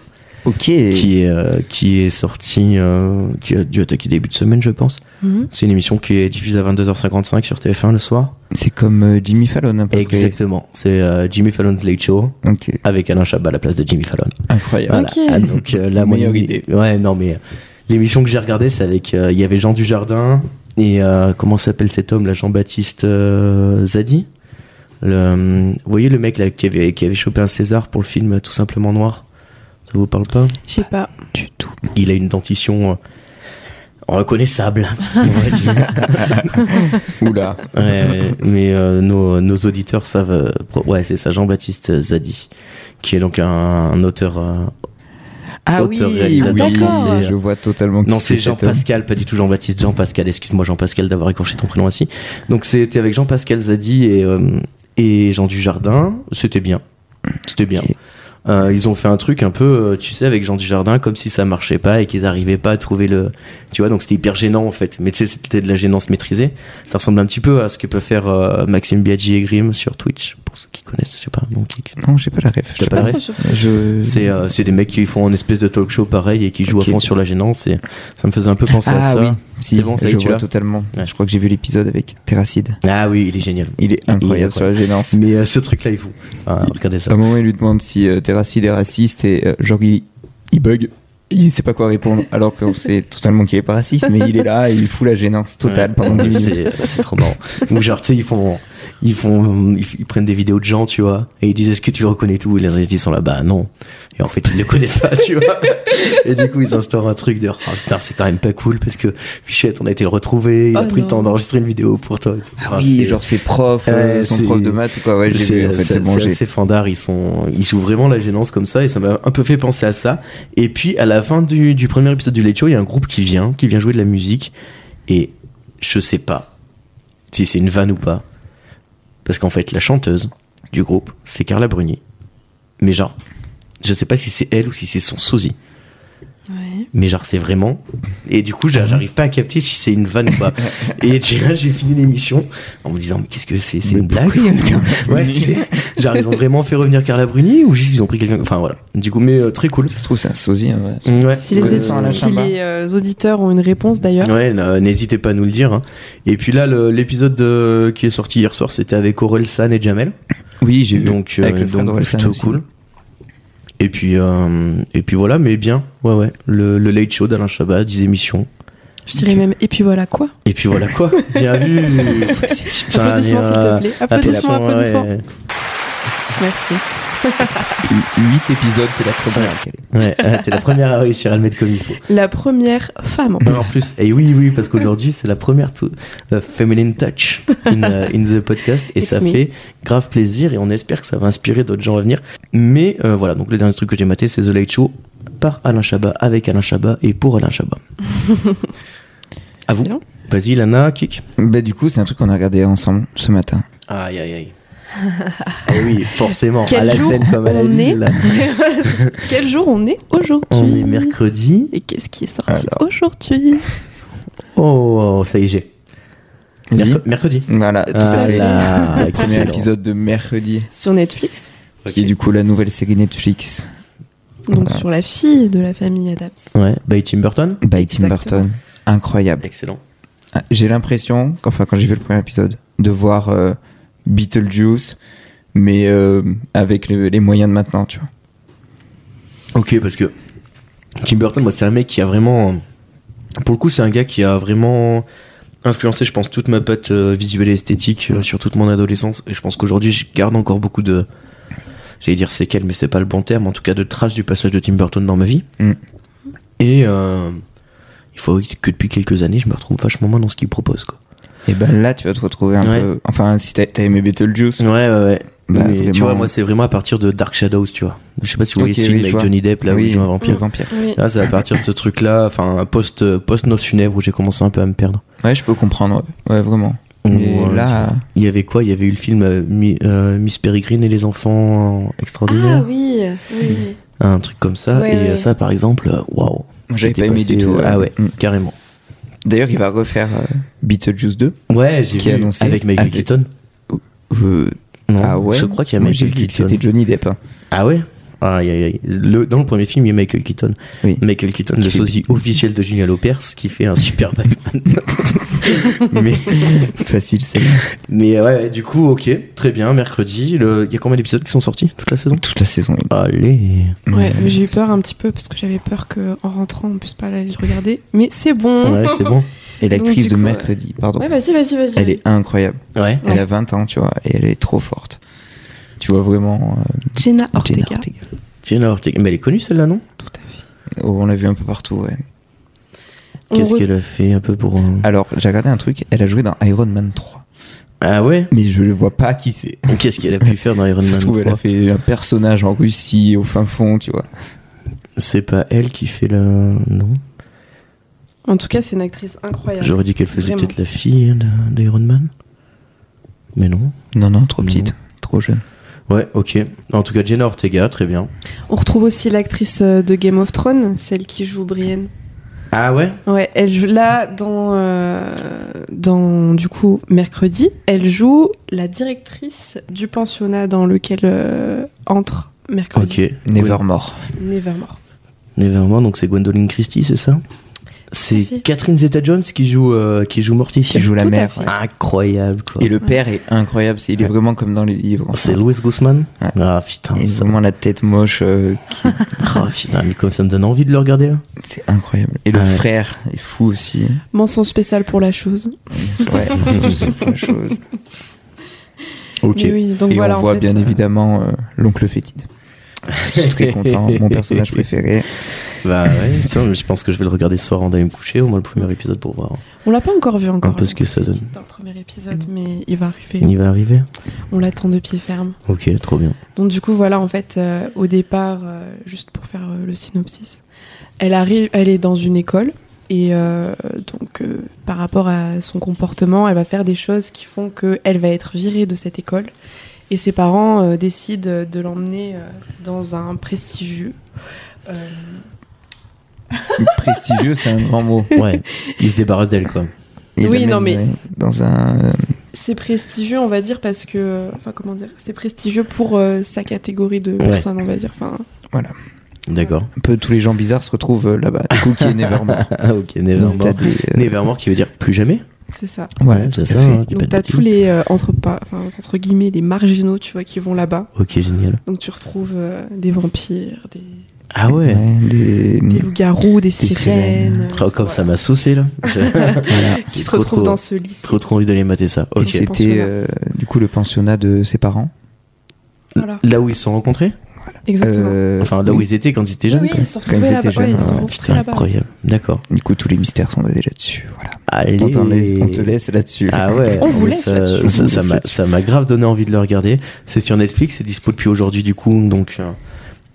[SPEAKER 3] Ok.
[SPEAKER 1] qui est, euh, qui est sorti, euh, qui a dû attaquer début de semaine, je pense.
[SPEAKER 2] Mhm.
[SPEAKER 1] C'est une émission qui est diffusée à 22h55 sur TF1 le soir.
[SPEAKER 3] C'est comme euh, Jimmy Fallon à peu près.
[SPEAKER 1] Exactement. C'est euh, Jimmy Fallon's Late Show
[SPEAKER 3] Ok.
[SPEAKER 1] avec Alain Chabat à la place de Jimmy Fallon.
[SPEAKER 3] Incroyable.
[SPEAKER 1] Voilà.
[SPEAKER 2] Ok.
[SPEAKER 1] Ah, donc euh, là, moi,
[SPEAKER 3] Meilleure
[SPEAKER 1] il-
[SPEAKER 3] idée.
[SPEAKER 1] Ouais, non, mais euh, l'émission que j'ai regardée, c'est avec. euh, Il y avait Jean Dujardin et euh, comment s'appelle cet homme là, Jean-Baptiste euh, Zadi. Le, euh, vous voyez le mec là qui avait, qui avait chopé un César pour le film euh, Tout simplement noir. Ça vous parle pas
[SPEAKER 2] Je sais pas.
[SPEAKER 3] Du tout.
[SPEAKER 1] Il a une dentition euh, reconnaissable. on va dire.
[SPEAKER 3] Oula.
[SPEAKER 1] Ouais, mais euh, nos, nos auditeurs savent. euh, pro- ouais, c'est ça, Jean-Baptiste Zadi, qui est donc un, un auteur. euh,
[SPEAKER 3] Ah
[SPEAKER 1] Auteur,
[SPEAKER 3] oui,
[SPEAKER 1] réalisateur
[SPEAKER 3] oui,
[SPEAKER 2] français.
[SPEAKER 3] je vois totalement qui
[SPEAKER 1] non, c'est
[SPEAKER 3] cet homme.
[SPEAKER 1] Jean-Pascal, pas du tout Jean-Baptiste, Jean-Pascal, excuse-moi Jean-Pascal d'avoir écorché ton prénom ainsi. Donc c'était avec Jean-Pascal Zadi et, euh, et Jean Dujardin, c'était bien. C'était bien.
[SPEAKER 3] Ok.
[SPEAKER 1] Euh, ils ont fait un truc un peu, euh, tu sais, avec Jean Dujardin, comme si ça marchait pas et qu'ils arrivaient pas à trouver le. Tu vois, donc c'était hyper gênant en fait. Mais tu sais, c'était de la gênance maîtrisée. Ça ressemble un petit peu à ce que peut faire euh, Maxime Biaggi et Grimm sur Twitch, pour ceux qui connaissent, je sais pas, mon kick.
[SPEAKER 3] Non, j'ai pas la ref.
[SPEAKER 1] T'as
[SPEAKER 3] Je-
[SPEAKER 1] pas
[SPEAKER 2] Pas
[SPEAKER 1] vrai
[SPEAKER 2] trop sûre.
[SPEAKER 3] Je...
[SPEAKER 1] C'est euh, c'est des mecs qui font une espèce de talk show pareil et qui jouent
[SPEAKER 3] Ok.
[SPEAKER 1] à fond sur la gênance et ça me faisait un peu penser à
[SPEAKER 3] Ah
[SPEAKER 1] ça.
[SPEAKER 3] oui, si,
[SPEAKER 1] C'est bon, ça y est,
[SPEAKER 3] je
[SPEAKER 1] tu
[SPEAKER 3] vois
[SPEAKER 1] l'as
[SPEAKER 3] totalement.
[SPEAKER 1] Ouais.
[SPEAKER 3] Je crois que j'ai vu l'épisode avec Terracide.
[SPEAKER 1] Ah oui, il est génial.
[SPEAKER 3] Il est incroyable sur la gênance.
[SPEAKER 1] Mais euh, ce truc-là est fou. Ah, regardez
[SPEAKER 3] À
[SPEAKER 1] ça.
[SPEAKER 3] un moment, il lui demande si euh, Terracide est raciste et euh, genre il, il bug. Il sait pas quoi répondre alors qu'on sait totalement qu'il est pas raciste, mais il est là et il fout la gênance totale
[SPEAKER 1] Ouais.
[SPEAKER 3] pendant 10
[SPEAKER 1] C'est-
[SPEAKER 3] minutes.
[SPEAKER 1] C'est trop marrant. Ou genre, tu sais, ils font, ils font, ils, ils prennent des vidéos de gens, tu vois, et ils disent est-ce que tu le reconnais tout Et les gens ils sont là, bah non. Et en fait, ils ne le connaissent pas, tu vois. Et du coup, ils instaurent un truc de, oh putain, c'est quand même pas cool parce que Fichette, on a été le retrouver, il a
[SPEAKER 2] Oh
[SPEAKER 1] pris le
[SPEAKER 2] non.
[SPEAKER 1] temps d'enregistrer une vidéo pour toi. et tout.
[SPEAKER 3] Ah
[SPEAKER 1] Enfin,
[SPEAKER 3] oui,
[SPEAKER 1] c'est-
[SPEAKER 3] genre ses profs, euh,
[SPEAKER 1] Ouais,
[SPEAKER 3] son
[SPEAKER 1] c'est-
[SPEAKER 3] prof de maths ou quoi. Ouais, j'ai vu en fait, c'est bon, j'ai.
[SPEAKER 1] assez fandard, ils sont, ils jouent vraiment la gênance comme ça et ça m'a un peu fait penser à ça. Et puis à la fin du, du premier épisode du Late Show, il y a un groupe qui vient, qui vient jouer de la musique et je sais pas si c'est une vanne ou pas parce qu'en fait la chanteuse du groupe c'est Carla Bruni, mais genre je sais pas si c'est elle ou si c'est son sosie.
[SPEAKER 2] Ouais.
[SPEAKER 1] Mais genre c'est vraiment et du coup j'a- j'arrive pas à capter si c'est une vanne ou pas et tu vois j'ai fini l'émission en me disant mais qu'est-ce que c'est c'est
[SPEAKER 3] Mais
[SPEAKER 1] une blague
[SPEAKER 3] pourquoi il y a quelqu'un
[SPEAKER 1] Ouais, c'est- genre ils ont vraiment fait revenir Carla Bruni ou juste ils ont pris quelqu'un. Enfin voilà. Du coup, mais euh, très cool.
[SPEAKER 3] Ça se trouve, c'est un sosie. hein, ouais.
[SPEAKER 1] Ouais.
[SPEAKER 2] Si les,
[SPEAKER 3] Euh,
[SPEAKER 2] si
[SPEAKER 3] sans la chamba.
[SPEAKER 2] les, euh, auditeurs ont une réponse d'ailleurs,
[SPEAKER 1] Ouais, n- n'hésitez pas à nous le dire. hein. Et puis là, le- l'épisode de- qui est sorti hier soir, c'était avec Aurel San et Jamel.
[SPEAKER 3] Oui, j'ai vu.
[SPEAKER 1] Donc,
[SPEAKER 3] Avec
[SPEAKER 1] euh,
[SPEAKER 3] le frère
[SPEAKER 1] donc
[SPEAKER 3] d'Orelsan
[SPEAKER 1] plutôt
[SPEAKER 3] aussi.
[SPEAKER 1] cool. Et puis, euh, et puis voilà, mais bien. Ouais, ouais. Le, le Late Show d'Alain Chabat, 10 émissions.
[SPEAKER 2] Je dirais même, et puis voilà quoi.
[SPEAKER 1] Et puis voilà quoi, bien vu Putain,
[SPEAKER 2] Applaudissements, s'il te
[SPEAKER 1] euh,
[SPEAKER 2] plaît. Applaudissements, applaudissements.
[SPEAKER 1] ouais.
[SPEAKER 2] Merci.
[SPEAKER 3] 8 épisodes, c'est la première.
[SPEAKER 1] Ouais, euh, t'es la première à réussir à le mettre comme il faut.
[SPEAKER 2] La première femme.
[SPEAKER 1] Non, en plus, et oui, oui, parce qu'aujourd'hui, c'est la première tou- euh, feminine touch in, euh, in the podcast, et
[SPEAKER 2] It's
[SPEAKER 1] ça
[SPEAKER 2] me.
[SPEAKER 1] fait grave plaisir, et on espère que ça va inspirer d'autres gens à venir. Mais euh, voilà, donc le dernier truc que j'ai maté, c'est The Late Show par Alain Chabat, avec Alain Chabat et pour Alain Chabat. à vous.
[SPEAKER 2] Excellent.
[SPEAKER 1] Vas-y, Lana, kick.
[SPEAKER 3] Bah, du coup, c'est un truc qu'on a regardé ensemble ce matin.
[SPEAKER 1] Aïe, aïe, aïe. Ah oui, forcément, à
[SPEAKER 2] Quel
[SPEAKER 1] la
[SPEAKER 2] jour
[SPEAKER 1] scène comme à la
[SPEAKER 2] on est
[SPEAKER 1] ville.
[SPEAKER 2] Quel jour on est aujourd'hui
[SPEAKER 1] On est mercredi.
[SPEAKER 2] Et qu'est-ce qui est sorti
[SPEAKER 3] Alors.
[SPEAKER 2] aujourd'hui
[SPEAKER 1] Oh, ça y est, j'ai. Merc- mercredi.
[SPEAKER 3] Voilà, tout à
[SPEAKER 1] Ah
[SPEAKER 3] fait.
[SPEAKER 1] là,
[SPEAKER 3] Le premier
[SPEAKER 1] excellent.
[SPEAKER 3] épisode de mercredi,
[SPEAKER 2] Sur Netflix,
[SPEAKER 1] Ok.
[SPEAKER 3] qui est du coup la nouvelle série Netflix
[SPEAKER 2] donc
[SPEAKER 3] Voilà.
[SPEAKER 2] sur la fille de la famille Adams.
[SPEAKER 1] Ouais, by Tim Burton.
[SPEAKER 3] by Tim
[SPEAKER 2] Exactement.
[SPEAKER 3] Burton. Incroyable.
[SPEAKER 1] Excellent.
[SPEAKER 3] Ah, J'ai l'impression, enfin, quand j'ai vu le premier épisode, de voir euh, Beetlejuice, mais euh, avec le- les moyens de maintenant, tu vois.
[SPEAKER 1] Ok, parce que Tim Burton, moi, c'est un mec qui a vraiment. Pour le coup, c'est un gars qui a vraiment influencé, je pense, toute ma patte euh, visuelle et esthétique euh, sur toute mon adolescence. Et je pense qu'aujourd'hui, je garde encore beaucoup de. J'allais dire séquelles, mais c'est pas le bon terme. En tout cas, de traces du passage de Tim Burton dans ma vie.
[SPEAKER 3] Mm.
[SPEAKER 1] Et euh, il faut que depuis quelques années, je me retrouve vachement moins dans ce qu'il propose, quoi.
[SPEAKER 3] Et ben là, tu vas te retrouver un
[SPEAKER 1] Ouais.
[SPEAKER 3] peu. Enfin, si t'as t'as aimé Beetlejuice,
[SPEAKER 1] Ouais, ouais, ouais.
[SPEAKER 3] Bah,
[SPEAKER 1] Mais tu
[SPEAKER 3] vraiment.
[SPEAKER 1] vois, moi, c'est vraiment à partir de Dark Shadows, tu vois. Je sais pas si vous voyez
[SPEAKER 3] Ok,
[SPEAKER 1] ce film
[SPEAKER 3] oui, je
[SPEAKER 1] avec
[SPEAKER 3] vois.
[SPEAKER 1] Johnny Depp, là où il joue un vampire.
[SPEAKER 3] le vampire.
[SPEAKER 2] Oui.
[SPEAKER 1] Là, c'est à partir de ce truc-là, enfin, post, post Noce Funèbre, où j'ai commencé un peu à me perdre.
[SPEAKER 3] Ouais, je peux comprendre. Ouais, Ouais, vraiment. Et
[SPEAKER 1] Où, euh,
[SPEAKER 3] là,
[SPEAKER 1] Il y avait quoi Il y avait eu le film euh, Mi- euh, Miss Peregrine et les enfants euh,
[SPEAKER 2] Ah
[SPEAKER 1] extraordinaires.
[SPEAKER 2] oui, oui.
[SPEAKER 1] Un truc comme ça.
[SPEAKER 2] Ouais,
[SPEAKER 1] et
[SPEAKER 2] ouais.
[SPEAKER 1] euh, ça, par exemple, euh, waouh.
[SPEAKER 3] j'avais
[SPEAKER 1] J'étais
[SPEAKER 3] pas aimé
[SPEAKER 1] passé,
[SPEAKER 3] du tout.
[SPEAKER 1] euh, Ah ouais,
[SPEAKER 3] Mm.
[SPEAKER 1] carrément.
[SPEAKER 3] D'ailleurs, il va refaire euh, Beetlejuice 2.
[SPEAKER 1] Ouais, j'ai
[SPEAKER 3] Qui est
[SPEAKER 1] vu
[SPEAKER 3] annoncé
[SPEAKER 1] avec Michael
[SPEAKER 3] avec-
[SPEAKER 1] Keaton.
[SPEAKER 3] Euh,
[SPEAKER 1] Non,
[SPEAKER 3] ah ouais
[SPEAKER 1] Je crois qu'il y a
[SPEAKER 3] Moi, j'ai
[SPEAKER 1] Michael
[SPEAKER 3] lu que
[SPEAKER 1] Keaton.
[SPEAKER 3] C'était Johnny Depp. hein.
[SPEAKER 1] Ah ouais Aïe, aïe, aïe. Le- dans le premier film, il y a Michael Keaton.
[SPEAKER 3] Oui.
[SPEAKER 1] Michael Keaton, le
[SPEAKER 3] fait-
[SPEAKER 1] sosie officiel de Julien Lepers, qui fait un super Batman. mais,
[SPEAKER 3] Facile, c'est
[SPEAKER 1] mais ouais, ouais, du coup, ok, très bien, mercredi. le- Il y a combien d'épisodes qui sont sortis toute la saison
[SPEAKER 3] toute la saison.
[SPEAKER 1] Allez
[SPEAKER 2] Ouais, mais j'ai eu peur un petit peu parce que j'avais peur qu'en rentrant on puisse pas aller le regarder. Mais c'est bon.
[SPEAKER 1] Ouais, c'est bon.
[SPEAKER 3] Et
[SPEAKER 2] Donc, du
[SPEAKER 3] l'actrice de
[SPEAKER 2] coup, euh,
[SPEAKER 3] mercredi, pardon.
[SPEAKER 2] Ouais, vas-y, vas-y, vas-y.
[SPEAKER 3] elle est incroyable.
[SPEAKER 1] Ouais.
[SPEAKER 3] Elle
[SPEAKER 2] Ouais.
[SPEAKER 3] a 20 ans, tu vois, et elle est trop forte. Tu vois vraiment. euh,
[SPEAKER 2] Jenna
[SPEAKER 3] Jenna
[SPEAKER 2] Ortega.
[SPEAKER 3] Ortega.
[SPEAKER 1] Jenna Ortega. Mais elle est connue celle-là, non
[SPEAKER 2] Tout à fait.
[SPEAKER 3] Oh, on l'a vu un peu partout, ouais.
[SPEAKER 2] On
[SPEAKER 1] Qu'est-ce
[SPEAKER 2] re-
[SPEAKER 1] qu'elle a fait un peu pour. un-
[SPEAKER 3] Alors, j'ai regardé un truc, elle a joué dans Iron Man 3.
[SPEAKER 1] Ah ouais
[SPEAKER 3] Mais je ne vois pas qui c'est.
[SPEAKER 1] Qu'est-ce qu'elle a pu faire dans Iron
[SPEAKER 3] Ça se trouve,
[SPEAKER 1] Man
[SPEAKER 3] elle a
[SPEAKER 1] 3
[SPEAKER 3] fait un personnage en Russie, au fin fond, tu vois.
[SPEAKER 1] C'est pas elle qui fait la. Non
[SPEAKER 2] En tout cas, c'est une actrice incroyable.
[SPEAKER 1] J'aurais dit qu'elle faisait
[SPEAKER 2] Euh, Vraiment.
[SPEAKER 1] peut-être la fille hein, de- d'Iron Man. Mais non.
[SPEAKER 3] Non, non, trop
[SPEAKER 1] Non.
[SPEAKER 3] petite, trop jeune.
[SPEAKER 1] Ouais, ok. En tout cas, Jenna Ortega, très bien.
[SPEAKER 2] On retrouve aussi l'actrice euh, de Game of Thrones, celle qui joue Brienne.
[SPEAKER 1] Ah ouais
[SPEAKER 2] Ouais, elle joue là dans euh, dans du coup mercredi, elle joue la directrice du pensionnat dans lequel euh, entre mercredi
[SPEAKER 1] Ok.
[SPEAKER 3] Nevermore.
[SPEAKER 2] Nevermore.
[SPEAKER 1] Nevermore, donc c'est Gwendoline Christie, c'est ça C'est
[SPEAKER 2] Tout à fait.
[SPEAKER 1] Catherine Zeta-Jones qui joue euh, qui joue Morticia.
[SPEAKER 3] Qui joue la
[SPEAKER 2] Tout à
[SPEAKER 3] mère.
[SPEAKER 2] fait.
[SPEAKER 3] ouais.
[SPEAKER 1] Incroyable quoi.
[SPEAKER 3] Et le père est incroyable, c'est- il est vraiment comme dans les livres.
[SPEAKER 1] C'est Louis Guzman
[SPEAKER 3] Ouais.
[SPEAKER 1] Ah putain,
[SPEAKER 3] Il a
[SPEAKER 1] ça...
[SPEAKER 3] vraiment la tête moche, euh, qui-
[SPEAKER 1] Ah, putain, mais comme ça me donne envie de le regarder hein. là.
[SPEAKER 3] c'est incroyable. Et le
[SPEAKER 1] Ouais.
[SPEAKER 3] frère est fou aussi.
[SPEAKER 2] Mention spéciale pour la chose.
[SPEAKER 3] Ouais, je sais pas la chose.
[SPEAKER 1] Ok.
[SPEAKER 2] Mais oui, donc
[SPEAKER 3] Et
[SPEAKER 2] voilà,
[SPEAKER 3] on
[SPEAKER 2] en
[SPEAKER 3] voit
[SPEAKER 2] fait,
[SPEAKER 3] bien
[SPEAKER 2] euh,
[SPEAKER 3] évidemment euh, l'oncle fétide. Je suis très content, mon personnage préféré.
[SPEAKER 1] Bah ouais, putain, mais je pense que je vais le regarder ce soir en allant me coucher, au moins le premier épisode pour voir
[SPEAKER 2] On l'a pas encore vu encore.
[SPEAKER 1] un peu ce que ça donne.
[SPEAKER 2] Dans le premier
[SPEAKER 3] euh,
[SPEAKER 2] épisode, mais il va arriver.
[SPEAKER 1] Il va arriver
[SPEAKER 2] On l'attend de pied ferme.
[SPEAKER 1] Ok, trop bien.
[SPEAKER 2] Donc du coup, voilà, en fait, euh, au départ, euh, juste pour faire euh, le synopsis, elle arrive, elle est dans une école et euh, donc euh, par rapport à son comportement, elle va faire des choses qui font que elle va être virée de cette école et ses parents euh, décident euh, de l'emmener euh, dans un prestigieux. euh,
[SPEAKER 3] Prestigieux, c'est un grand mot.
[SPEAKER 1] Ouais, il se débarrasse d'elle quoi.
[SPEAKER 3] Il
[SPEAKER 2] Oui,
[SPEAKER 3] l'amène,
[SPEAKER 2] non, mais-
[SPEAKER 3] euh, Dans un. euh,
[SPEAKER 2] c'est prestigieux, on va dire, parce que, euh, enfin, comment dire, c'est prestigieux pour euh, sa catégorie de
[SPEAKER 1] Ouais.
[SPEAKER 2] personnes, on va dire. Enfin,
[SPEAKER 1] D'accord.
[SPEAKER 3] Un peu tous les gens bizarres se retrouvent euh, là-bas. Du coup, qui est Nevermore.
[SPEAKER 1] Ah ok,
[SPEAKER 3] Donc, t'as
[SPEAKER 1] Nevermore.
[SPEAKER 3] des, euh,
[SPEAKER 1] Nevermore qui veut dire plus jamais
[SPEAKER 2] c'est ça.
[SPEAKER 3] Voilà,
[SPEAKER 1] Ouais,
[SPEAKER 3] tout à
[SPEAKER 1] c'est ça.
[SPEAKER 3] fait.
[SPEAKER 1] hein, dis pas
[SPEAKER 2] Donc
[SPEAKER 1] de
[SPEAKER 2] t'as
[SPEAKER 1] bêtises.
[SPEAKER 2] tous les euh, entre pas- enfin, entre guillemets les marginaux, tu vois, qui vont là-bas.
[SPEAKER 1] Ok, génial.
[SPEAKER 2] Donc tu retrouves euh, des vampires, des
[SPEAKER 1] Ah ouais.
[SPEAKER 3] Ouais, Mm. des-
[SPEAKER 2] Des loups-garous, des
[SPEAKER 3] sirènes.
[SPEAKER 2] sirènes. euh,
[SPEAKER 1] Oh, comme ça m'a saucé là.
[SPEAKER 3] voilà.
[SPEAKER 2] Qui
[SPEAKER 1] J'ai
[SPEAKER 2] se
[SPEAKER 1] trop,
[SPEAKER 2] retrouvent
[SPEAKER 1] trop-
[SPEAKER 2] dans ce lycée.
[SPEAKER 1] Trop trop envie d'aller mater ça.
[SPEAKER 3] Et
[SPEAKER 1] Ok.
[SPEAKER 2] c'est-
[SPEAKER 3] C'était
[SPEAKER 2] pensionnat.
[SPEAKER 3] euh, du coup le pensionnat de ses parents.
[SPEAKER 2] Voilà,
[SPEAKER 1] Là où ils se sont rencontrés
[SPEAKER 2] exactement.
[SPEAKER 3] Euh,
[SPEAKER 1] enfin là où ils étaient quand ils étaient jeunes.
[SPEAKER 2] oui,
[SPEAKER 1] quoi.
[SPEAKER 2] ils se
[SPEAKER 3] Quand
[SPEAKER 2] retrouvaient
[SPEAKER 3] ils
[SPEAKER 2] là-bas.
[SPEAKER 3] étaient
[SPEAKER 2] ouais,
[SPEAKER 3] jeunes,
[SPEAKER 2] ils se
[SPEAKER 3] ouais,
[SPEAKER 2] rencontraient
[SPEAKER 1] Putain,
[SPEAKER 2] là-bas.
[SPEAKER 1] incroyable. D'accord.
[SPEAKER 3] Du coup, tous les mystères sont basés là-dessus. Voilà.
[SPEAKER 1] Allez.
[SPEAKER 3] On, t'en laisse- on te laisse là-dessus. euh,
[SPEAKER 1] Ah ouais,
[SPEAKER 2] On vous
[SPEAKER 1] mais
[SPEAKER 2] laisse
[SPEAKER 1] ça,
[SPEAKER 2] là-dessus.
[SPEAKER 1] ça-
[SPEAKER 3] On vous
[SPEAKER 1] ça
[SPEAKER 3] laisse
[SPEAKER 1] m'a-
[SPEAKER 3] là-dessus.
[SPEAKER 1] ça m'a grave donné envie de le regarder. C'est sur Netflix, c'est dispo depuis aujourd'hui du coup, donc euh,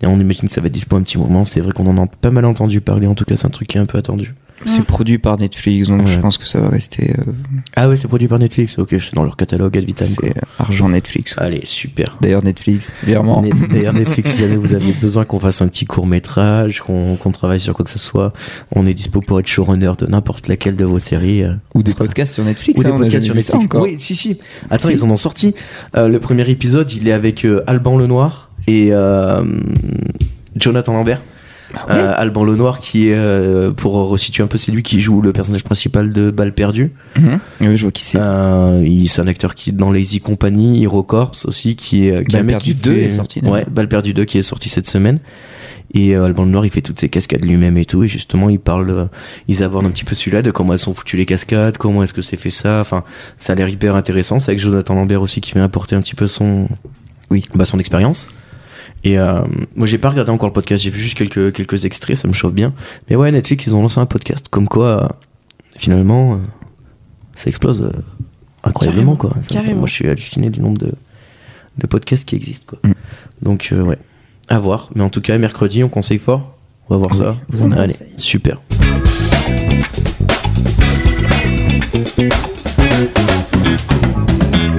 [SPEAKER 1] et on imagine que ça va être dispo un petit moment. C'est vrai qu'on en a pas mal entendu parler, en tout cas c'est un truc qui est un peu attendu.
[SPEAKER 3] C'est
[SPEAKER 2] Mm.
[SPEAKER 3] produit par Netflix, donc
[SPEAKER 1] Ouais.
[SPEAKER 3] je pense que ça va rester. euh,
[SPEAKER 1] Ah ouais, c'est produit par Netflix, ok, c'est dans leur catalogue ad vitam. quoi.
[SPEAKER 3] c'est argent Netflix.
[SPEAKER 1] Allez, super.
[SPEAKER 3] D'ailleurs, Netflix, virement.
[SPEAKER 1] Net- D'ailleurs Netflix, si jamais vous avez besoin qu'on fasse un petit court métrage, qu'on qu'on travaille sur quoi que ce soit, on est dispo pour être showrunner de n'importe laquelle de vos séries. euh,
[SPEAKER 3] Ou des
[SPEAKER 1] on sera-
[SPEAKER 3] podcasts sur Netflix.
[SPEAKER 1] Ou des
[SPEAKER 3] hein, on a
[SPEAKER 1] podcasts sur
[SPEAKER 3] jamais vu ça
[SPEAKER 1] Netflix.
[SPEAKER 3] encore.
[SPEAKER 1] Oui, si, si. Attends,
[SPEAKER 3] Si.
[SPEAKER 1] ils en ont sorti. Euh, le premier épisode, il est avec euh, Alban Lenoir et euh, Jonathan Lambert.
[SPEAKER 3] Ah
[SPEAKER 1] Euh, Alban Lenoir, qui est, euh, pour resituer un peu, c'est lui qui joue le personnage principal de Balle Perdue.
[SPEAKER 3] Mhm. Oui, je vois qui c'est.
[SPEAKER 1] Euh, il- c'est un acteur qui est dans Lazy Company, Hero Corps aussi, qui est, qui est un
[SPEAKER 3] Balle
[SPEAKER 1] mec qui
[SPEAKER 3] perdue 2
[SPEAKER 1] fait-
[SPEAKER 3] est sorti, d'ailleurs.
[SPEAKER 1] Ouais, Balle Perdue 2 qui est sorti cette semaine. Et euh, Alban Lenoir, il fait toutes ses cascades lui-même et tout. Et justement, il parle, euh, ils abordent un petit peu celui-là de comment elles sont foutues les cascades, comment est-ce que c'est fait ça. Enfin, ça a l'air hyper intéressant. C'est avec Jonathan Lambert aussi qui vient apporter un petit peu son,
[SPEAKER 3] Oui.
[SPEAKER 1] bah, son expérience. Et euh, moi, j'ai pas regardé encore le podcast. J'ai vu juste quelques quelques extraits. Ça me chauffe bien. Mais ouais, Netflix, ils ont lancé un podcast. Comme quoi, euh, finalement, euh, ça explose euh, incroyablement
[SPEAKER 2] Carrément,
[SPEAKER 1] quoi. Ça-
[SPEAKER 2] carrément.
[SPEAKER 1] Moi, je suis halluciné du nombre de de podcasts qui existent quoi.
[SPEAKER 3] Mm.
[SPEAKER 1] Donc euh, ouais, à voir. Mais en tout cas, mercredi, on conseille fort. On va voir ça.
[SPEAKER 2] oui, on
[SPEAKER 1] Allez,
[SPEAKER 2] conseille.
[SPEAKER 1] super.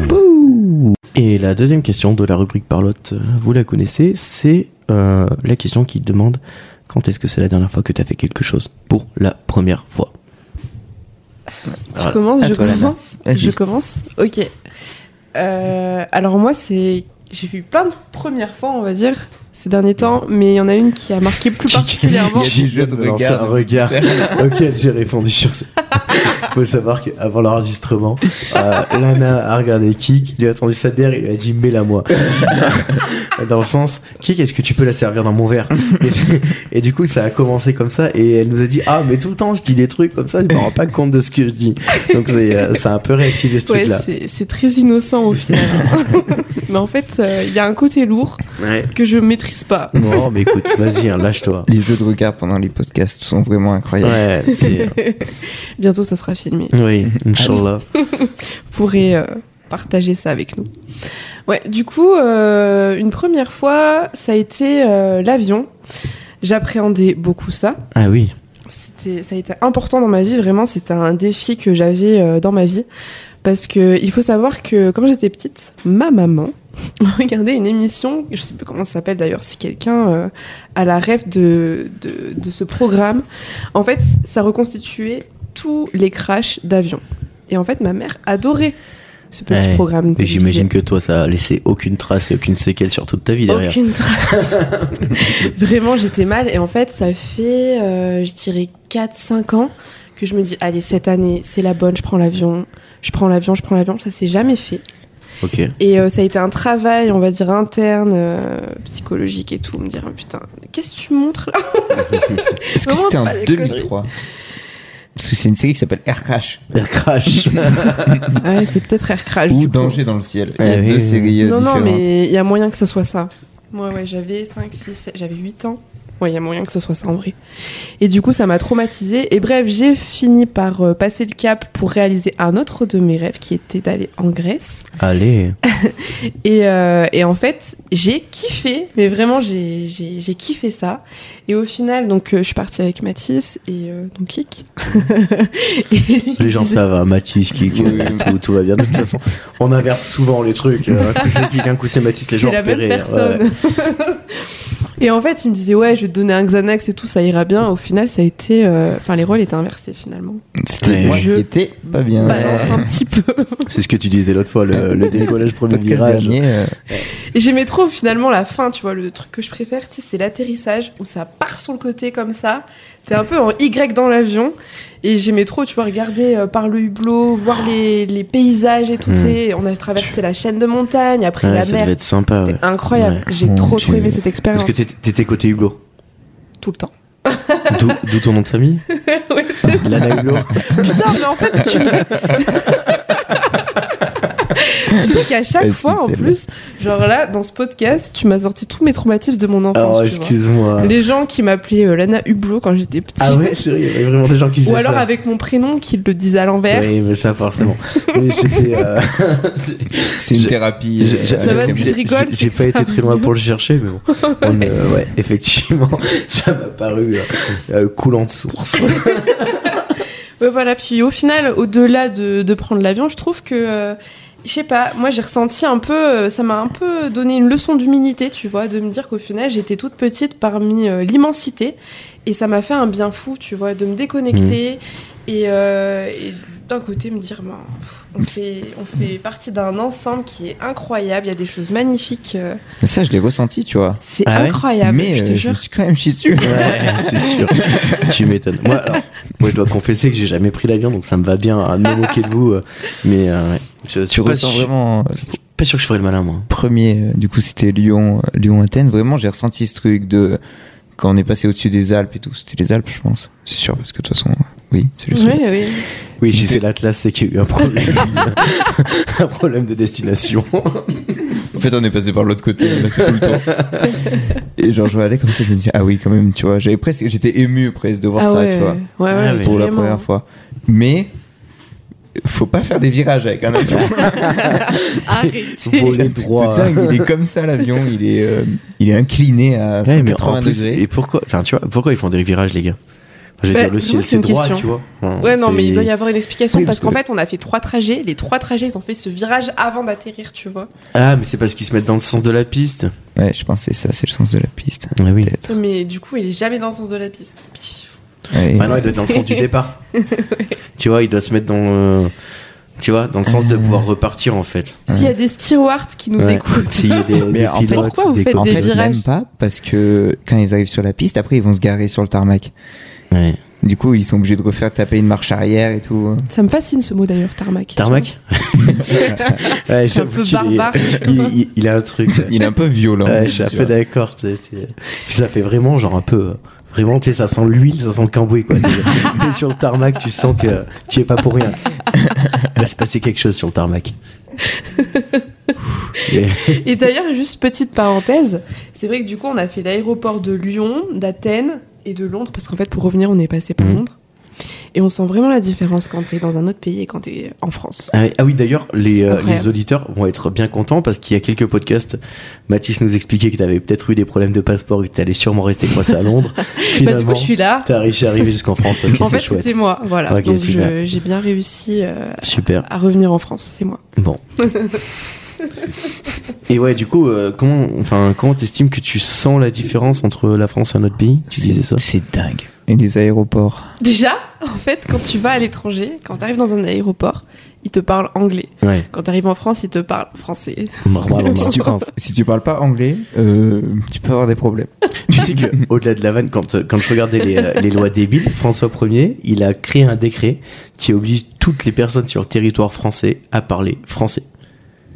[SPEAKER 1] Pouh. Et la deuxième question de la rubrique Parlotte, euh, vous la connaissez, c'est euh, la question qui demande quand est-ce que c'est la dernière fois que tu as fait quelque chose pour la première fois
[SPEAKER 2] Tu
[SPEAKER 1] Voilà.
[SPEAKER 2] commences,
[SPEAKER 3] À
[SPEAKER 2] je
[SPEAKER 3] toi, Lana.
[SPEAKER 2] commence.
[SPEAKER 3] Vas-y.
[SPEAKER 2] Je commence. Ok. Euh, alors moi, c'est j'ai vu plein de premières fois, on va dire, ces derniers temps, mais il y en a une qui a marqué plus particulièrement.
[SPEAKER 3] Il y a des jeux de
[SPEAKER 1] Me lancer
[SPEAKER 3] regard.
[SPEAKER 1] un regard auquel j'ai répondu sur ça. Faut savoir qu'avant l'enregistrement, euh, Lana a regardé Kik, lui a tendu sa bière et lui a dit mets-la moi. dans le sens, Kik, est-ce que tu peux la servir dans mon verre et, et du coup, ça a commencé comme ça et elle nous a dit ah mais tout le temps je dis des trucs comme ça, je me rends pas compte de ce que je dis. Donc c'est euh, ça a un peu réactivé ce
[SPEAKER 2] Ouais,
[SPEAKER 1] truc là.
[SPEAKER 2] c'est- c'est très innocent au final. mais en fait, euh, il y a un côté lourd que je maîtrise pas.
[SPEAKER 1] Non mais écoute, vas-y, hein, lâche-toi.
[SPEAKER 3] Les jeux de regard pendant les podcasts sont vraiment incroyables.
[SPEAKER 1] Ouais, c'est
[SPEAKER 2] Bientôt, ça sera filmé.
[SPEAKER 1] oui, Inch'Allah.
[SPEAKER 2] pourrait euh, partager ça avec nous. Ouais, du coup, euh, une première fois, ça a été euh, l'avion. J'appréhendais beaucoup ça.
[SPEAKER 1] Ah oui.
[SPEAKER 2] C'était, ça a été important dans ma vie, vraiment, c'était un défi que j'avais euh, dans ma vie. Parce que il faut savoir que quand j'étais petite, ma maman regardait une émission, je sais plus comment ça s'appelle d'ailleurs, si quelqu'un euh, a la rêve de, de, de ce programme. En fait, ça reconstituait tous les crashs d'avions. Et en fait, ma mère adorait ce petit
[SPEAKER 1] Ouais.
[SPEAKER 2] programme.
[SPEAKER 1] Et j'imagine
[SPEAKER 2] télévisé.
[SPEAKER 1] que toi, ça a laissé aucune trace et aucune séquelle sur toute ta vie derrière.
[SPEAKER 2] Aucune trace. Vraiment, j'étais mal. Et en fait, ça fait, euh, je dirais, 4-5 ans que je me dis, allez, cette année, c'est la bonne, je prends l'avion, je prends l'avion, je prends l'avion. Ça s'est jamais fait.
[SPEAKER 1] Ok.
[SPEAKER 2] Et euh, ça a été un travail, on va dire, interne, euh, psychologique et tout. Me dire, putain, qu'est-ce que tu montres là
[SPEAKER 3] Est-ce que
[SPEAKER 2] Vraiment,
[SPEAKER 3] c'était en
[SPEAKER 2] pas des
[SPEAKER 3] 2003 Parce que c'est une série qui s'appelle Air Crash
[SPEAKER 1] Air crash.
[SPEAKER 2] Ouais, c'est peut-être air crash.
[SPEAKER 3] ou
[SPEAKER 2] du coup.
[SPEAKER 3] Danger dans le ciel. Il y
[SPEAKER 1] Ah
[SPEAKER 3] a
[SPEAKER 1] oui,
[SPEAKER 3] deux
[SPEAKER 1] oui.
[SPEAKER 3] séries euh,
[SPEAKER 2] Non, non,
[SPEAKER 3] différentes.
[SPEAKER 2] mais il y a moyen que ça soit ça. Moi, ouais, j'avais 5, 6, j'avais 8 ans. Ouais, il y a moyen que ça soit ça en vrai. Et du coup, ça m'a traumatisée. Et bref, j'ai fini par euh, passer le cap pour réaliser un autre de mes rêves qui était d'aller en Grèce.
[SPEAKER 1] Allez.
[SPEAKER 2] Et, euh, et en fait, j'ai kiffé, mais vraiment, j'ai j'ai- j'ai kiffé ça. Et au final, donc, euh, je suis partie avec Mathis et euh, donc Kik.
[SPEAKER 1] Les gens savent, hein, Mathis, qui, qui-
[SPEAKER 3] Oui, oui.
[SPEAKER 1] tout, tout va bien. De toute façon, on inverse souvent les trucs. euh, Un coup c'est Kik, un coup c'est Mathis, les gens
[SPEAKER 2] C'est la même
[SPEAKER 1] repérés,
[SPEAKER 2] personne.
[SPEAKER 1] ouais.
[SPEAKER 2] et en fait, il me disait ouais, je vais te donner un Xanax et tout, ça ira bien. Au final, ça a été, euh, enfin, les rôles étaient inversés finalement.
[SPEAKER 3] C'était
[SPEAKER 1] Ouais.
[SPEAKER 3] moi
[SPEAKER 2] Je-
[SPEAKER 3] qui étais pas bien.
[SPEAKER 2] Balance
[SPEAKER 3] Euh,
[SPEAKER 2] un petit peu.
[SPEAKER 1] C'est ce que tu disais l'autre fois, le, le décollage premier
[SPEAKER 3] podcast
[SPEAKER 1] virage.
[SPEAKER 3] dernier. euh,
[SPEAKER 2] Et j'aimais trop finalement la fin, tu vois, le truc que je préfère, tu sais, c'est l'atterrissage où ça part sur le côté comme ça. T'es un peu en Y dans l'avion. Et j'aimais trop, tu vois, regarder euh, par le hublot, voir les, les paysages et tout.
[SPEAKER 1] Mm.
[SPEAKER 2] tu sais, On a traversé la chaîne de montagne, après
[SPEAKER 1] Ouais,
[SPEAKER 2] la
[SPEAKER 1] ça devait
[SPEAKER 2] mer.
[SPEAKER 1] être sympa. ouais.
[SPEAKER 2] Incroyable. J'ai
[SPEAKER 3] Mon
[SPEAKER 2] trop trop
[SPEAKER 3] Dieu.
[SPEAKER 2] aimé cette expérience.
[SPEAKER 1] Parce que t'étais t'étais côté hublot.
[SPEAKER 2] tout le temps.
[SPEAKER 1] D'où d'où ton nom de famille
[SPEAKER 2] Ouais, c'est-
[SPEAKER 1] Lana Hulot.
[SPEAKER 2] Putain, mais en fait, tu Tu sais qu'à chaque
[SPEAKER 3] Eh,
[SPEAKER 2] fois,
[SPEAKER 3] si,
[SPEAKER 2] en
[SPEAKER 3] c'est
[SPEAKER 2] plus, genre là, dans ce podcast, tu m'as sorti tous mes traumatismes de mon enfance.
[SPEAKER 1] Alors,
[SPEAKER 2] tu vois.
[SPEAKER 1] excuse-moi.
[SPEAKER 2] Les gens qui m'appelaient euh, Lana Hublot quand j'étais petite.
[SPEAKER 1] Ah ouais, sérieux, il y avait vraiment des gens qui faisaient
[SPEAKER 2] Ou alors
[SPEAKER 1] ça.
[SPEAKER 2] avec mon prénom qui le disait à l'envers.
[SPEAKER 1] Oui, mais ça, forcément. oui, c'était. euh, c'est-
[SPEAKER 3] C'est une
[SPEAKER 1] J'ai-
[SPEAKER 3] thérapie.
[SPEAKER 1] j'ai-
[SPEAKER 3] euh,
[SPEAKER 1] j'ai-
[SPEAKER 2] Ça va,
[SPEAKER 3] avec
[SPEAKER 2] si
[SPEAKER 1] j'ai-
[SPEAKER 2] je rigole,
[SPEAKER 1] j'ai-
[SPEAKER 2] c'est
[SPEAKER 1] J'ai
[SPEAKER 2] que
[SPEAKER 1] pas
[SPEAKER 2] ça
[SPEAKER 1] été
[SPEAKER 2] va
[SPEAKER 1] très loin
[SPEAKER 2] mieux.
[SPEAKER 1] pour le chercher, mais bon. On, euh, ouais, effectivement, ça m'a paru euh, euh, coulant de source.
[SPEAKER 2] Ouais, voilà, puis au final, au-delà de, de prendre l'avion, je trouve que, euh, je sais pas, moi j'ai ressenti un peu, euh, ça m'a un peu donné une leçon d'humilité, tu vois, de me dire qu'au final j'étais toute petite parmi euh, l'immensité, et ça m'a fait un bien fou, tu vois, de me déconnecter,
[SPEAKER 3] Mmh.
[SPEAKER 2] et, euh, et d'un côté me dire, ben, on, fait, on fait partie d'un ensemble qui est incroyable, il y a des choses magnifiques, euh,
[SPEAKER 3] Mais ça, je l'ai ressenti, tu vois.
[SPEAKER 2] c'est
[SPEAKER 1] Ah ouais
[SPEAKER 2] incroyable,
[SPEAKER 3] Mais
[SPEAKER 2] je te
[SPEAKER 3] euh, je
[SPEAKER 2] jure.
[SPEAKER 3] me suis quand même chié dessus.
[SPEAKER 1] Ouais, c'est sûr. tu m'étonnes. Moi, alors, moi, je dois confesser que j'ai jamais pris l'avion, donc ça me va bien à me moquer de vous. euh, Mais euh, ouais. je, je suis
[SPEAKER 3] Tu
[SPEAKER 1] pas,
[SPEAKER 3] ressens
[SPEAKER 1] sûr-
[SPEAKER 3] vraiment euh,
[SPEAKER 1] pas sûr que je ferais le malin, moi.
[SPEAKER 3] premier, euh, du coup, c'était Lyon, euh, Lyon-Athènes. Vraiment, j'ai ressenti ce truc de quand on est passé au-dessus des Alpes et tout. C'était les Alpes, je pense. C'est sûr, parce que de toute façon, euh, oui, c'est le
[SPEAKER 2] Oui,
[SPEAKER 3] sud.
[SPEAKER 2] oui.
[SPEAKER 1] Oui, si c'est l'Atlas, c'est qu'il y a eu un problème, de- un problème de destination.
[SPEAKER 3] En fait, on est passé par l'autre côté, on a fait tout le tour. Et genre, je regardais comme ça, je me disais, ah oui, quand même, tu vois. J'avais presque, j'étais ému presque de voir ça, tu vois,
[SPEAKER 2] Ah Ouais, ouais,
[SPEAKER 1] Ah oui.
[SPEAKER 3] pour la
[SPEAKER 2] vraiment.
[SPEAKER 3] première fois. Mais, faut pas faire des virages avec un avion.
[SPEAKER 2] Arrêtez.
[SPEAKER 1] Voler
[SPEAKER 3] C'est
[SPEAKER 1] droit.
[SPEAKER 3] dingue, il est comme ça l'avion, il est, euh, il est incliné à
[SPEAKER 1] Ouais,
[SPEAKER 3] 180
[SPEAKER 1] mais en plus,
[SPEAKER 3] degrés.
[SPEAKER 1] et pourquoi, enfin, tu vois, pourquoi ils font des virages, les gars Enfin, Je veux
[SPEAKER 2] Bah,
[SPEAKER 1] dire, le
[SPEAKER 2] moi,
[SPEAKER 1] ciel,
[SPEAKER 2] c'est
[SPEAKER 1] c'est
[SPEAKER 2] une
[SPEAKER 1] droit,
[SPEAKER 2] question.
[SPEAKER 1] tu vois. Enfin,
[SPEAKER 2] Ouais,
[SPEAKER 1] Hein,
[SPEAKER 2] non,
[SPEAKER 1] c'est-
[SPEAKER 2] mais il doit y avoir une explication
[SPEAKER 1] Oui,
[SPEAKER 2] parce
[SPEAKER 1] parce
[SPEAKER 2] qu'en
[SPEAKER 1] que-
[SPEAKER 2] fait, on a fait trois trajets. Les trois trajets, ils ont fait ce virage avant d'atterrir, tu vois.
[SPEAKER 1] Ah, mais c'est parce qu'ils se mettent dans le sens de la piste.
[SPEAKER 3] Ouais, je pense que c'est ça, c'est le sens de la piste.
[SPEAKER 1] Ah oui.
[SPEAKER 3] Peut-être.
[SPEAKER 2] Mais du coup, il est jamais dans le sens de la piste. Pff,
[SPEAKER 3] Ouais.
[SPEAKER 1] Bah non, il doit être dans le sens du départ. Tu vois, il doit se mettre dans. euh, tu vois, dans le sens de pouvoir repartir, en fait.
[SPEAKER 2] S'il y a des stewards qui nous
[SPEAKER 1] Ouais.
[SPEAKER 2] écoutent.
[SPEAKER 1] S'il y a des,
[SPEAKER 3] Mais
[SPEAKER 1] des
[SPEAKER 3] en fait,
[SPEAKER 1] pilotes,
[SPEAKER 2] pourquoi vous
[SPEAKER 1] des
[SPEAKER 2] faites
[SPEAKER 3] en
[SPEAKER 1] copilotes.
[SPEAKER 2] des
[SPEAKER 3] fait,
[SPEAKER 2] virages.
[SPEAKER 3] même pas parce que quand ils arrivent sur la piste, après ils vont se garer sur le tarmac.
[SPEAKER 1] Ouais.
[SPEAKER 3] Du coup, ils sont obligés de refaire taper une marche arrière et tout.
[SPEAKER 2] Ça me fascine ce mot d'ailleurs, tarmac.
[SPEAKER 1] Tarmac Ouais,
[SPEAKER 2] C'est un
[SPEAKER 1] j'avoue
[SPEAKER 2] peu
[SPEAKER 1] qu'il est-
[SPEAKER 2] barbare.
[SPEAKER 1] Il, il- il a un truc. ouais.
[SPEAKER 3] Il est un peu violent.
[SPEAKER 1] Ouais, je suis un peu d'accord. tu sais, c'est- Puis ça fait vraiment genre un peu. euh, Vraiment, tu sais, ça sent l'huile, ça sent le cambouis, quoi. T'es- T'es sur le tarmac, tu sens que tu y es pas pour rien. Il va se passer quelque chose sur le tarmac. Et-
[SPEAKER 2] Et d'ailleurs, juste petite parenthèse, c'est vrai que du coup, on a fait l'aéroport de Lyon, d'Athènes et de Londres parce qu'en fait, pour revenir, on est passé par
[SPEAKER 1] Mhm.
[SPEAKER 2] Londres. Et on sent vraiment la différence quand t'es dans un autre pays et quand t'es en France.
[SPEAKER 1] Ah oui, ah oui, d'ailleurs, les,
[SPEAKER 2] C'est
[SPEAKER 1] euh,
[SPEAKER 2] incroyable.
[SPEAKER 1] les auditeurs vont être bien contents parce qu'il y a quelques podcasts, Mathis nous expliquait que tu avais peut-être eu des problèmes de passeport et que tu allais sûrement rester coincé à Londres.
[SPEAKER 2] Bah, du
[SPEAKER 1] Finalement,
[SPEAKER 2] coup, je suis là.
[SPEAKER 1] t'as réussi à arriver jusqu'en France. Ok,
[SPEAKER 2] En
[SPEAKER 1] c'est
[SPEAKER 2] fait,
[SPEAKER 1] chouette.
[SPEAKER 2] c'était moi. Voilà.
[SPEAKER 1] Ok,
[SPEAKER 2] Donc,
[SPEAKER 1] super.
[SPEAKER 2] je- j'ai bien réussi euh,
[SPEAKER 1] Super.
[SPEAKER 2] à revenir en France. C'est moi.
[SPEAKER 1] Bon. et ouais, du coup, euh, comment, enfin, comment t'estimes que tu sens la différence entre la France et un autre pays Tu disais ça
[SPEAKER 3] C'est dingue. Et des aéroports.
[SPEAKER 2] Déjà, en fait, quand tu vas à l'étranger, quand tu arrives dans un aéroport, ils te parlent anglais.
[SPEAKER 1] Ouais.
[SPEAKER 2] Quand tu arrives en France, ils te parlent français.
[SPEAKER 1] Normal, normal.
[SPEAKER 3] si, tu, si tu parles pas anglais, euh, tu peux avoir des problèmes.
[SPEAKER 1] Tu sais que au-delà de la vanne, quand, euh, quand je regardais les, euh, les lois débiles, François 1er, il a créé un décret qui oblige toutes les personnes sur le territoire français à parler français.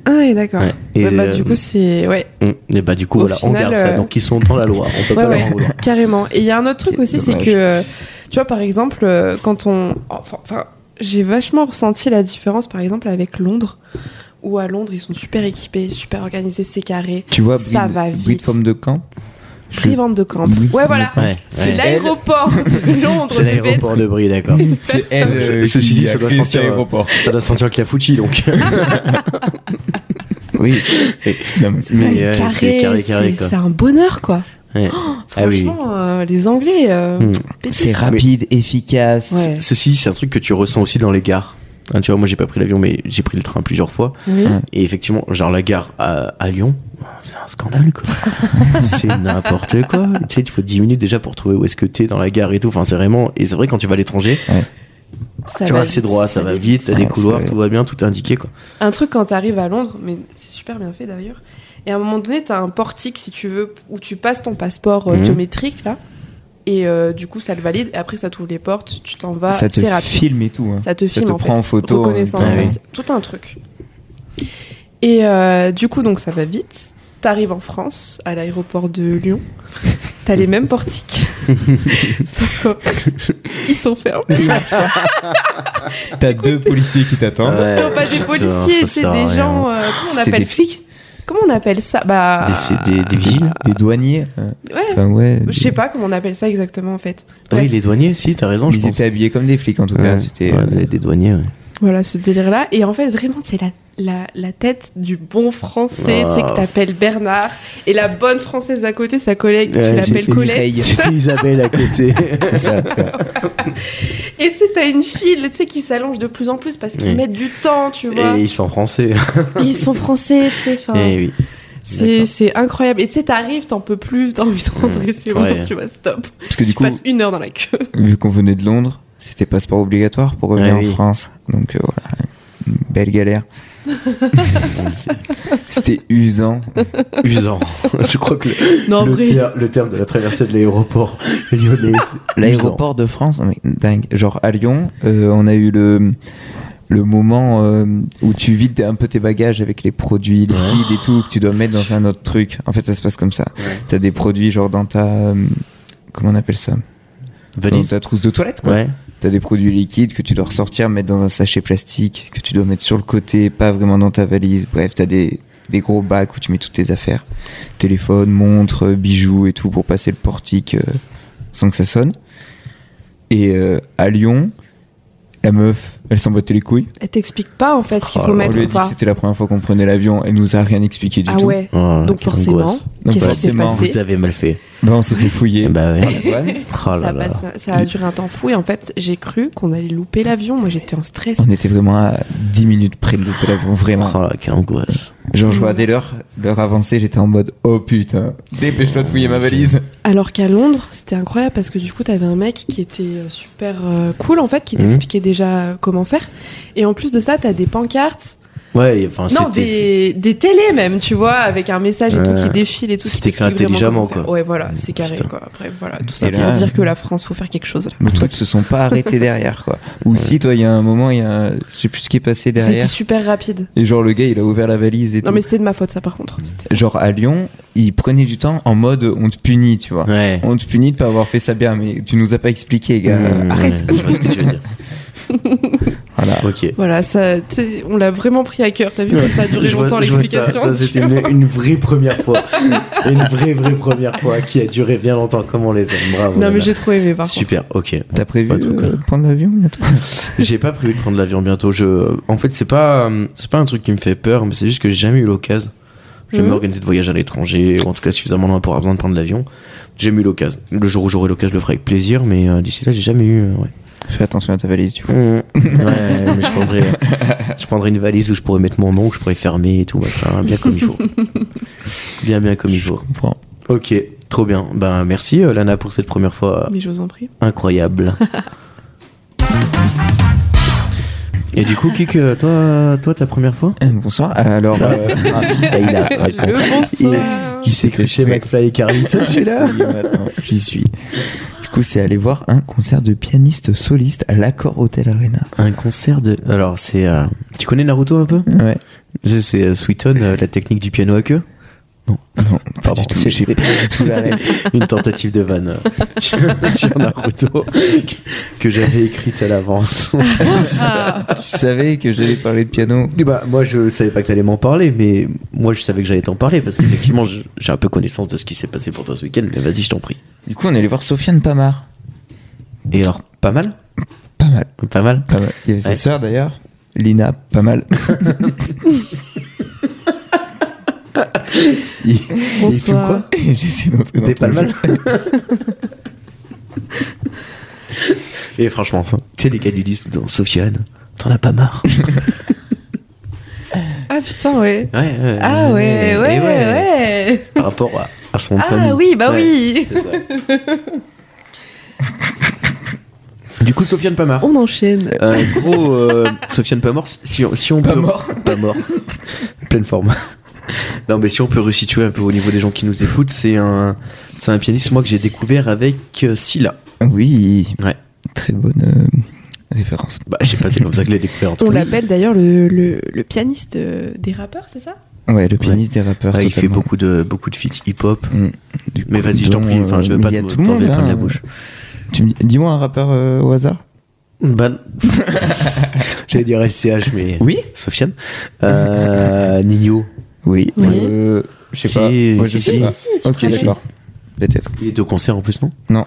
[SPEAKER 2] Ah, et d'accord.
[SPEAKER 1] Ouais. Et,
[SPEAKER 2] Ouais, bah,
[SPEAKER 1] euh,
[SPEAKER 2] du coup, c'est. Ouais,
[SPEAKER 1] on- et bah du coup
[SPEAKER 2] au
[SPEAKER 1] voilà, on
[SPEAKER 2] final,
[SPEAKER 1] garde ça.
[SPEAKER 2] euh,
[SPEAKER 1] Donc ils sont dans la loi, on peut
[SPEAKER 2] Ouais,
[SPEAKER 1] pas
[SPEAKER 2] ouais.
[SPEAKER 1] leur en vouloir.
[SPEAKER 2] carrément. Et il y a un autre truc
[SPEAKER 3] Quel
[SPEAKER 2] aussi, c'est
[SPEAKER 3] dommage.
[SPEAKER 2] que, euh, tu vois, par exemple, euh, quand on. Enfin, enfin, j'ai vachement ressenti la différence, par exemple, avec Londres, où à Londres, ils sont super équipés, super organisés, c'est carré.
[SPEAKER 3] Tu vois,
[SPEAKER 2] Ça va vite.
[SPEAKER 3] Forme de Camp.
[SPEAKER 2] Privante de camp.
[SPEAKER 3] Oui.
[SPEAKER 2] Ouais, voilà.
[SPEAKER 1] Ouais.
[SPEAKER 2] C'est
[SPEAKER 1] Ouais.
[SPEAKER 2] l'aéroport de Londres.
[SPEAKER 1] C'est
[SPEAKER 2] je vais être
[SPEAKER 1] l'aéroport de Brie, d'accord.
[SPEAKER 3] C'est
[SPEAKER 2] elle,
[SPEAKER 1] euh, qui a créé cet
[SPEAKER 3] aéroport.
[SPEAKER 1] ça doit sentir que la fouchi donc.
[SPEAKER 3] Oui. Non, mais c'est-
[SPEAKER 1] Mais,
[SPEAKER 2] C'est
[SPEAKER 1] euh, c'est
[SPEAKER 2] carré,
[SPEAKER 1] carré, carré,
[SPEAKER 2] c'est-
[SPEAKER 1] quoi.
[SPEAKER 2] c'est un bonheur quoi.
[SPEAKER 1] Ouais.
[SPEAKER 2] Oh,
[SPEAKER 1] Ah oui.
[SPEAKER 2] franchement, euh, les Anglais. euh,
[SPEAKER 1] Hmm.
[SPEAKER 2] pépites.
[SPEAKER 3] c'est rapide, efficace.
[SPEAKER 2] Ouais.
[SPEAKER 1] Ceci dit, c'est un truc que tu ressens aussi dans les gares. Hein, tu vois, moi j'ai pas pris l'avion, mais j'ai pris le train plusieurs fois.
[SPEAKER 2] Oui.
[SPEAKER 1] Et effectivement, genre la gare à, à Lyon, c'est un scandale quoi. c'est n'importe quoi. Tu sais, il faut 10 minutes déjà pour trouver où est-ce que t'es dans la gare et tout. Enfin, c'est vraiment. Et c'est vrai, quand tu vas à l'étranger,
[SPEAKER 2] Ça
[SPEAKER 1] tu
[SPEAKER 2] va
[SPEAKER 1] vois, c'est
[SPEAKER 2] vite,
[SPEAKER 1] droit, ça va vite, t'as
[SPEAKER 3] Ouais,
[SPEAKER 1] des
[SPEAKER 3] c'est
[SPEAKER 1] couloirs,
[SPEAKER 3] vrai.
[SPEAKER 1] tout va bien, tout est indiqué quoi.
[SPEAKER 2] Un truc quand t'arrives à Londres, mais c'est super bien fait d'ailleurs. Et à un moment donné, t'as un portique si tu veux où tu passes ton passeport euh,
[SPEAKER 1] Mhm.
[SPEAKER 2] biométrique là. Et euh, du coup, ça le valide. Et après, ça t'ouvre les portes, tu t'en vas.
[SPEAKER 3] ça
[SPEAKER 2] bah, C'est
[SPEAKER 3] te
[SPEAKER 2] rapide.
[SPEAKER 3] filme et tout. hein.
[SPEAKER 2] Ça te
[SPEAKER 3] Ça
[SPEAKER 2] filme
[SPEAKER 3] te
[SPEAKER 2] en
[SPEAKER 3] prend
[SPEAKER 2] fait.
[SPEAKER 3] en photo.
[SPEAKER 2] Reconnaissance,
[SPEAKER 1] ouais.
[SPEAKER 2] ouais, c'est tout un truc. Et euh, du coup, donc ça va vite. T'arrives en France, à l'aéroport de Lyon. T'as les mêmes portiques. Sauf qu'en fait, ils sont fermés.
[SPEAKER 4] T'as deux policiers qui t'attendent.
[SPEAKER 1] Ouais.
[SPEAKER 2] Non, pas des
[SPEAKER 1] Ça,
[SPEAKER 2] policiers,
[SPEAKER 1] Euh, ça
[SPEAKER 2] c'est
[SPEAKER 1] sert à
[SPEAKER 2] des
[SPEAKER 1] rien.
[SPEAKER 2] gens. euh, comment on
[SPEAKER 1] C'était
[SPEAKER 2] appelle
[SPEAKER 1] des flics
[SPEAKER 2] Comment on appelle ça Bah.
[SPEAKER 1] Des- c'est des- des vigiles
[SPEAKER 3] Des douaniers. euh,
[SPEAKER 2] Ouais.
[SPEAKER 3] Enfin, ouais.
[SPEAKER 2] Je sais pas comment on appelle ça exactement en fait.
[SPEAKER 1] Oui,
[SPEAKER 2] Bref.
[SPEAKER 1] les douaniers, si, t'as raison,
[SPEAKER 3] Ils
[SPEAKER 1] je pense.
[SPEAKER 3] étaient habillés comme des flics en tout cas.
[SPEAKER 1] Ouais,
[SPEAKER 3] C'était.
[SPEAKER 1] ouais,
[SPEAKER 3] euh,
[SPEAKER 1] des, des douaniers, ouais.
[SPEAKER 2] Voilà ce délire là. Et en fait, vraiment, c'est la, la, la tête du bon français.
[SPEAKER 1] Oh.
[SPEAKER 2] C'est que t'appelles Bernard et la bonne française à côté, sa collègue,
[SPEAKER 1] Ouais,
[SPEAKER 2] tu l'appelles
[SPEAKER 3] c'était
[SPEAKER 2] Colette.
[SPEAKER 3] Mireille.
[SPEAKER 1] C'était Isabelle à côté.
[SPEAKER 3] C'est ça, tu vois.
[SPEAKER 2] Et tu sais, t'as une file tu sais, qui s'allonge de plus en plus parce qu'ils
[SPEAKER 1] Oui.
[SPEAKER 2] mettent du temps, tu vois. Oh.
[SPEAKER 1] Et ils sont français.
[SPEAKER 2] Et ils sont français, tu sais. enfin,
[SPEAKER 1] Eh oui.
[SPEAKER 2] C'est
[SPEAKER 1] d'accord.
[SPEAKER 2] c'est incroyable. Et tu sais, t'arrives, t'en peux plus, t'as envie de rentrer, c'est bon,
[SPEAKER 1] Ouais.
[SPEAKER 2] tu vois, stop.
[SPEAKER 3] Parce que du
[SPEAKER 2] Tu
[SPEAKER 3] coup,
[SPEAKER 2] passes une heure dans la queue.
[SPEAKER 3] vu qu'on venait de Londres, c'était passeport obligatoire pour revenir
[SPEAKER 1] Ouais, oui.
[SPEAKER 3] en France. Donc euh, voilà, une belle galère. C'était usant.
[SPEAKER 1] Usant. je crois que le,
[SPEAKER 2] Non, en
[SPEAKER 1] le
[SPEAKER 2] vrai.
[SPEAKER 1] ter- le terme de la traversée de l'aéroport lyonnais. c'est
[SPEAKER 3] L'aéroport de France, non, mais dingue. Genre à Lyon, euh, on a eu le le moment euh, où tu vides un peu tes bagages avec les produits, les guides et tout que tu dois mettre dans un autre truc. En fait, ça se passe comme ça. T'as des produits genre dans ta euh, comment on appelle ça
[SPEAKER 1] usant.
[SPEAKER 3] Dans
[SPEAKER 1] Valise.
[SPEAKER 3] ta trousse de toilette. Quoi.
[SPEAKER 1] Ouais.
[SPEAKER 3] T'as des produits liquides que tu dois ressortir, mettre dans un sachet plastique, que tu dois mettre sur le côté, pas vraiment dans ta valise. Bref, t'as des, des gros bacs où tu mets toutes tes affaires. Téléphone, montre, euh, bijoux et tout pour passer le portique euh, sans que ça sonne. Et euh, à Lyon, la meuf, elle s'en battait les couilles.
[SPEAKER 2] Elle t'explique pas en fait ce qu'il faut
[SPEAKER 1] Oh,
[SPEAKER 3] On
[SPEAKER 2] mettre
[SPEAKER 3] lui a
[SPEAKER 2] ou
[SPEAKER 3] dit que
[SPEAKER 2] pas.
[SPEAKER 3] c'était la première fois qu'on prenait l'avion, elle nous a rien expliqué du
[SPEAKER 2] Ah
[SPEAKER 3] tout.
[SPEAKER 2] ouais.
[SPEAKER 1] Oh,
[SPEAKER 2] Donc
[SPEAKER 1] quelle
[SPEAKER 2] forcément,
[SPEAKER 1] angoisse.
[SPEAKER 2] qu'est-ce
[SPEAKER 3] Donc
[SPEAKER 2] qui s'est
[SPEAKER 3] forcément,
[SPEAKER 2] passé
[SPEAKER 1] Vous avez mal fait.
[SPEAKER 3] Bah on s'est fait fouiller.
[SPEAKER 1] Bah ouais. Oh là
[SPEAKER 2] ça, a
[SPEAKER 1] là.
[SPEAKER 2] passé- ça a duré un temps fou et en fait j'ai cru qu'on allait louper l'avion. Moi j'étais en stress.
[SPEAKER 3] On était vraiment à 10 minutes près de louper l'avion, vraiment.
[SPEAKER 1] Oh là, quelle angoisse.
[SPEAKER 3] Genre, je regardais l'heure, l'heure avancée, j'étais en mode oh putain, dépêche-toi de fouiller ma valise.
[SPEAKER 2] Alors qu'à Londres c'était incroyable parce que du coup t'avais un mec qui était euh, super euh, cool en fait, qui
[SPEAKER 1] Mhm.
[SPEAKER 2] t'expliquait déjà euh, comment faire. Et en plus de ça t'as des pancartes,
[SPEAKER 1] Ouais, et
[SPEAKER 3] Ah,
[SPEAKER 1] enfin,
[SPEAKER 2] non
[SPEAKER 1] c'était.
[SPEAKER 2] des, des télés même, tu vois, avec un message et tout
[SPEAKER 1] Ouais.
[SPEAKER 2] qui défile et tout. qui
[SPEAKER 1] C'était fait
[SPEAKER 2] t'explique vraiment
[SPEAKER 1] intelligemment,
[SPEAKER 2] comment faire.
[SPEAKER 1] quoi.
[SPEAKER 2] Ouais voilà, c'est carré
[SPEAKER 1] Putain.
[SPEAKER 2] quoi. Après voilà, tout ça
[SPEAKER 3] Et
[SPEAKER 2] pour
[SPEAKER 3] là,
[SPEAKER 2] dire que la France faut faire quelque chose. Là.
[SPEAKER 3] Les trucs se sont pas arrêtés derrière, quoi. Ou si, toi, il y a un moment, il y a un- je sais plus ce qui est passé
[SPEAKER 2] Ça a été
[SPEAKER 3] derrière.
[SPEAKER 2] super rapide.
[SPEAKER 3] Et genre, le gars, il a ouvert la valise et
[SPEAKER 2] Non
[SPEAKER 3] tout.
[SPEAKER 2] mais c'était de ma faute ça par contre.
[SPEAKER 3] Mm.
[SPEAKER 2] C'était-
[SPEAKER 3] Genre, à Lyon, il prenait du temps en mode on te punit, tu vois.
[SPEAKER 1] Ouais.
[SPEAKER 3] On te punit de pas avoir fait ça bien, mais tu nous as pas expliqué, gars.
[SPEAKER 1] Mmh,
[SPEAKER 3] Arrête.
[SPEAKER 1] ouais, je vois ce que tu veux dire.
[SPEAKER 3] Voilà.
[SPEAKER 1] Ok.
[SPEAKER 2] Voilà, ça, tu sais, on l'a vraiment pris à cœur. T'as vu comme ça a duré
[SPEAKER 1] Je vois-
[SPEAKER 2] longtemps
[SPEAKER 1] je vois
[SPEAKER 2] l'explication.
[SPEAKER 1] Ça, ça, c'était une, une vraie première fois. une vraie, vraie première fois qui a duré bien longtemps. Comme on les aime. Bravo.
[SPEAKER 2] Non, mais
[SPEAKER 1] Nana.
[SPEAKER 2] j'ai trop aimé par contre.
[SPEAKER 1] Ah, Super, ok.
[SPEAKER 3] T'as prévu
[SPEAKER 1] Pas de truc,
[SPEAKER 3] euh, prendre l'avion bientôt
[SPEAKER 1] J'ai pas prévu de prendre l'avion bientôt. Je... En fait, c'est pas, euh, c'est pas un truc qui me fait peur, mais c'est juste que j'ai jamais eu l'occasion. J'ai jamais
[SPEAKER 2] Mhm.
[SPEAKER 1] organisé de voyage à l'étranger, ou en tout cas suffisamment loin pour avoir besoin de prendre l'avion. J'ai jamais eu l'occasion. Le jour où j'aurai l'occasion, je le ferai avec plaisir, mais euh, d'ici là, j'ai jamais eu. euh, ouais.
[SPEAKER 3] Fais attention à ta valise, du coup.
[SPEAKER 1] Ouais, mais je prendrais, je prendrais une valise où je pourrais mettre mon nom, que je pourrais fermer et tout, machin, bien comme il faut. Bien, bien comme il faut.
[SPEAKER 3] Comprends.
[SPEAKER 1] Ok, trop bien. Ben, merci euh, Lana pour cette première fois
[SPEAKER 2] Mais je vous en prie.
[SPEAKER 1] incroyable. Et du coup, Kik, euh, toi, toi, ta première fois
[SPEAKER 3] Eh, Bonsoir. Alors, euh,
[SPEAKER 1] il a
[SPEAKER 3] Ah,
[SPEAKER 2] Le bonsoir.
[SPEAKER 1] Il s'est cruché McFly et Carlito,
[SPEAKER 3] Ça y est, maintenant, hein. J'y suis. Du coup, c'est aller voir un concert de pianiste soliste à l'Accor Hotel Arena.
[SPEAKER 1] Un concert de. Alors, c'est. euh, Tu connais Naruto un peu
[SPEAKER 3] Ouais.
[SPEAKER 1] C'est, c'est euh, Sweeton, euh, la technique du piano à queue
[SPEAKER 3] Non, pas
[SPEAKER 1] Pardon,
[SPEAKER 3] du tout.
[SPEAKER 1] c'est-
[SPEAKER 3] J'ai pas du tout la ref.
[SPEAKER 1] une tentative de vanne euh, sur, sur Naruto que- que j'avais écrite à l'avance.
[SPEAKER 2] Ah,
[SPEAKER 3] Tu savais que j'allais parler de piano.
[SPEAKER 1] Et bah, moi, je savais pas que t'allais m'en parler, mais moi, je savais que j'allais t'en parler parce qu'effectivement, je- j'ai un peu connaissance de ce qui s'est passé pour toi ce week-end, mais vas-y, je t'en prie.
[SPEAKER 3] Du coup, on est allé voir Sofiane Pamar.
[SPEAKER 1] Et alors, pas mal
[SPEAKER 3] Pas mal,
[SPEAKER 1] Pas mal
[SPEAKER 3] pas mal. Il y avait
[SPEAKER 1] Ouais.
[SPEAKER 3] sa sœur d'ailleurs, Lina, pas mal. Il-
[SPEAKER 2] bonsoir.
[SPEAKER 1] quoi
[SPEAKER 3] J'essaie d'entrer dans
[SPEAKER 1] T'es
[SPEAKER 3] ton
[SPEAKER 1] pas
[SPEAKER 3] jeu.
[SPEAKER 1] mal Et franchement, tu sais, les gars du disent dans Sofiane, t'en as pas marre.
[SPEAKER 2] Ah putain, ouais.
[SPEAKER 1] Ouais, ouais,
[SPEAKER 2] Ah ouais,
[SPEAKER 1] et
[SPEAKER 2] ouais, ouais.
[SPEAKER 1] Par rapport à, à son
[SPEAKER 2] Ah
[SPEAKER 1] famille.
[SPEAKER 2] oui, bah
[SPEAKER 1] Ouais,
[SPEAKER 2] oui.
[SPEAKER 1] c'est ça. du coup, Sofiane Pamar.
[SPEAKER 2] On enchaîne.
[SPEAKER 1] Euh, gros, euh, Sofiane pas mort. Si on, si on
[SPEAKER 3] Pas
[SPEAKER 1] peut,
[SPEAKER 3] mort.
[SPEAKER 1] pas mort, pleine forme. Non, mais si on peut resituer un peu au niveau des gens qui nous écoutent, c'est un, c'est un pianiste moi que j'ai découvert avec euh, Scylla.
[SPEAKER 3] Oui,
[SPEAKER 1] Ouais.
[SPEAKER 3] très bonne euh, référence.
[SPEAKER 1] Bah, je sais pas, c'est comme ça que je l'ai découvert. En tout
[SPEAKER 2] On
[SPEAKER 1] cas.
[SPEAKER 2] l'appelle d'ailleurs le, le, le pianiste euh, des rappeurs, c'est ça
[SPEAKER 3] Ouais, le pianiste des rappeurs.
[SPEAKER 1] Ouais, Ah, il fait
[SPEAKER 3] totalement.
[SPEAKER 1] beaucoup de, beaucoup de feats hip-hop.
[SPEAKER 3] Mm. Du
[SPEAKER 1] Mais
[SPEAKER 3] coup,
[SPEAKER 1] vas-y, je t'en
[SPEAKER 3] dont,
[SPEAKER 1] prie, enfin, je
[SPEAKER 3] euh,
[SPEAKER 1] veux
[SPEAKER 3] mais
[SPEAKER 1] pas
[SPEAKER 3] il y a
[SPEAKER 1] te-
[SPEAKER 3] tout le
[SPEAKER 1] t'enlever le
[SPEAKER 3] monde
[SPEAKER 1] pain de
[SPEAKER 3] hein,
[SPEAKER 1] la bouche.
[SPEAKER 3] Tu me dis- Dis-moi un rappeur euh, au hasard.
[SPEAKER 1] Bah, j'allais dire SCH, mais.
[SPEAKER 3] Oui.
[SPEAKER 1] Sofiane. Euh, Nino.
[SPEAKER 3] Oui.
[SPEAKER 2] Oui.
[SPEAKER 3] Euh, je sais
[SPEAKER 1] Si,
[SPEAKER 3] pas. Ouais, je
[SPEAKER 1] si,
[SPEAKER 3] sais
[SPEAKER 1] si.
[SPEAKER 3] pas.
[SPEAKER 2] tu
[SPEAKER 3] Ah. Ok,
[SPEAKER 2] travailles.
[SPEAKER 3] d'accord. Peut-être.
[SPEAKER 1] Il était au concert en plus, non
[SPEAKER 2] Non,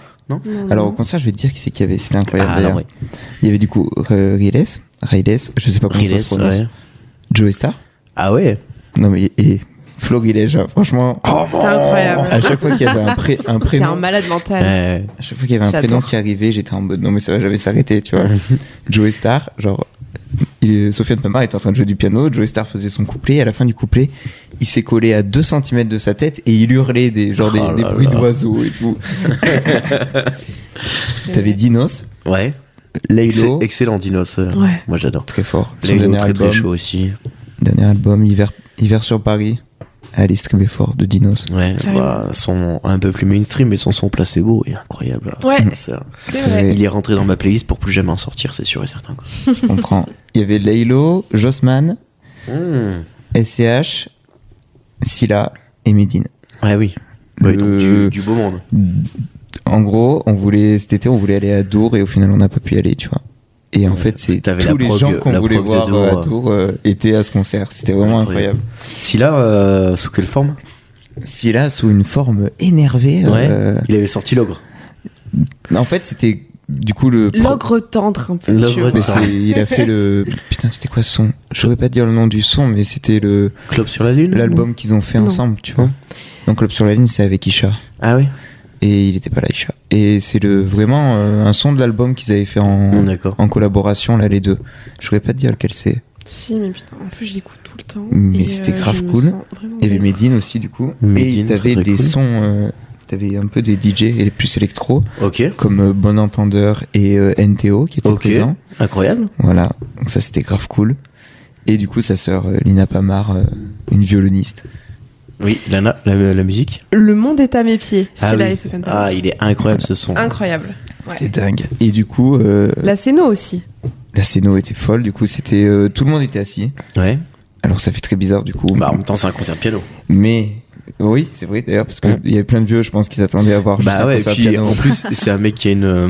[SPEAKER 3] Alors au
[SPEAKER 2] non.
[SPEAKER 3] concert, je vais te dire qui c'est qu'il y avait. C'était incroyable.
[SPEAKER 1] Ah,
[SPEAKER 3] d'ailleurs.
[SPEAKER 1] non, ouais.
[SPEAKER 3] Il y avait du coup euh, Riles, Riles, je sais pas comment ça
[SPEAKER 1] Riles,
[SPEAKER 3] se prononce.
[SPEAKER 1] ouais.
[SPEAKER 3] Joe Star.
[SPEAKER 1] Ah ouais
[SPEAKER 3] Non mais et Flo Riles, hein, franchement.
[SPEAKER 2] C'était incroyable.
[SPEAKER 3] À chaque fois qu'il y avait un, pré- un
[SPEAKER 2] C'est
[SPEAKER 3] prénom,
[SPEAKER 2] un malade mental.
[SPEAKER 1] Euh,
[SPEAKER 3] à chaque fois qu'il y avait un
[SPEAKER 2] J'adore.
[SPEAKER 3] prénom qui arrivait, j'étais en mode non mais ça va jamais s'arrêter, tu vois. Joe Star, genre il est, Sofiane Pamar était en train de jouer du piano, Joe Star faisait son couplet, à la fin du couplet, il s'est collé à 2 cm de sa tête et il hurlait des genre des,
[SPEAKER 1] Oh
[SPEAKER 3] des
[SPEAKER 1] là
[SPEAKER 3] bruits
[SPEAKER 1] là.
[SPEAKER 3] d'oiseaux et tout.
[SPEAKER 2] C'est
[SPEAKER 3] T'avais
[SPEAKER 2] vrai.
[SPEAKER 3] Dinos,
[SPEAKER 1] Euh. Ouais.
[SPEAKER 3] Laylo,
[SPEAKER 1] Excellent, excellent Dinos. euh,
[SPEAKER 2] Ouais.
[SPEAKER 1] Moi j'adore.
[SPEAKER 3] très fort. Son
[SPEAKER 1] Laylo
[SPEAKER 3] dernier
[SPEAKER 1] très très
[SPEAKER 3] album.
[SPEAKER 1] chaud aussi.
[SPEAKER 3] Dernier album, Hiver, Hiver sur Paris. Allez, streamer fort de Dinos.
[SPEAKER 1] Ouais,
[SPEAKER 2] Carrément.
[SPEAKER 1] bah, son un peu plus mainstream, mais son son placebo est incroyable.
[SPEAKER 2] Ouais.
[SPEAKER 1] Ça,
[SPEAKER 2] C'est
[SPEAKER 3] C'est
[SPEAKER 2] vrai.
[SPEAKER 3] vrai.
[SPEAKER 1] il est rentré dans ma playlist pour plus jamais en sortir, c'est sûr et certain. quoi.
[SPEAKER 3] Je comprends. Il y avait Laylo, Josman, Hmm. SCH, Silla et Medine.
[SPEAKER 1] Ouais, oui. Ouais, donc du,
[SPEAKER 3] Euh,
[SPEAKER 1] du beau monde.
[SPEAKER 3] En gros, on voulait, cet été, on voulait aller à Dour et au final, on n'a pas pu y aller, tu vois. Et en fait, c'est
[SPEAKER 1] t'avais la
[SPEAKER 3] tous les
[SPEAKER 1] prog-
[SPEAKER 3] gens qu'on
[SPEAKER 1] la
[SPEAKER 3] voulait
[SPEAKER 1] prog de
[SPEAKER 3] voir
[SPEAKER 1] Dour,
[SPEAKER 3] euh,
[SPEAKER 1] euh.
[SPEAKER 3] à Dour euh, étaient à ce concert. C'était vraiment
[SPEAKER 1] Incroyable.
[SPEAKER 3] incroyable.
[SPEAKER 1] Si là, euh, sous quelle forme
[SPEAKER 3] Silla, sous une forme énervée. euh,
[SPEAKER 1] Il avait sorti l'ogre.
[SPEAKER 3] En fait, c'était du coup le. pro-
[SPEAKER 2] L'ogre tendre un peu.
[SPEAKER 1] L'ogre
[SPEAKER 2] tu vois.
[SPEAKER 3] Mais c'est- il a fait le. Putain, c'était quoi ce son Je saurais pas dire le nom du son, mais c'était le.
[SPEAKER 1] Club sur la lune.
[SPEAKER 3] l'album qu'ils ont fait
[SPEAKER 2] Non.
[SPEAKER 3] ensemble, tu vois. Donc Club sur la ligne, c'est avec Isha.
[SPEAKER 1] Ah oui.
[SPEAKER 3] Et il était pas là, Isha. Et c'est le, vraiment euh, un son de l'album qu'ils avaient fait
[SPEAKER 1] Bon,
[SPEAKER 3] en,
[SPEAKER 1] Hmm, D'accord.
[SPEAKER 3] en collaboration, là, les deux. Je voudrais pas te dire lequel c'est.
[SPEAKER 2] Si, mais putain, en plus je l'écoute tout le temps.
[SPEAKER 3] Mais
[SPEAKER 2] et,
[SPEAKER 3] c'était
[SPEAKER 2] euh,
[SPEAKER 3] grave
[SPEAKER 2] je me
[SPEAKER 3] cool.
[SPEAKER 2] sens vraiment
[SPEAKER 3] Il y avait
[SPEAKER 2] bête.
[SPEAKER 3] Medine aussi, du coup.
[SPEAKER 1] Medine,
[SPEAKER 3] et t'avais
[SPEAKER 1] très, très
[SPEAKER 3] des
[SPEAKER 1] cool.
[SPEAKER 3] sons, euh, t'avais un peu des DJ et les plus électro,
[SPEAKER 1] Ok.
[SPEAKER 3] comme euh, Bon Entendeur et euh, NTO qui étaient
[SPEAKER 1] Ok.
[SPEAKER 3] présents.
[SPEAKER 1] Incroyable.
[SPEAKER 3] Voilà. Donc ça, c'était grave cool. Et du coup, sa sœur, euh, Lina Pamar, euh, une violoniste.
[SPEAKER 1] Oui, Lana, la, la musique.
[SPEAKER 2] Le monde est à mes pieds. C'est
[SPEAKER 1] Ah
[SPEAKER 2] là
[SPEAKER 1] oui.
[SPEAKER 2] et Sofiane Pamar.
[SPEAKER 1] Ah, il est incroyable ce son.
[SPEAKER 2] Incroyable. Ouais.
[SPEAKER 3] C'était dingue. Et du coup, euh,
[SPEAKER 2] La Céno aussi.
[SPEAKER 3] la scéno était folle. Du coup, c'était euh, tout le monde était assis.
[SPEAKER 1] Ouais.
[SPEAKER 3] Alors ça fait très bizarre du coup.
[SPEAKER 1] Bah, en même temps, c'est un concert de piano.
[SPEAKER 3] Mais oui, c'est vrai d'ailleurs parce qu'il
[SPEAKER 1] Mm.
[SPEAKER 3] y avait plein de vieux, je pense qu'ils attendaient à voir juste
[SPEAKER 1] Bah
[SPEAKER 3] un
[SPEAKER 1] ouais, et
[SPEAKER 3] concert
[SPEAKER 1] puis
[SPEAKER 3] piano.
[SPEAKER 1] en plus, c'est un mec qui a une, euh,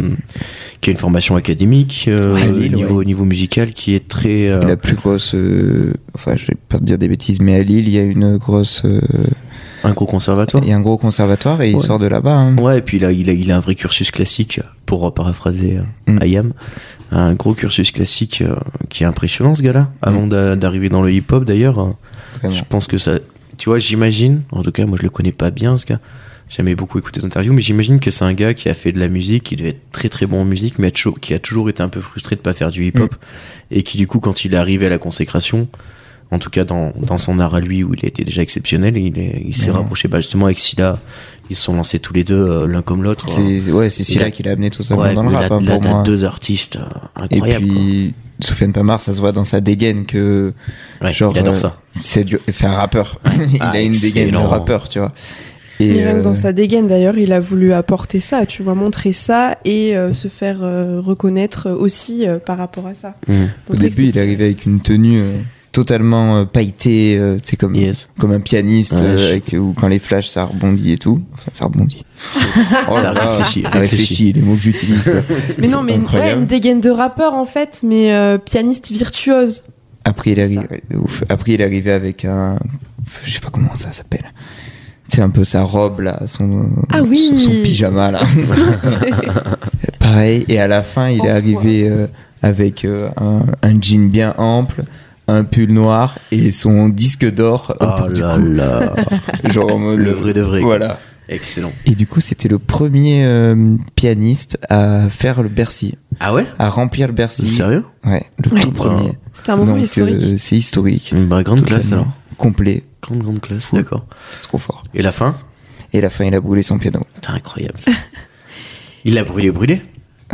[SPEAKER 1] qui a une formation académique euh,
[SPEAKER 3] Ouais, Lille,
[SPEAKER 1] niveau, niveau musical qui est très. euh,
[SPEAKER 3] Et la plus grosse, euh, enfin je vais pas te dire des bêtises, mais à Lille il y a une grosse, euh,
[SPEAKER 1] un gros conservatoire.
[SPEAKER 3] il y a un gros conservatoire et il
[SPEAKER 1] Ouais.
[SPEAKER 3] sort de là-bas. hein.
[SPEAKER 1] Ouais, et puis il a, il, a, il a un vrai cursus classique, pour euh, paraphraser euh,
[SPEAKER 3] Mm.
[SPEAKER 1] Ayam. Un gros cursus classique euh, qui est impressionnant, ce gars-là. Avant
[SPEAKER 3] Mm.
[SPEAKER 1] d'a- d'arriver dans le hip-hop, d'ailleurs, euh,
[SPEAKER 3] Vraiment.
[SPEAKER 1] je pense que ça. Tu vois, j'imagine, en tout cas, moi je le connais pas bien, ce gars. J'aimais beaucoup écouter d'interviews, mais j'imagine que c'est un gars qui a fait de la musique, qui devait être très très bon en musique, mais a toujours- qui a toujours été un peu frustré de pas faire du hip-hop.
[SPEAKER 3] Mm.
[SPEAKER 1] Et qui, du coup, quand il est arrivé à la consécration, en tout cas dans, dans son art à lui, où il a été déjà exceptionnel, il est- il s'est
[SPEAKER 3] Mhm.
[SPEAKER 1] rapproché bah, justement avec Silla. Ils se sont lancés tous les deux, euh, l'un comme l'autre.
[SPEAKER 3] C'est ouais, c'est
[SPEAKER 1] Il
[SPEAKER 3] Silla
[SPEAKER 1] a-
[SPEAKER 3] qui l'a amené tout ça
[SPEAKER 1] Ouais,
[SPEAKER 3] dans le
[SPEAKER 1] mais
[SPEAKER 3] rap
[SPEAKER 1] là,
[SPEAKER 3] hein,
[SPEAKER 1] là,
[SPEAKER 3] pour
[SPEAKER 1] t'as
[SPEAKER 3] moi.
[SPEAKER 1] deux artistes euh,
[SPEAKER 3] Et
[SPEAKER 1] incroyables.
[SPEAKER 3] puis Sofiane Pamar, ça se voit dans sa dégaine que
[SPEAKER 1] quoi. Ouais,
[SPEAKER 3] genre,
[SPEAKER 1] il adore
[SPEAKER 3] euh,
[SPEAKER 1] ça.
[SPEAKER 3] c'est du- c'est un rappeur. il
[SPEAKER 1] Ah,
[SPEAKER 3] a une dégaine de
[SPEAKER 1] excellent.
[SPEAKER 3] rappeur, tu vois. Et
[SPEAKER 2] Mais même
[SPEAKER 3] euh,
[SPEAKER 2] dans sa dégaine d'ailleurs, il a voulu apporter ça, tu vois, montrer ça et euh, se faire euh, reconnaître aussi euh, par rapport à ça.
[SPEAKER 3] Au
[SPEAKER 2] Montrer que
[SPEAKER 3] début, il
[SPEAKER 2] c'est-
[SPEAKER 3] arrivait avec une tenue euh, totalement euh, pailletée, euh, tu sais, comme,
[SPEAKER 1] Yes.
[SPEAKER 3] comme un pianiste,
[SPEAKER 1] Ouais,
[SPEAKER 3] euh,
[SPEAKER 1] je-
[SPEAKER 3] avec- où quand les flashs, ça rebondit et tout. Enfin, ça rebondit. Oh là
[SPEAKER 1] Ça
[SPEAKER 3] là,
[SPEAKER 1] réfléchit,
[SPEAKER 3] ça
[SPEAKER 1] ça
[SPEAKER 3] réfléchit, les mots que j'utilise. quoi.
[SPEAKER 2] Mais
[SPEAKER 3] C'est
[SPEAKER 2] non, mais une, ouais,
[SPEAKER 3] incroyable.
[SPEAKER 2] une dégaine de rappeur en fait, mais euh, pianiste virtuose.
[SPEAKER 3] Après, il
[SPEAKER 2] Ça.
[SPEAKER 3] arrive, ouais, de ouf. Après, il est arrivé avec un, je sais pas comment ça s'appelle. C'est un peu sa robe là, son,
[SPEAKER 2] Ah oui.
[SPEAKER 3] son, son pyjama là. Pareil. Et à la fin, il
[SPEAKER 2] En
[SPEAKER 3] est arrivé euh, avec euh, un, un jean bien ample, un pull noir et son disque d'or
[SPEAKER 1] Oh
[SPEAKER 3] autour du
[SPEAKER 1] là
[SPEAKER 3] cou.
[SPEAKER 1] là.
[SPEAKER 3] Genre en mode-
[SPEAKER 1] Le vrai de vrai.
[SPEAKER 3] Voilà.
[SPEAKER 1] Excellent.
[SPEAKER 3] Et du coup, c'était le premier euh, pianiste à faire le Bercy,
[SPEAKER 1] Ah ouais
[SPEAKER 3] à remplir le Bercy.
[SPEAKER 1] Sérieux
[SPEAKER 3] Ouais, le
[SPEAKER 2] Ouais.
[SPEAKER 3] tout premier.
[SPEAKER 2] C'était un moment
[SPEAKER 3] Donc,
[SPEAKER 2] historique.
[SPEAKER 3] euh, c'est historique.
[SPEAKER 1] Bah, grande classe
[SPEAKER 3] Totalement.
[SPEAKER 1] alors.
[SPEAKER 3] Complet.
[SPEAKER 1] Grande, grande classe.
[SPEAKER 3] Cool.
[SPEAKER 1] D'accord.
[SPEAKER 3] C'est trop fort.
[SPEAKER 1] Et la fin
[SPEAKER 3] Et à la fin, il a brûlé son piano.
[SPEAKER 1] Putain, incroyable ça. Il a brûlé, brûlé.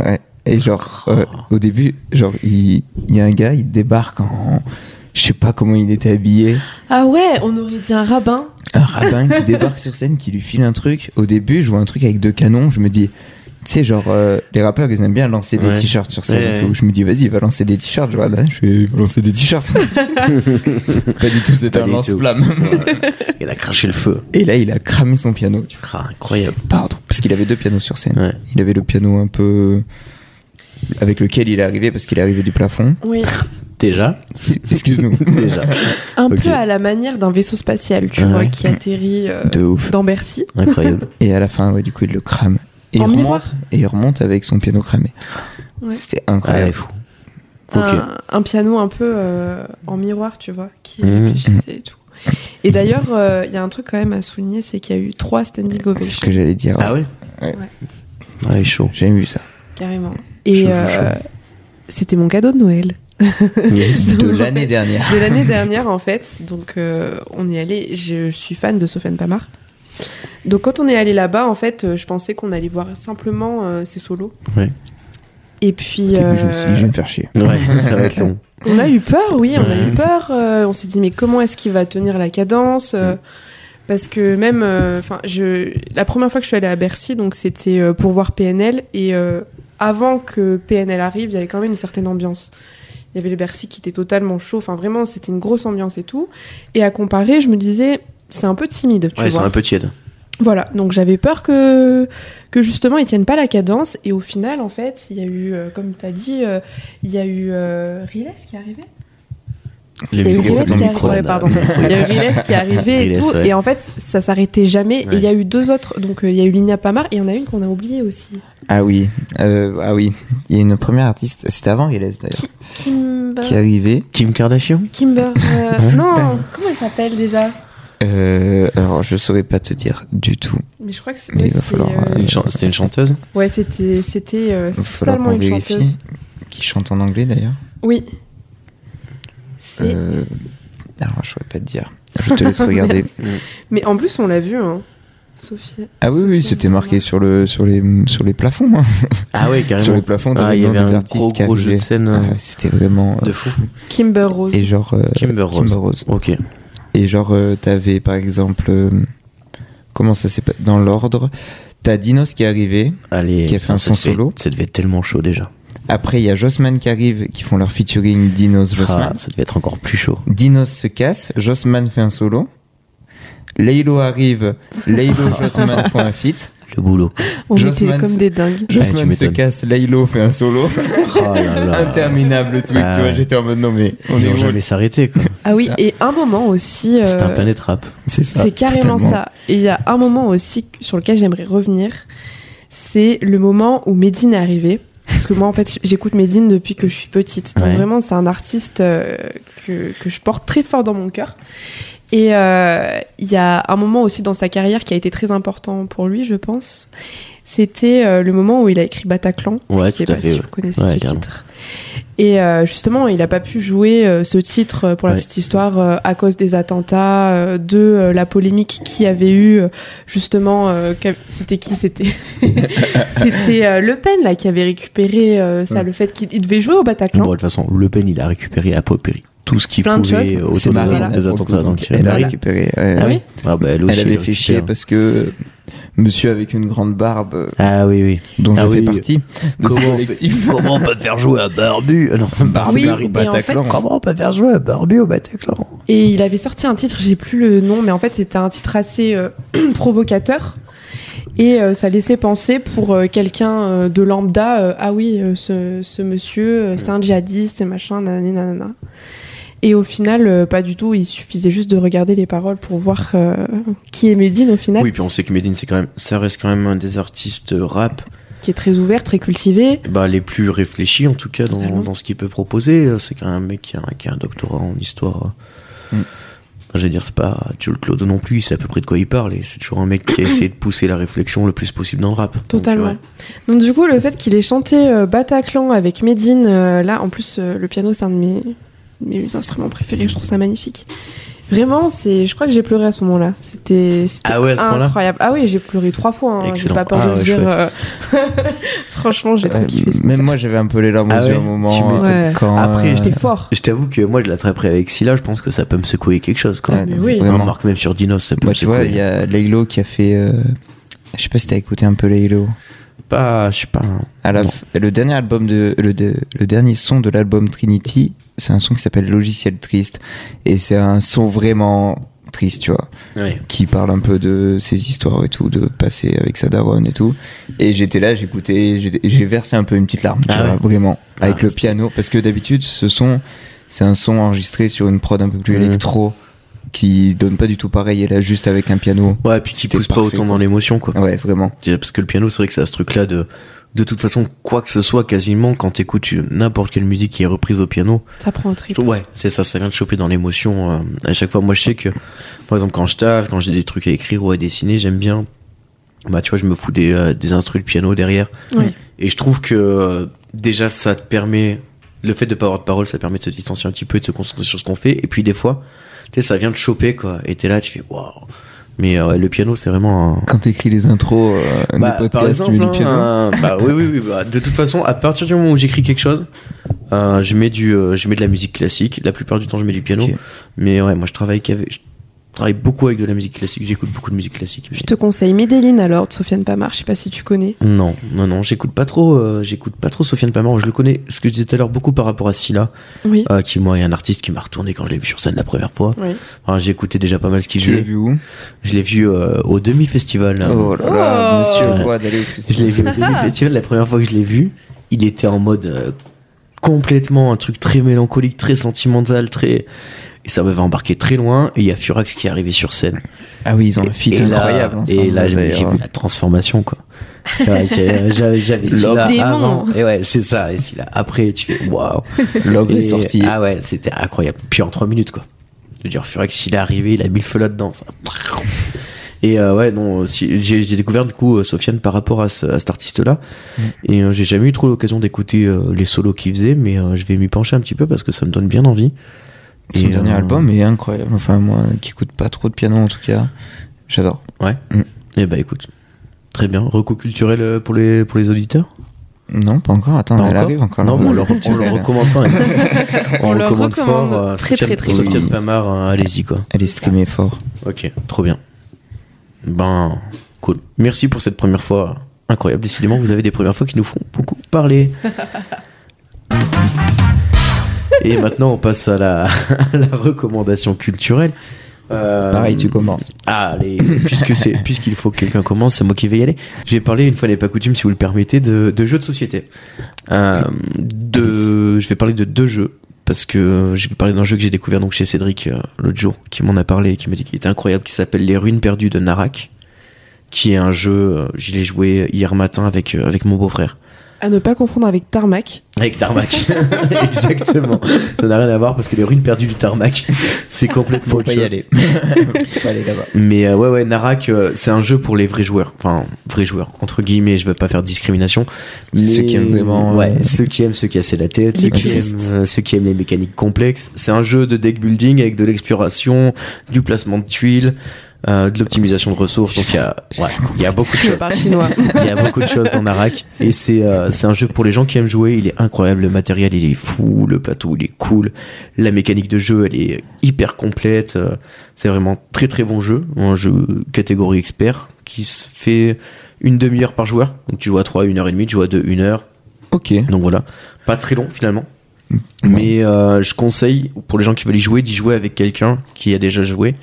[SPEAKER 3] Ouais.
[SPEAKER 1] Ah.
[SPEAKER 3] Et genre, euh, au début, genre, il il y a un gars, il débarque en. Je sais pas comment il était habillé.
[SPEAKER 2] Ah ouais, on aurait dit un rabbin.
[SPEAKER 3] Un rabbin qui débarque sur scène, qui lui file un truc. Au début, je vois un truc avec deux canons, je me dis. Tu sais, genre, euh, les rappeurs, ils aiment bien lancer des
[SPEAKER 1] Ouais.
[SPEAKER 3] t-shirts sur scène
[SPEAKER 1] Ouais,
[SPEAKER 3] et
[SPEAKER 1] ouais.
[SPEAKER 3] tout. Je me dis, vas-y, va lancer des t-shirts. Je regarde, là, je vais lancer des t-shirts. pas du tout, c'était
[SPEAKER 1] Pas
[SPEAKER 3] un
[SPEAKER 1] du tout.
[SPEAKER 3] lance-flamme.
[SPEAKER 1] Il a craché le feu.
[SPEAKER 3] Et là, il a cramé son piano.
[SPEAKER 1] Ah, incroyable.
[SPEAKER 3] Pardon. Parce qu'il avait deux pianos sur scène.
[SPEAKER 1] Ouais.
[SPEAKER 3] Il avait le piano un peu. avec lequel il est arrivé, parce qu'il est arrivé du plafond.
[SPEAKER 2] Oui,
[SPEAKER 1] Déjà.
[SPEAKER 3] Excuse-nous.
[SPEAKER 1] Déjà.
[SPEAKER 2] un
[SPEAKER 1] Ok.
[SPEAKER 2] peu à la manière d'un vaisseau spatial, tu
[SPEAKER 1] Ah
[SPEAKER 2] vois,
[SPEAKER 1] ouais.
[SPEAKER 2] qui atterrit euh,
[SPEAKER 3] De ouf.
[SPEAKER 2] dans Bercy.
[SPEAKER 1] Incroyable.
[SPEAKER 3] Et à la fin, ouais, du coup, il le crame. Et
[SPEAKER 2] En
[SPEAKER 3] il
[SPEAKER 2] miroir.
[SPEAKER 3] remonte, et il remonte avec son piano cramé.
[SPEAKER 2] Ouais.
[SPEAKER 3] C'était
[SPEAKER 1] Ah, il est
[SPEAKER 3] incroyable.
[SPEAKER 1] fou.
[SPEAKER 2] un, un piano un peu euh, en miroir, tu vois, qui
[SPEAKER 3] Mmh.
[SPEAKER 1] Mhm.
[SPEAKER 2] réfléchissait et tout. Et d'ailleurs, euh, il y a un truc quand même à souligner, c'est qu'il y a eu trois standing
[SPEAKER 3] C'est ce
[SPEAKER 2] ovations,
[SPEAKER 3] que j'allais dire.
[SPEAKER 1] Ah ouais
[SPEAKER 3] Ouais.
[SPEAKER 1] Ah, il est chaud.
[SPEAKER 3] J'ai jamais vu ça.
[SPEAKER 2] carrément.
[SPEAKER 3] Chaud,
[SPEAKER 2] Et
[SPEAKER 3] chaud,
[SPEAKER 2] euh, c'était mon cadeau de Noël
[SPEAKER 3] De l'année dernière.
[SPEAKER 2] de l'année dernière, en fait. Donc, euh, on y allait. Je suis fan de Sofiane Pamar. Donc, quand on est allé là-bas, en fait, euh, je pensais qu'on allait voir simplement euh, ses solos.
[SPEAKER 1] Ouais.
[SPEAKER 2] Et puis,
[SPEAKER 3] Au début, je me suis dit, je vais
[SPEAKER 2] euh,
[SPEAKER 3] me faire chier.
[SPEAKER 1] Ouais, ça va être long.
[SPEAKER 2] On a eu peur, oui, on a
[SPEAKER 1] Ouais.
[SPEAKER 2] eu peur. euh, on s'est dit, mais comment est-ce qu'il va tenir la cadence euh, Parce que même, euh, enfin, je, la première fois que je suis allée à Bercy, donc c'était euh, pour voir PNL, et euh, avant que PNL arrive, il y avait quand même une certaine ambiance. Il y avait le Bercy qui était totalement chaud. Enfin, vraiment, c'était une grosse ambiance et tout. Et à comparer, je me disais, c'est un peu timide, tu
[SPEAKER 1] Ouais, c'est
[SPEAKER 2] vois.
[SPEAKER 1] un peu tiède.
[SPEAKER 2] Voilà, donc j'avais peur que, que justement ils tiennent pas la cadence et au final en fait il y a eu, euh, comme tu as dit, euh, il y a eu euh, Riles qui est arrivé. Il y a eu Riles qui est arrivé. ouais, pardon. Il y a eu Riles qui est arrivé et
[SPEAKER 1] Riles,
[SPEAKER 2] tout
[SPEAKER 1] ouais.
[SPEAKER 2] et en fait ça s'arrêtait jamais et
[SPEAKER 1] Ouais.
[SPEAKER 2] il y a eu deux autres, donc euh, il y a eu Lina Pamar et il y en a une qu'on a oubliée aussi.
[SPEAKER 3] Ah oui. euh, ah oui. Il y a une première artiste. C'était avant Riles d'ailleurs.
[SPEAKER 2] Kimber...
[SPEAKER 3] Qui est arrivée.
[SPEAKER 1] Kim Kardashian
[SPEAKER 2] Kimber... euh, non, comment elle s'appelle déjà
[SPEAKER 3] Euh, alors, je saurais pas te dire du tout.
[SPEAKER 2] Mais je crois que c'est...
[SPEAKER 3] Mais il
[SPEAKER 2] ouais,
[SPEAKER 3] va
[SPEAKER 2] c'est,
[SPEAKER 3] falloir,
[SPEAKER 2] euh,
[SPEAKER 3] euh,
[SPEAKER 1] C'était une chan- c'était une chanteuse
[SPEAKER 2] ouais, c'était c'était, euh,
[SPEAKER 3] Il va
[SPEAKER 2] c'est
[SPEAKER 3] falloir
[SPEAKER 2] totalement
[SPEAKER 3] qu'on
[SPEAKER 2] une chanteuse.
[SPEAKER 3] vérifie. Qui chante en anglais d'ailleurs.
[SPEAKER 2] Oui. C'est...
[SPEAKER 3] Euh, alors, je saurais pas te dire. Je te laisse regarder.
[SPEAKER 2] Mais en plus, on l'a vu, hein. Sophie.
[SPEAKER 3] Ah oui, oui, c'était marqué sur, le, sur, les, sur les plafonds. hein.
[SPEAKER 1] Ah ouais,
[SPEAKER 3] Sur les
[SPEAKER 1] carrément.
[SPEAKER 3] plafonds,
[SPEAKER 1] Ah,
[SPEAKER 3] t'avais
[SPEAKER 1] il y
[SPEAKER 3] le nom
[SPEAKER 1] avait
[SPEAKER 3] des
[SPEAKER 1] un
[SPEAKER 3] artistes
[SPEAKER 1] gros,
[SPEAKER 3] qui
[SPEAKER 1] gros jeu de
[SPEAKER 3] arrivaient.
[SPEAKER 1] scène
[SPEAKER 3] Ah,
[SPEAKER 1] euh,
[SPEAKER 3] ouais, C'était vraiment. euh,
[SPEAKER 1] de fou.
[SPEAKER 2] Kimber Rose.
[SPEAKER 3] Et genre. euh,
[SPEAKER 1] Kimber Rose.
[SPEAKER 3] Kimber Rose.
[SPEAKER 1] Ok.
[SPEAKER 3] Et genre, euh, t'avais par exemple. euh, comment ça s'appelle Dans l'ordre. T'as Dinos qui est arrivé.
[SPEAKER 1] Allez,
[SPEAKER 3] Qui a fait
[SPEAKER 1] putain,
[SPEAKER 3] un
[SPEAKER 1] ça
[SPEAKER 3] son
[SPEAKER 1] devait-
[SPEAKER 3] solo.
[SPEAKER 1] Ça devait être tellement chaud déjà.
[SPEAKER 3] Après, il y a Jossman qui arrive, qui font leur featuring Dinos Jossman.
[SPEAKER 1] Ah, ça devait être encore plus chaud.
[SPEAKER 3] Dinos se casse, Jossman fait un solo. Leilo arrive, Leilo Jossman font un feat.
[SPEAKER 1] Le boulot. quoi.
[SPEAKER 2] On était
[SPEAKER 3] Jossman,
[SPEAKER 2] comme
[SPEAKER 3] c'est-
[SPEAKER 2] des dingues.
[SPEAKER 1] Ah, tu
[SPEAKER 3] Jossman se
[SPEAKER 1] m'étonnes.
[SPEAKER 3] casse, Leilo fait un solo.
[SPEAKER 1] Oh là là.
[SPEAKER 3] Interminable le truc,
[SPEAKER 1] Ah
[SPEAKER 3] tu vois,
[SPEAKER 1] ouais.
[SPEAKER 3] j'étais en mode non mais on
[SPEAKER 1] Ils
[SPEAKER 3] est
[SPEAKER 1] vont
[SPEAKER 3] où
[SPEAKER 1] jamais s'arrêter quoi.
[SPEAKER 2] Ah oui,
[SPEAKER 3] ça.
[SPEAKER 2] et un moment aussi. euh,
[SPEAKER 1] C'était un planète rap.
[SPEAKER 3] C'est
[SPEAKER 2] c'est carrément ça. Et il y a un moment aussi sur lequel j'aimerais revenir. C'est le moment où Medine est arrivé. Parce que moi, en fait, j'écoute Medine depuis que je suis petite. Donc
[SPEAKER 1] Ouais.
[SPEAKER 2] vraiment, c'est un artiste euh, que, que je porte très fort dans mon cœur. Et euh, il y a un moment aussi dans sa carrière qui a été très important pour lui, je pense. C'était euh, le moment où il a écrit Bataclan.
[SPEAKER 1] Ouais,
[SPEAKER 2] je sais
[SPEAKER 1] tout à
[SPEAKER 2] pas
[SPEAKER 1] fait,
[SPEAKER 2] si
[SPEAKER 1] ouais.
[SPEAKER 2] vous connaissez
[SPEAKER 1] Ouais,
[SPEAKER 2] ce
[SPEAKER 1] carrément.
[SPEAKER 2] titre. Et euh, justement, il n'a pas pu jouer euh, ce titre euh, pour la
[SPEAKER 1] Ouais.
[SPEAKER 2] petite histoire euh, à cause des attentats, euh, de euh, la polémique qu'il y avait eu euh, justement. euh, que- c'était qui C'était c'était euh, Le Pen là qui avait récupéré euh, ça,
[SPEAKER 3] Ouais.
[SPEAKER 2] le fait qu'il il devait joué au Bataclan.
[SPEAKER 1] Bon, de toute façon, Le Pen il a récupéré, il a approprié tout ce qu'il
[SPEAKER 2] Plein de
[SPEAKER 1] pouvait autour
[SPEAKER 3] C'est
[SPEAKER 1] des-
[SPEAKER 3] Marine
[SPEAKER 2] Voilà.
[SPEAKER 1] des attentats. Donc, euh,
[SPEAKER 3] elle a
[SPEAKER 1] Marine.
[SPEAKER 3] récupéré. ouais,
[SPEAKER 2] Ah oui
[SPEAKER 3] ouais.
[SPEAKER 1] Ah bah, elle aussi.
[SPEAKER 3] Elle avait
[SPEAKER 1] elle
[SPEAKER 3] fait
[SPEAKER 1] récupère.
[SPEAKER 3] chier parce que monsieur avec une grande barbe euh,
[SPEAKER 1] Ah oui, oui.
[SPEAKER 3] dont
[SPEAKER 1] Ah
[SPEAKER 3] je
[SPEAKER 1] oui,
[SPEAKER 3] fais
[SPEAKER 1] oui.
[SPEAKER 3] partie de ce
[SPEAKER 1] Comment on, fait-
[SPEAKER 3] collectif.
[SPEAKER 1] comment on peut faire jouer à Barbu Ah Non, Barbu.
[SPEAKER 2] Oui,
[SPEAKER 1] Barbu.
[SPEAKER 2] et en fait-
[SPEAKER 1] Comment on peut faire jouer à Barbu au Bataclan
[SPEAKER 2] Et il avait sorti un titre, j'ai plus le nom, mais en fait c'était un titre assez euh, provocateur. Et euh, ça laissait penser pour euh, quelqu'un euh, de lambda, euh, ah oui, euh, ce, ce monsieur, euh, c'est un djihadiste et machin, nanani, nanana. Et au final, euh, pas du tout, il suffisait juste de regarder les paroles pour voir euh, qui est Medine au final,
[SPEAKER 5] Oui, puis on sait que Medine, c'est quand même, ça reste quand même un des artistes rap,
[SPEAKER 2] qui est très ouvert, très cultivé.
[SPEAKER 1] Eh ben,
[SPEAKER 5] bah, les plus réfléchis en tout cas
[SPEAKER 2] Totalement.
[SPEAKER 5] dans, dans ce qu'il peut
[SPEAKER 1] euh,
[SPEAKER 5] proposer. C'est quand même un mec qui a, un- qui a un doctorat en histoire.
[SPEAKER 3] Mm.
[SPEAKER 5] Enfin, je veux dire, c'est pas Jules Claude non plus, c'est à peu près de quoi il parle. Et c'est toujours un mec qui a essayé de pousser la réflexion le plus possible dans le rap. Donc,
[SPEAKER 2] Totalement.
[SPEAKER 5] ouais.
[SPEAKER 2] Donc, du coup, le fait qu'il ait chanté euh, Bataclan avec Medine, euh, là, en plus, euh, le piano, c'est un de mes, mes instruments préférés. Je trouve ça magnifique. Vraiment, c'est. Je crois que j'ai pleuré à ce moment-là. C'était. c'était
[SPEAKER 5] Ah ouais, à ce moment-là
[SPEAKER 2] incroyable. Ah oui, j'ai pleuré trois fois. hein. J'ai
[SPEAKER 5] Excellent.
[SPEAKER 2] pas peur
[SPEAKER 5] Ah
[SPEAKER 2] de le
[SPEAKER 5] ouais,
[SPEAKER 2] dire.
[SPEAKER 5] chouette.
[SPEAKER 2] euh, Franchement, j'ai trop
[SPEAKER 3] Euh,
[SPEAKER 2] kiffé. ce
[SPEAKER 3] même
[SPEAKER 2] concert.
[SPEAKER 3] moi j'avais un peu les larmes
[SPEAKER 1] Ah
[SPEAKER 3] aux yeux
[SPEAKER 1] ouais
[SPEAKER 3] au
[SPEAKER 1] Tu
[SPEAKER 3] moment
[SPEAKER 1] m'étonnes.
[SPEAKER 3] euh,
[SPEAKER 2] Ouais.
[SPEAKER 3] quand
[SPEAKER 1] Après,
[SPEAKER 3] euh,
[SPEAKER 2] C'était fort.
[SPEAKER 1] Je t'avoue que moi, je l'attraperai avec Scylla, je pense que ça peut me secouer quelque chose. Quoi.
[SPEAKER 3] ouais,
[SPEAKER 2] mais oui.
[SPEAKER 1] On
[SPEAKER 3] Ah, vraiment.
[SPEAKER 1] remarque même sur Dinos, ça peut
[SPEAKER 3] Moi
[SPEAKER 1] me
[SPEAKER 3] tu vois
[SPEAKER 1] secouer.
[SPEAKER 3] il y a Laylo qui a fait euh, je sais pas si t'as écouté un peu Laylo
[SPEAKER 1] Pas, je sais pas. un-
[SPEAKER 3] À la
[SPEAKER 1] Non.
[SPEAKER 3] f- le dernier album de le, de- le dernier son de l'album Trinity, c'est un son qui s'appelle Logiciel triste et c'est un son vraiment triste, tu vois, qui parle un peu de ses histoires et tout, de passer avec sa daronne et tout. Et j'étais là, j'écoutais, j'ai j'ai versé un peu une petite larme, tu
[SPEAKER 1] Ah
[SPEAKER 3] vois,
[SPEAKER 1] ouais.
[SPEAKER 3] vraiment,
[SPEAKER 1] Ah,
[SPEAKER 3] avec le
[SPEAKER 1] c'est-
[SPEAKER 3] piano, parce que d'habitude ce son, c'est un son enregistré sur une prod un peu plus
[SPEAKER 1] Mhm.
[SPEAKER 3] électro, qui donne pas du tout pareil, et là juste avec un piano.
[SPEAKER 1] Ouais, puis qui
[SPEAKER 3] C'était
[SPEAKER 1] pousse pas
[SPEAKER 3] parfait,
[SPEAKER 1] autant
[SPEAKER 3] quoi.
[SPEAKER 1] dans l'émotion, quoi.
[SPEAKER 3] Ouais, vraiment.
[SPEAKER 1] Déjà, Parce que le piano, c'est vrai que ça a ce truc-là de. De toute façon, quoi que ce soit, quasiment, quand t'écoutes une- n'importe quelle musique qui est reprise au piano,
[SPEAKER 2] Ça prend un
[SPEAKER 1] je
[SPEAKER 2] trip.
[SPEAKER 1] trouve- ouais, c'est ça, ça vient te choper dans l'émotion euh, à chaque fois. Moi, je sais que, par exemple, quand je taffe, quand j'ai des trucs à écrire ou à dessiner, j'aime bien. Bah, tu vois, je me fous des, euh, des instrus de piano derrière.
[SPEAKER 2] Ouais.
[SPEAKER 1] Et je trouve que euh, déjà ça te permet, le fait de pas avoir de parole, ça permet de se distancier un petit peu et de se concentrer sur ce qu'on fait. Et puis des fois, tu sais, ça vient te choper quoi. Et t'es là, tu fais waouh. Mais euh, ouais, le piano, c'est vraiment un.
[SPEAKER 3] Quand t'écris les intros euh,
[SPEAKER 1] Bah,
[SPEAKER 3] des podcasts, tu mets
[SPEAKER 1] hein,
[SPEAKER 3] du piano.
[SPEAKER 1] un- bah oui, oui, oui. bah, de toute façon, à partir du moment où j'écris quelque chose, euh, je mets du, euh, je mets de la musique classique. La plupart du temps, je mets du piano.
[SPEAKER 3] Ok.
[SPEAKER 1] Mais ouais, moi, je travaille qu'avec, je travaille beaucoup avec de la musique classique. J'écoute beaucoup de musique classique. mais-
[SPEAKER 2] Je te conseille Medellin alors de Sofiane Pamar, je sais pas si tu connais.
[SPEAKER 1] Non, non, non, j'écoute pas trop, euh, j'écoute pas trop Sofiane Pamar. Je le connais, ce que je disais tout à l'heure, beaucoup par rapport à Scylla,
[SPEAKER 2] Oui.
[SPEAKER 1] euh, qui moi est un artiste qui m'a retourné quand je l'ai vu sur scène la première fois.
[SPEAKER 2] Oui.
[SPEAKER 1] Enfin, j'ai écouté déjà pas mal ce qu'il
[SPEAKER 3] Tu l'as
[SPEAKER 1] faisait.
[SPEAKER 3] vu où
[SPEAKER 1] Je l'ai vu euh, au demi-festival. là.
[SPEAKER 3] Oh là là,
[SPEAKER 2] Oh.
[SPEAKER 3] monsieur, droit d'aller au
[SPEAKER 1] Je l'ai
[SPEAKER 3] festival.
[SPEAKER 1] vu au demi-festival. La première fois que je l'ai vu, il était en mode euh, complètement un truc très mélancolique, très sentimental, très. Et ça m'avait embarqué très loin. Et il y a Furax qui est arrivé sur scène.
[SPEAKER 3] Ah oui, ils ont un feat
[SPEAKER 1] et là-
[SPEAKER 3] incroyable. ensemble,
[SPEAKER 1] et là, j'ai
[SPEAKER 3] d'ailleurs.
[SPEAKER 1] j'ai vu la transformation, quoi. J'avais- euh, J'avais j'avais Scylla
[SPEAKER 2] démon.
[SPEAKER 1] avant. Et ouais, c'est ça. Et Scylla après, tu fais waouh.
[SPEAKER 3] L'ogre
[SPEAKER 1] Et-
[SPEAKER 3] est sorti.
[SPEAKER 1] Ah ouais, c'était incroyable. Puis en 3 minutes, quoi. Je veux dire, Furex, s'il est arrivé, il a mis le feu là-dedans. ça. Et euh, ouais, non, si- j'ai j'ai découvert du coup euh, Sofiane par rapport à, ce- à cet artiste-là.
[SPEAKER 3] Mm.
[SPEAKER 1] Et euh, j'ai jamais eu trop l'occasion d'écouter euh, les solos qu'il faisait, mais euh, je vais m'y pencher un petit peu parce que ça me donne bien envie.
[SPEAKER 3] Son
[SPEAKER 1] Et,
[SPEAKER 3] dernier
[SPEAKER 1] euh,
[SPEAKER 3] album est incroyable. Enfin, moi, qui écoute pas trop de piano en tout cas, j'adore.
[SPEAKER 1] Eh bah écoute, très bien. Reco culturel euh, pour les, pour les auditeurs
[SPEAKER 3] Non, pas encore. Attends,
[SPEAKER 1] Pas
[SPEAKER 3] elle
[SPEAKER 1] encore
[SPEAKER 3] arrive encore.
[SPEAKER 1] Non,
[SPEAKER 3] là.
[SPEAKER 1] mais on leur- on le recommande pas.
[SPEAKER 2] On le
[SPEAKER 1] recommande
[SPEAKER 2] recommande
[SPEAKER 1] fort, euh,
[SPEAKER 2] très,
[SPEAKER 1] Sofiane-
[SPEAKER 2] très, très
[SPEAKER 1] Sofiane
[SPEAKER 3] fort.
[SPEAKER 1] Pamar, euh, allez-y quoi.
[SPEAKER 3] Elle est streamée fort.
[SPEAKER 1] Ok, trop bien. Ben, cool. Merci pour cette première fois incroyable. Décidément, vous avez des premières fois qui nous font beaucoup parler. Et maintenant, on passe à la, à la recommandation culturelle. Euh,
[SPEAKER 3] Pareil, tu commences.
[SPEAKER 1] ah, Allez, puisque c'est, puisqu'il faut que quelqu'un commence, c'est moi qui vais y aller. J'ai parlé une fois n'est pas coutume, si vous le permettez, de, de jeux de société. Euh, de, je vais parler de deux jeux parce que euh, je vais parler d'un jeu que j'ai découvert donc chez Cédric euh, l'autre jour, qui m'en a parlé, et qui m'a dit qu'il était incroyable, qui s'appelle Les Ruines Perdues de Narak, qui est un jeu. euh, Je l'ai joué hier matin avec euh, avec mon beau-frère.
[SPEAKER 2] À ne pas confondre avec Tarmac.
[SPEAKER 1] Avec Tarmac. Exactement. Ça n'a rien à voir parce que les ruines perdues du Tarmac, c'est complètement
[SPEAKER 3] Faut
[SPEAKER 1] autre
[SPEAKER 3] pas y
[SPEAKER 1] chose.
[SPEAKER 3] aller. Faut pas aller là-bas.
[SPEAKER 1] Mais euh, ouais, ouais, Narak, euh, c'est un jeu pour les vrais joueurs. Enfin, vrais joueurs, entre guillemets, je veux pas faire de discrimination.
[SPEAKER 3] Ceux
[SPEAKER 1] Mais-
[SPEAKER 3] qui aiment vraiment,
[SPEAKER 1] Ouais,
[SPEAKER 3] euh,
[SPEAKER 1] ceux qui aiment se casser la tête,
[SPEAKER 2] Les
[SPEAKER 1] ceux qui, aiment,
[SPEAKER 2] puristes.
[SPEAKER 1] euh, ceux qui aiment les mécaniques complexes. C'est un jeu de deck building avec de l'exploration, du placement de tuiles, euh, de l'optimisation de ressources. Donc il y a, ouais, il y a beaucoup de
[SPEAKER 2] Je
[SPEAKER 1] choses.
[SPEAKER 2] parle chinois.
[SPEAKER 1] Il y a beaucoup de choses dans Narak. Et c'est euh, c'est un jeu pour les gens qui aiment jouer. Il est incroyable. Le matériel, il est fou. Le plateau, il est cool. La mécanique de jeu, elle est hyper complète. Euh, C'est vraiment très très bon jeu. Un jeu catégorie expert qui se fait une demi-heure par joueur. Donc tu joues à 3, 1 heure et demie. Tu joues à 2, 1 heure.
[SPEAKER 3] Ok.
[SPEAKER 1] Donc voilà. Pas très long finalement. Mais euh, je conseille pour les gens qui veulent y jouer d'y jouer avec quelqu'un qui y a déjà joué.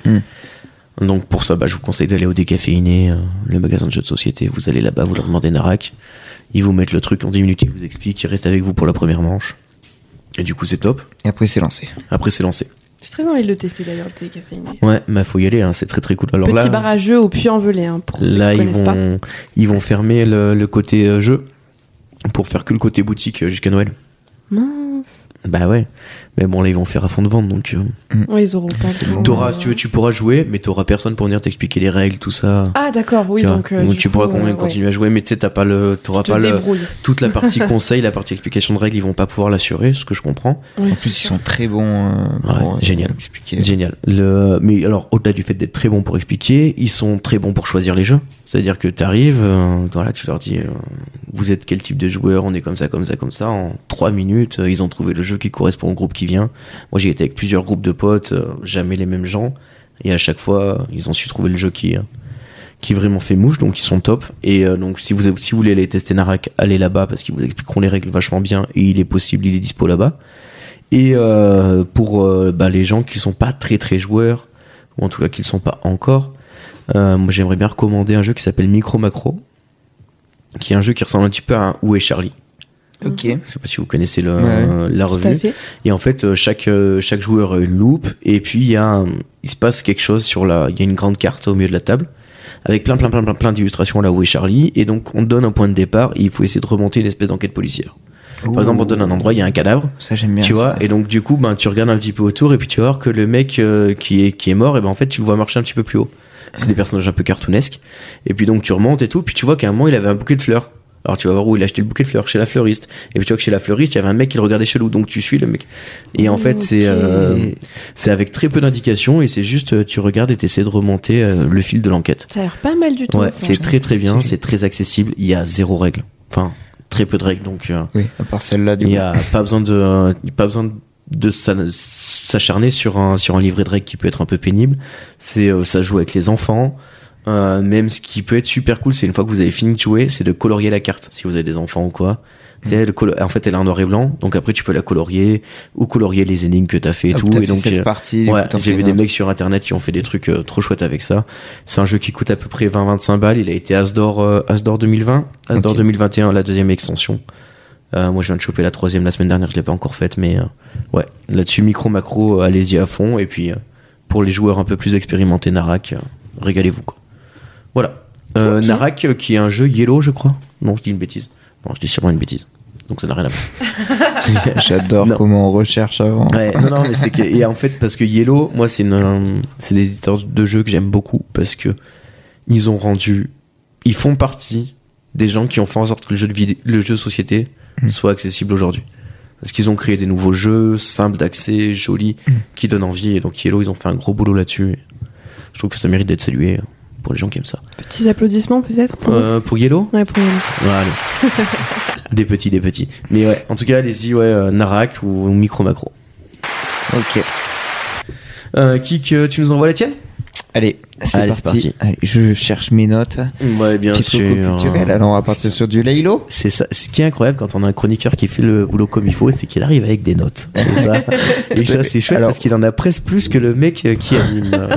[SPEAKER 1] Donc pour ça, bah, je vous conseille d'aller au décaféiné, euh, le magasin de jeux de société. Vous allez là-bas, vous leur demandez Narak. Ils vous mettent le truc en 10 minutes, ils vous expliquent, ils restent avec vous pour la première manche. Et du coup, c'est top.
[SPEAKER 3] Et après, c'est lancé.
[SPEAKER 1] Après, c'est lancé.
[SPEAKER 2] J'ai très envie de le tester d'ailleurs, le thé caféiné.
[SPEAKER 1] Ouais, mais faut y aller, hein, c'est très très cool. Alors
[SPEAKER 2] Petit
[SPEAKER 1] là,
[SPEAKER 2] bar à jeu au Puy-en-Velay, hein, pour ceux
[SPEAKER 1] là
[SPEAKER 2] qui
[SPEAKER 1] ils,
[SPEAKER 2] connaissent pas.
[SPEAKER 1] vont, ils vont fermer le, le côté euh, jeu pour faire que le côté boutique euh, jusqu'à Noël.
[SPEAKER 2] Mince.
[SPEAKER 1] Bah ouais. Mais bon, là, ils vont faire à fond de vente, donc. euh,
[SPEAKER 2] Ouais, ils auront pas le temps.
[SPEAKER 1] T'auras, si tu veux, tu pourras jouer, mais t'auras personne pour venir t'expliquer les règles, tout ça.
[SPEAKER 2] Ah, d'accord, oui,
[SPEAKER 1] Tu vois.
[SPEAKER 2] donc. euh, du
[SPEAKER 1] tu
[SPEAKER 2] coup,
[SPEAKER 1] pourras
[SPEAKER 2] euh,
[SPEAKER 1] quand même
[SPEAKER 2] ouais.
[SPEAKER 1] continuer à jouer, mais tu sais, t'as pas le, t'auras
[SPEAKER 2] Tu
[SPEAKER 1] pas
[SPEAKER 2] te
[SPEAKER 1] le,
[SPEAKER 2] débrouilles.
[SPEAKER 1] toute la partie conseil, la partie explication de règles, ils vont pas pouvoir l'assurer, ce que je comprends.
[SPEAKER 2] Ouais,
[SPEAKER 3] En plus, ils sont très bons. euh, pour,
[SPEAKER 1] Ouais,
[SPEAKER 3] euh,
[SPEAKER 1] génial.
[SPEAKER 3] Expliquer.
[SPEAKER 1] Génial. Le, mais alors, au-delà du fait d'être très bon pour expliquer, ils sont très bons pour choisir les jeux. C'est-à-dire que t'arrives, euh, voilà, tu leur dis, euh, vous êtes quel type de joueur, on est comme ça, comme ça, comme ça. En trois minutes, euh, ils ont trouvé le jeu qui correspond au groupe qui vient. Moi, j'ai été avec plusieurs groupes de potes, euh, jamais les mêmes gens. Et à chaque fois, ils ont su trouver le jeu qui, euh, qui vraiment fait mouche, donc ils sont top. Et euh, donc si vous, si vous voulez aller tester Narak, allez là-bas parce qu'ils vous expliqueront les règles vachement bien et il est possible, il est dispo là-bas. Et euh, pour euh, bah, les gens qui sont pas très très joueurs, ou en tout cas qui ne sont pas encore, euh, moi j'aimerais bien recommander un jeu qui s'appelle Micro Macro, qui est un jeu qui ressemble un petit peu à un Où est Charlie
[SPEAKER 3] Ok.
[SPEAKER 1] Je sais pas si vous connaissez le-
[SPEAKER 3] Ouais.
[SPEAKER 1] la
[SPEAKER 2] Tout à
[SPEAKER 1] revue.
[SPEAKER 2] fait.
[SPEAKER 1] Et en fait, euh, chaque, euh, chaque joueur a une loupe, et puis il y a un- il se passe quelque chose sur la. Il y a une grande carte au milieu de la table, avec plein, plein, plein, plein, plein d'illustrations là où est Charlie, et donc on donne un point de départ, et il faut essayer de remonter une espèce d'enquête policière. Par exemple, on donne un endroit, il y a un cadavre,
[SPEAKER 3] Ça, j'aime bien.
[SPEAKER 1] tu vois,
[SPEAKER 3] ça.
[SPEAKER 1] et donc du coup, ben, tu regardes un petit peu autour, et puis tu vas voir que le mec euh, qui, est, qui est mort, et ben en fait, tu le vois marcher un petit peu plus haut. C'est des personnages un peu cartoonesques, et puis donc tu remontes et tout, puis tu vois qu'à un moment, il avait un bouquet de fleurs. Alors tu vas voir où il a acheté le bouquet de fleurs, chez la fleuriste. Et puis tu vois que chez la fleuriste, il y avait un mec qui le regardait chelou, donc tu suis le mec. Et en fait, c'est euh,
[SPEAKER 3] Et-
[SPEAKER 1] c'est avec très peu d'indications et c'est juste euh, tu regardes et t'essaies de remonter euh, le fil de l'enquête.
[SPEAKER 2] Ça a l'air pas mal du tout.
[SPEAKER 1] Ouais,
[SPEAKER 2] ça.
[SPEAKER 1] c'est très très bien,
[SPEAKER 3] Stylé.
[SPEAKER 1] c'est très accessible. Il y a zéro règle, enfin très peu de règles, donc euh,
[SPEAKER 3] Oui, à part celle-là, du
[SPEAKER 1] il
[SPEAKER 3] coup.
[SPEAKER 1] y a pas besoin de euh, pas besoin de s'an- s'acharner sur un sur un livret de règles qui peut être un peu pénible. C'est euh, ça se joue avec les enfants. Euh, même ce qui peut être super cool, c'est une fois que vous avez fini de jouer, c'est de colorier la carte. Si vous avez des enfants ou quoi. Tu
[SPEAKER 3] Mm.
[SPEAKER 1] sais, le colo- en fait, elle est en noir et blanc, donc après tu peux la colorier ou colorier les énigmes que t'as fait et
[SPEAKER 3] Hop,
[SPEAKER 1] tout.
[SPEAKER 3] Ah, t'as
[SPEAKER 1] et
[SPEAKER 3] fait
[SPEAKER 1] donc
[SPEAKER 3] cette
[SPEAKER 1] euh,
[SPEAKER 3] partie, du
[SPEAKER 1] Ouais,
[SPEAKER 3] coup, t'en
[SPEAKER 1] j'ai
[SPEAKER 3] fais
[SPEAKER 1] vu
[SPEAKER 3] une
[SPEAKER 1] des
[SPEAKER 3] autre.
[SPEAKER 1] mecs sur internet qui ont fait des trucs euh, trop chouettes avec ça. C'est un jeu qui coûte à peu près 20-25 balles. Il a été Asdor, euh, Asdor 2020, Asdor
[SPEAKER 3] Ok.
[SPEAKER 1] 2021, la deuxième extension. Euh, moi, je viens de choper la troisième la semaine dernière. Je l'ai pas encore faite, mais euh, ouais. Là-dessus, micro, macro, euh, allez-y à fond. Et puis, euh, pour les joueurs un peu plus expérimentés, Narak, euh, régalez-vous. quoi. Voilà. Euh,
[SPEAKER 2] Ok.
[SPEAKER 1] Narak, euh, qui est un jeu yellow, je crois. Non, je dis une bêtise. Non, je dis sûrement une bêtise. Donc, ça n'a rien à voir. C'est-
[SPEAKER 3] J'adore
[SPEAKER 1] Non.
[SPEAKER 3] comment on recherche avant.
[SPEAKER 1] Ouais, non, non, mais c'est que. Et en fait, parce que Yellow, moi, c'est une, euh, c'est des éditeurs de jeux que j'aime beaucoup parce que ils ont rendu. Ils font partie des gens qui ont fait en sorte que le jeu de, vidéo, le jeu de société
[SPEAKER 3] Mhm.
[SPEAKER 1] soit accessible aujourd'hui. Parce qu'ils ont créé des nouveaux jeux simples d'accès, jolis, qui donnent envie. Et donc, Yellow, ils ont fait un gros boulot là-dessus. Je trouve que ça mérite d'être salué euh, pour les gens qui aiment ça.
[SPEAKER 2] Petits applaudissements peut-être pour...
[SPEAKER 1] Euh, pour Yellow
[SPEAKER 2] Ouais, pour...
[SPEAKER 1] Ouais, allez. Des petits, des petits. Mais ouais, en tout cas, allez-y, ouais, euh, Narak ou Micro Macro.
[SPEAKER 3] Ok.
[SPEAKER 1] Euh, Kik, euh, tu nous envoies la tienne
[SPEAKER 3] Allez, c'est
[SPEAKER 1] Allez,
[SPEAKER 3] parti.
[SPEAKER 1] c'est parti.
[SPEAKER 3] Allez, je cherche mes notes.
[SPEAKER 1] Ouais, bien
[SPEAKER 3] Petit truc culturel. Alors, on va partir sur du Laylo.
[SPEAKER 1] C'est ça. Ce qui est incroyable quand on a un chroniqueur qui fait le boulot comme il faut, c'est qu'il arrive avec des notes. Et ça, et ça, c'est chouette
[SPEAKER 3] Alors-
[SPEAKER 1] parce qu'il en a presque plus que le mec euh, qui anime. euh,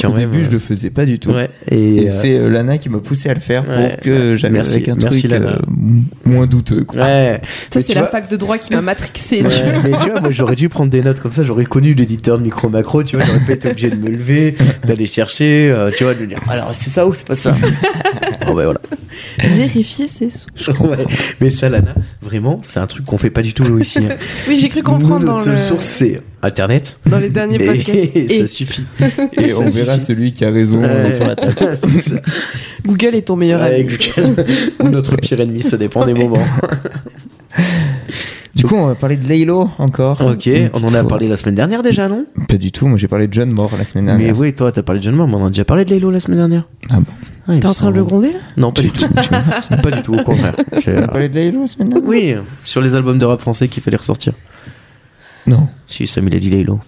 [SPEAKER 1] quand
[SPEAKER 3] Au
[SPEAKER 1] même,
[SPEAKER 3] début,
[SPEAKER 1] euh,
[SPEAKER 3] je le faisais pas du tout.
[SPEAKER 1] Ouais. Et,
[SPEAKER 3] Et
[SPEAKER 1] euh,
[SPEAKER 3] c'est euh, Lana qui m'a poussé à le faire
[SPEAKER 1] Ouais.
[SPEAKER 3] pour que j'arrive
[SPEAKER 1] Merci.
[SPEAKER 3] avec un
[SPEAKER 1] Merci,
[SPEAKER 3] truc
[SPEAKER 1] Lana.
[SPEAKER 3] euh, m- moins douteux. quoi.
[SPEAKER 1] ouais. Mais
[SPEAKER 2] Ça, c'est
[SPEAKER 1] tu
[SPEAKER 2] la
[SPEAKER 1] vois-
[SPEAKER 2] fac de droit qui m'a matrixé. tu vois.
[SPEAKER 1] Ouais, mais tu vois, moi j'aurais dû prendre des notes comme ça, j'aurais connu l'éditeur de micro macro, tu vois, j'aurais pas été obligé de me lever, d'aller chercher, euh, tu vois, de lui dire alors c'est ça ou c'est pas ça Bon, ben, voilà.
[SPEAKER 2] Vérifier ses sous.
[SPEAKER 1] Ouais. Mais ça, Lana, vraiment, c'est un truc qu'on fait pas du tout nous ici. hein.
[SPEAKER 2] Oui, j'ai cru comprendre
[SPEAKER 1] Nous,
[SPEAKER 2] dans,
[SPEAKER 1] notre seule
[SPEAKER 2] le...
[SPEAKER 1] source, c'est Internet.
[SPEAKER 2] dans les derniers
[SPEAKER 1] Et-
[SPEAKER 2] podcasts.
[SPEAKER 1] et
[SPEAKER 2] Et
[SPEAKER 1] ça suffit.
[SPEAKER 3] Et
[SPEAKER 1] ça
[SPEAKER 3] on verra
[SPEAKER 1] suffit.
[SPEAKER 3] celui qui a raison
[SPEAKER 1] Ouais.
[SPEAKER 3] euh, sur la table.
[SPEAKER 1] C'est ça.
[SPEAKER 2] Google est ton meilleur
[SPEAKER 1] Ouais,
[SPEAKER 2] ami.
[SPEAKER 1] Google, c'est notre pire ennemi, ça dépend des moments.
[SPEAKER 3] Du coup, on va parler de Laylo encore.
[SPEAKER 1] ok,
[SPEAKER 3] Une
[SPEAKER 1] on
[SPEAKER 3] petite
[SPEAKER 1] en a
[SPEAKER 3] fois.
[SPEAKER 1] parlé la semaine dernière déjà, non
[SPEAKER 3] Pas du tout. Moi, j'ai parlé de John Moore la semaine
[SPEAKER 1] Mais
[SPEAKER 3] dernière.
[SPEAKER 1] oui, toi, t'as parlé de John Moore, mais on en a déjà parlé de Lélo la semaine dernière.
[SPEAKER 3] Ah bon
[SPEAKER 1] Ah, il
[SPEAKER 2] T'es
[SPEAKER 1] me
[SPEAKER 2] en train de le
[SPEAKER 1] semble.
[SPEAKER 2] gronder là
[SPEAKER 1] Non, pas du tout. pas du tout, au contraire. C'est- euh,
[SPEAKER 3] On a parlé de Laylo la semaine dernière
[SPEAKER 1] Oui, sur les albums de rap français qu'il fallait ressortir.
[SPEAKER 3] Non.
[SPEAKER 1] Si, Sam, il a dit Lélo.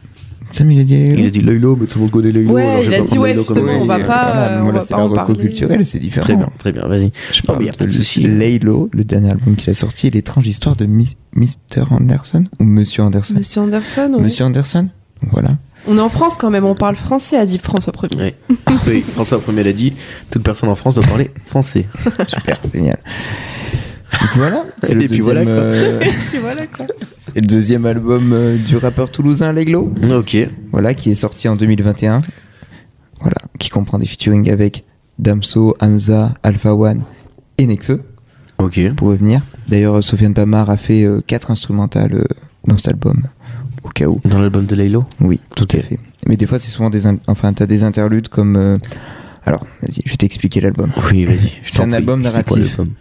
[SPEAKER 3] Sam, il a dit Laylo.
[SPEAKER 1] Il a dit Lélo, mais tout le monde connaît Lélo.
[SPEAKER 2] Ouais,
[SPEAKER 1] alors j'ai
[SPEAKER 2] il a
[SPEAKER 1] pas
[SPEAKER 2] dit,
[SPEAKER 1] compris
[SPEAKER 2] ouais,
[SPEAKER 1] Lélo comme
[SPEAKER 2] justement,
[SPEAKER 1] ça.
[SPEAKER 2] on va pas, euh, on
[SPEAKER 3] Ah, Moi,
[SPEAKER 2] va
[SPEAKER 3] là,
[SPEAKER 2] pas
[SPEAKER 3] c'est
[SPEAKER 2] en
[SPEAKER 3] la
[SPEAKER 2] parler.
[SPEAKER 3] culturel, c'est différent.
[SPEAKER 1] Très bien, très bien, vas-y.
[SPEAKER 3] Je
[SPEAKER 1] Oh, mais y a
[SPEAKER 3] parle
[SPEAKER 1] pas de souci.
[SPEAKER 3] de Laylo, le dernier album qu'il a sorti, l'étrange histoire de Miss- Mr. Anderson ou Monsieur Anderson
[SPEAKER 2] Monsieur Anderson, ouais.
[SPEAKER 3] Monsieur Anderson Donc Voilà.
[SPEAKER 2] On est en France quand même, on parle français, a dit François Premier.
[SPEAKER 1] Ouais. Oui, François Premier l'a dit, toute personne en France doit parler français.
[SPEAKER 3] Super, génial. Donc voilà, c'est le,
[SPEAKER 1] Et puis
[SPEAKER 3] deuxième,
[SPEAKER 1] voilà, quoi.
[SPEAKER 3] euh,
[SPEAKER 2] Et voilà quoi.
[SPEAKER 3] c'est le deuxième album euh, du rappeur toulousain Leglo,
[SPEAKER 1] Ok.
[SPEAKER 3] voilà, qui est sorti en 2021, voilà, qui comprend des featuring avec Damso, Hamza, Alpha One et Nekfeu,
[SPEAKER 1] Ok.
[SPEAKER 3] pour revenir. D'ailleurs, euh, Sofiane Pamar a fait euh, quatre instrumentales euh, dans cet album, au cas où.
[SPEAKER 1] Dans l'album de Laylo
[SPEAKER 3] Oui, tout
[SPEAKER 1] Ok.
[SPEAKER 3] à fait. Mais des fois, c'est souvent des... in- Enfin, t'as des interludes comme... euh, Alors, vas-y, je vais t'expliquer l'album.
[SPEAKER 1] Oui, vas-y. je
[SPEAKER 3] C'est
[SPEAKER 1] t'en
[SPEAKER 3] un
[SPEAKER 1] prie,
[SPEAKER 3] album
[SPEAKER 1] explique-moi
[SPEAKER 3] narratif.
[SPEAKER 1] l'album.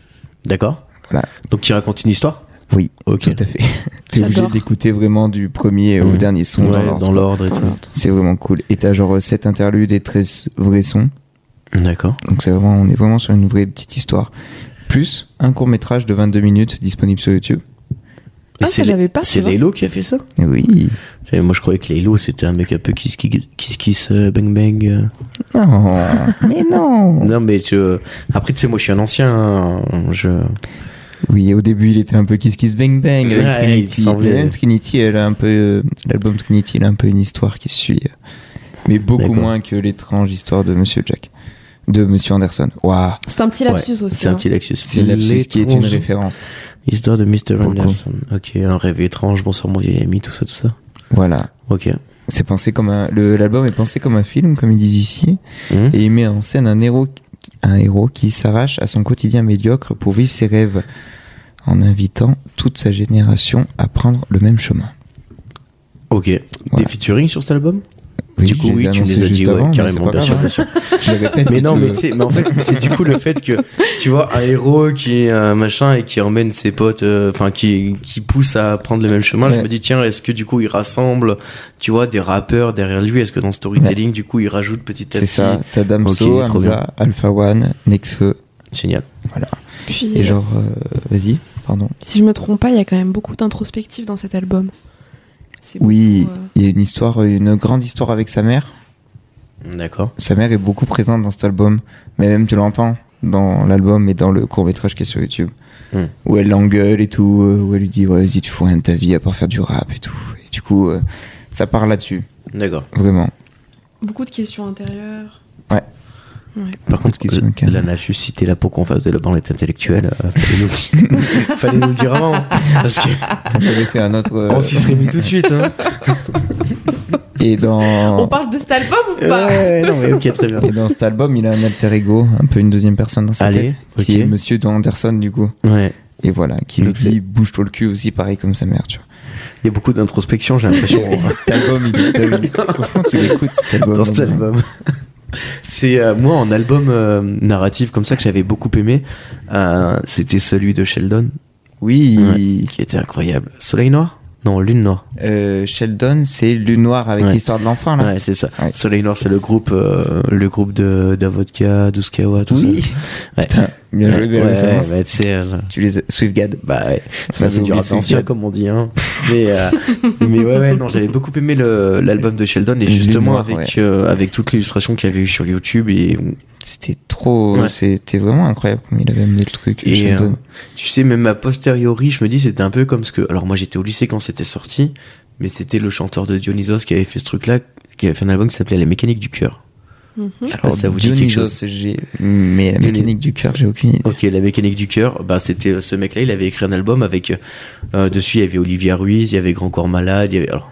[SPEAKER 1] D'accord.
[SPEAKER 3] Voilà.
[SPEAKER 1] Donc qui raconte une histoire
[SPEAKER 3] Oui,
[SPEAKER 1] Ok.
[SPEAKER 3] tout à fait. T'es
[SPEAKER 2] J'adore.
[SPEAKER 3] obligé d'écouter vraiment du premier au
[SPEAKER 1] Mmh.
[SPEAKER 3] dernier son
[SPEAKER 1] Ouais,
[SPEAKER 3] dans l'ordre.
[SPEAKER 1] dans l'ordre et
[SPEAKER 2] Dans
[SPEAKER 1] tout.
[SPEAKER 3] C'est vraiment cool. Et t'as genre 7 interludes et 13 vrais sons.
[SPEAKER 1] D'accord.
[SPEAKER 2] Ah,
[SPEAKER 3] Donc c'est vraiment, on est vraiment sur une vraie petite histoire. Plus un court métrage de 22 minutes disponible sur YouTube.
[SPEAKER 2] Ah,
[SPEAKER 1] c'est
[SPEAKER 2] ça, j'avais pas,
[SPEAKER 1] C'est
[SPEAKER 2] tu vois.
[SPEAKER 1] Lilo qui a fait ça
[SPEAKER 3] Oui.
[SPEAKER 1] Et Moi, je croyais que Lilo, c'était un mec un peu kiss kiss, kiss, kiss, euh, bang bang. euh.
[SPEAKER 3] Non, mais non.
[SPEAKER 1] Non, mais tu- euh, après, tu sais, moi, je suis un ancien. hein, je...
[SPEAKER 3] Oui, au début, il était un peu Kiss Kiss Bang Bang avec
[SPEAKER 1] Ouais, il
[SPEAKER 3] Trinity.
[SPEAKER 1] semblait-
[SPEAKER 3] Même Trinity, elle a un peu. euh, L'album Trinity, il a un peu une histoire qui se suit. euh, Mais beaucoup
[SPEAKER 1] D'accord.
[SPEAKER 3] moins que l'étrange histoire de Monsieur Jack. De Monsieur Anderson. Waouh.
[SPEAKER 2] C'est un petit lapsus aussi.
[SPEAKER 1] C'est un
[SPEAKER 2] hein.
[SPEAKER 1] petit lapsus.
[SPEAKER 3] C'est l'absurde qui est une
[SPEAKER 1] L'étrange
[SPEAKER 3] référence.
[SPEAKER 1] Histoire de Mr.
[SPEAKER 3] Pour le coup.
[SPEAKER 1] Anderson. Ok, un rêve étrange, bonsoir mon vieil ami, tout ça, tout ça.
[SPEAKER 3] Voilà.
[SPEAKER 1] Ok.
[SPEAKER 3] C'est pensé comme un. le- L'album est pensé comme un film, comme ils disent ici.
[SPEAKER 1] Hmm.
[SPEAKER 3] Et il met en scène un héros, qui- un héros qui s'arrache à son quotidien médiocre pour vivre ses rêves, en invitant toute sa génération à prendre le même chemin.
[SPEAKER 1] Ok. Des
[SPEAKER 3] Voilà.
[SPEAKER 1] featuring sur cet album
[SPEAKER 3] Oui,
[SPEAKER 1] Du coup,
[SPEAKER 3] je les ai
[SPEAKER 1] oui, tu me
[SPEAKER 3] annoncés
[SPEAKER 1] les as
[SPEAKER 3] juste
[SPEAKER 1] dit, ouais,
[SPEAKER 3] avant, mais c'est
[SPEAKER 1] carrément,
[SPEAKER 3] pas
[SPEAKER 1] bien sûr,
[SPEAKER 3] grave,
[SPEAKER 1] bien sûr.
[SPEAKER 3] hein. Je les répète.
[SPEAKER 1] Mais
[SPEAKER 3] si
[SPEAKER 1] non,
[SPEAKER 3] tu
[SPEAKER 1] mais
[SPEAKER 3] veux.
[SPEAKER 1] tu sais, mais en fait, c'est du coup le fait que, tu vois, un héros qui est un machin et qui emmène ses potes, euh, enfin, qui, qui pousse à prendre le même chemin, je
[SPEAKER 3] Ouais.
[SPEAKER 1] me dis, tiens, est-ce que du coup, il rassemble, tu vois, des rappeurs derrière lui Est-ce que dans le storytelling, du coup, il rajoute petit à
[SPEAKER 3] C'est
[SPEAKER 1] petit
[SPEAKER 3] ça, t'as Damso,
[SPEAKER 1] Ok, trop bien.
[SPEAKER 3] Hamza, Alpha One, Nekfeu,
[SPEAKER 1] Génial.
[SPEAKER 2] Puis,
[SPEAKER 3] et genre, euh, vas-y, pardon.
[SPEAKER 2] si je me trompe pas, il y a quand même beaucoup d'introspectifs dans cet album. C'est
[SPEAKER 3] Oui,
[SPEAKER 2] beaucoup, euh,
[SPEAKER 3] il y a une histoire, une grande histoire avec sa mère.
[SPEAKER 1] D'accord.
[SPEAKER 3] Sa mère est beaucoup présente dans cet album, mais même tu l'entends dans l'album et dans le court métrage qui est sur YouTube,
[SPEAKER 1] Hmm.
[SPEAKER 3] où elle l'engueule et tout, euh, où elle lui dit ouais, vas-y tu fous rien de ta vie à part faire du rap et tout. Et du coup, euh, ça part là-dessus,
[SPEAKER 1] D'accord.
[SPEAKER 3] vraiment.
[SPEAKER 2] beaucoup de questions intérieures.
[SPEAKER 1] Par contre, euh,
[SPEAKER 3] Parce qu'ils sont
[SPEAKER 1] la
[SPEAKER 3] calmes.
[SPEAKER 1] Nafus, si t'es là pour qu'on fasse de la branlette intellectuelle, euh, fallait, nous le dire. Euh. fallait nous le dire avant. Parce que
[SPEAKER 3] J'avais fait un autre. euh,
[SPEAKER 1] on s'y serait mis tout de suite. Hein.
[SPEAKER 3] et
[SPEAKER 2] On
[SPEAKER 1] Ah.
[SPEAKER 3] dans
[SPEAKER 2] parle de cet album ou pas
[SPEAKER 1] Ouais, non, mais ok, très bien.
[SPEAKER 3] et dans cet album, il a un alter ego, un peu une deuxième personne dans sa
[SPEAKER 1] Allez,
[SPEAKER 3] tête, qui
[SPEAKER 1] ok.
[SPEAKER 3] est Monsieur Anderson du coup.
[SPEAKER 1] Ouais.
[SPEAKER 3] Et voilà, qui lui
[SPEAKER 1] Donc c'est-
[SPEAKER 3] dit bouge-toi le cul aussi, pareil comme sa mère, tu vois.
[SPEAKER 1] Il y a beaucoup d'introspection, j'ai l'impression.
[SPEAKER 3] cet album, il est dingue. Franchement, tu l'écoutes cet album.
[SPEAKER 1] dans cet album. C'est euh, moi en album euh, narratif comme ça que j'avais beaucoup aimé. euh, C'était celui de Sheldon
[SPEAKER 3] Oui.
[SPEAKER 1] qui était incroyable. Soleil noir Non, lune noire.
[SPEAKER 3] Euh, Sheldon, c'est Lune Noire avec
[SPEAKER 1] Ouais.
[SPEAKER 3] l'histoire de l'enfant, là.
[SPEAKER 1] Ouais, c'est ça.
[SPEAKER 3] Ouais.
[SPEAKER 1] Soleil noir, c'est le groupe, euh, le groupe de d'Avodka, d'Ouskawa, tout ça. Ouais.
[SPEAKER 3] Putain, bien joué, belle
[SPEAKER 1] ouais,
[SPEAKER 3] référence.
[SPEAKER 1] ouais, bah, tu sais, euh,
[SPEAKER 3] Tu les as... Swiftgad.
[SPEAKER 1] bah, ouais. ça
[SPEAKER 3] Ça, j'ai
[SPEAKER 1] c'est du
[SPEAKER 3] oublié
[SPEAKER 1] rap
[SPEAKER 3] son
[SPEAKER 1] ancien,
[SPEAKER 3] titre.
[SPEAKER 1] comme on dit. Hein. Mais, euh, mais ouais, ouais, non, j'avais beaucoup aimé le- l'album de Sheldon et
[SPEAKER 3] Lune
[SPEAKER 1] justement
[SPEAKER 3] noire,
[SPEAKER 1] avec,
[SPEAKER 3] ouais.
[SPEAKER 1] euh, avec toute l'illustration qu'il y avait eu sur YouTube et
[SPEAKER 3] C'était trop...
[SPEAKER 1] Ouais.
[SPEAKER 3] C'était vraiment incroyable comme il avait amené le truc,
[SPEAKER 1] Et,
[SPEAKER 3] Sheldon.
[SPEAKER 1] euh, Tu sais, même a posteriori, je me dis, c'était un peu comme ce que. Alors, moi, j'étais au lycée quand c'était sorti, mais c'était le chanteur de Dionysos qui avait fait ce truc-là, qui avait fait un album qui s'appelait La mécanique du cœur.
[SPEAKER 2] Mhm.
[SPEAKER 1] Alors, ça vous dit quelque
[SPEAKER 3] Dionysos,
[SPEAKER 1] chose
[SPEAKER 3] j'ai... Mais la
[SPEAKER 1] Diony-
[SPEAKER 3] mécanique du cœur, j'ai aucune idée.
[SPEAKER 1] Ok, La mécanique du cœur, bah, c'était euh, ce mec-là, il avait écrit un album avec. euh, dessus, il y avait Olivia Ruiz, il y avait Grand Corps Malade, il y avait. Alors,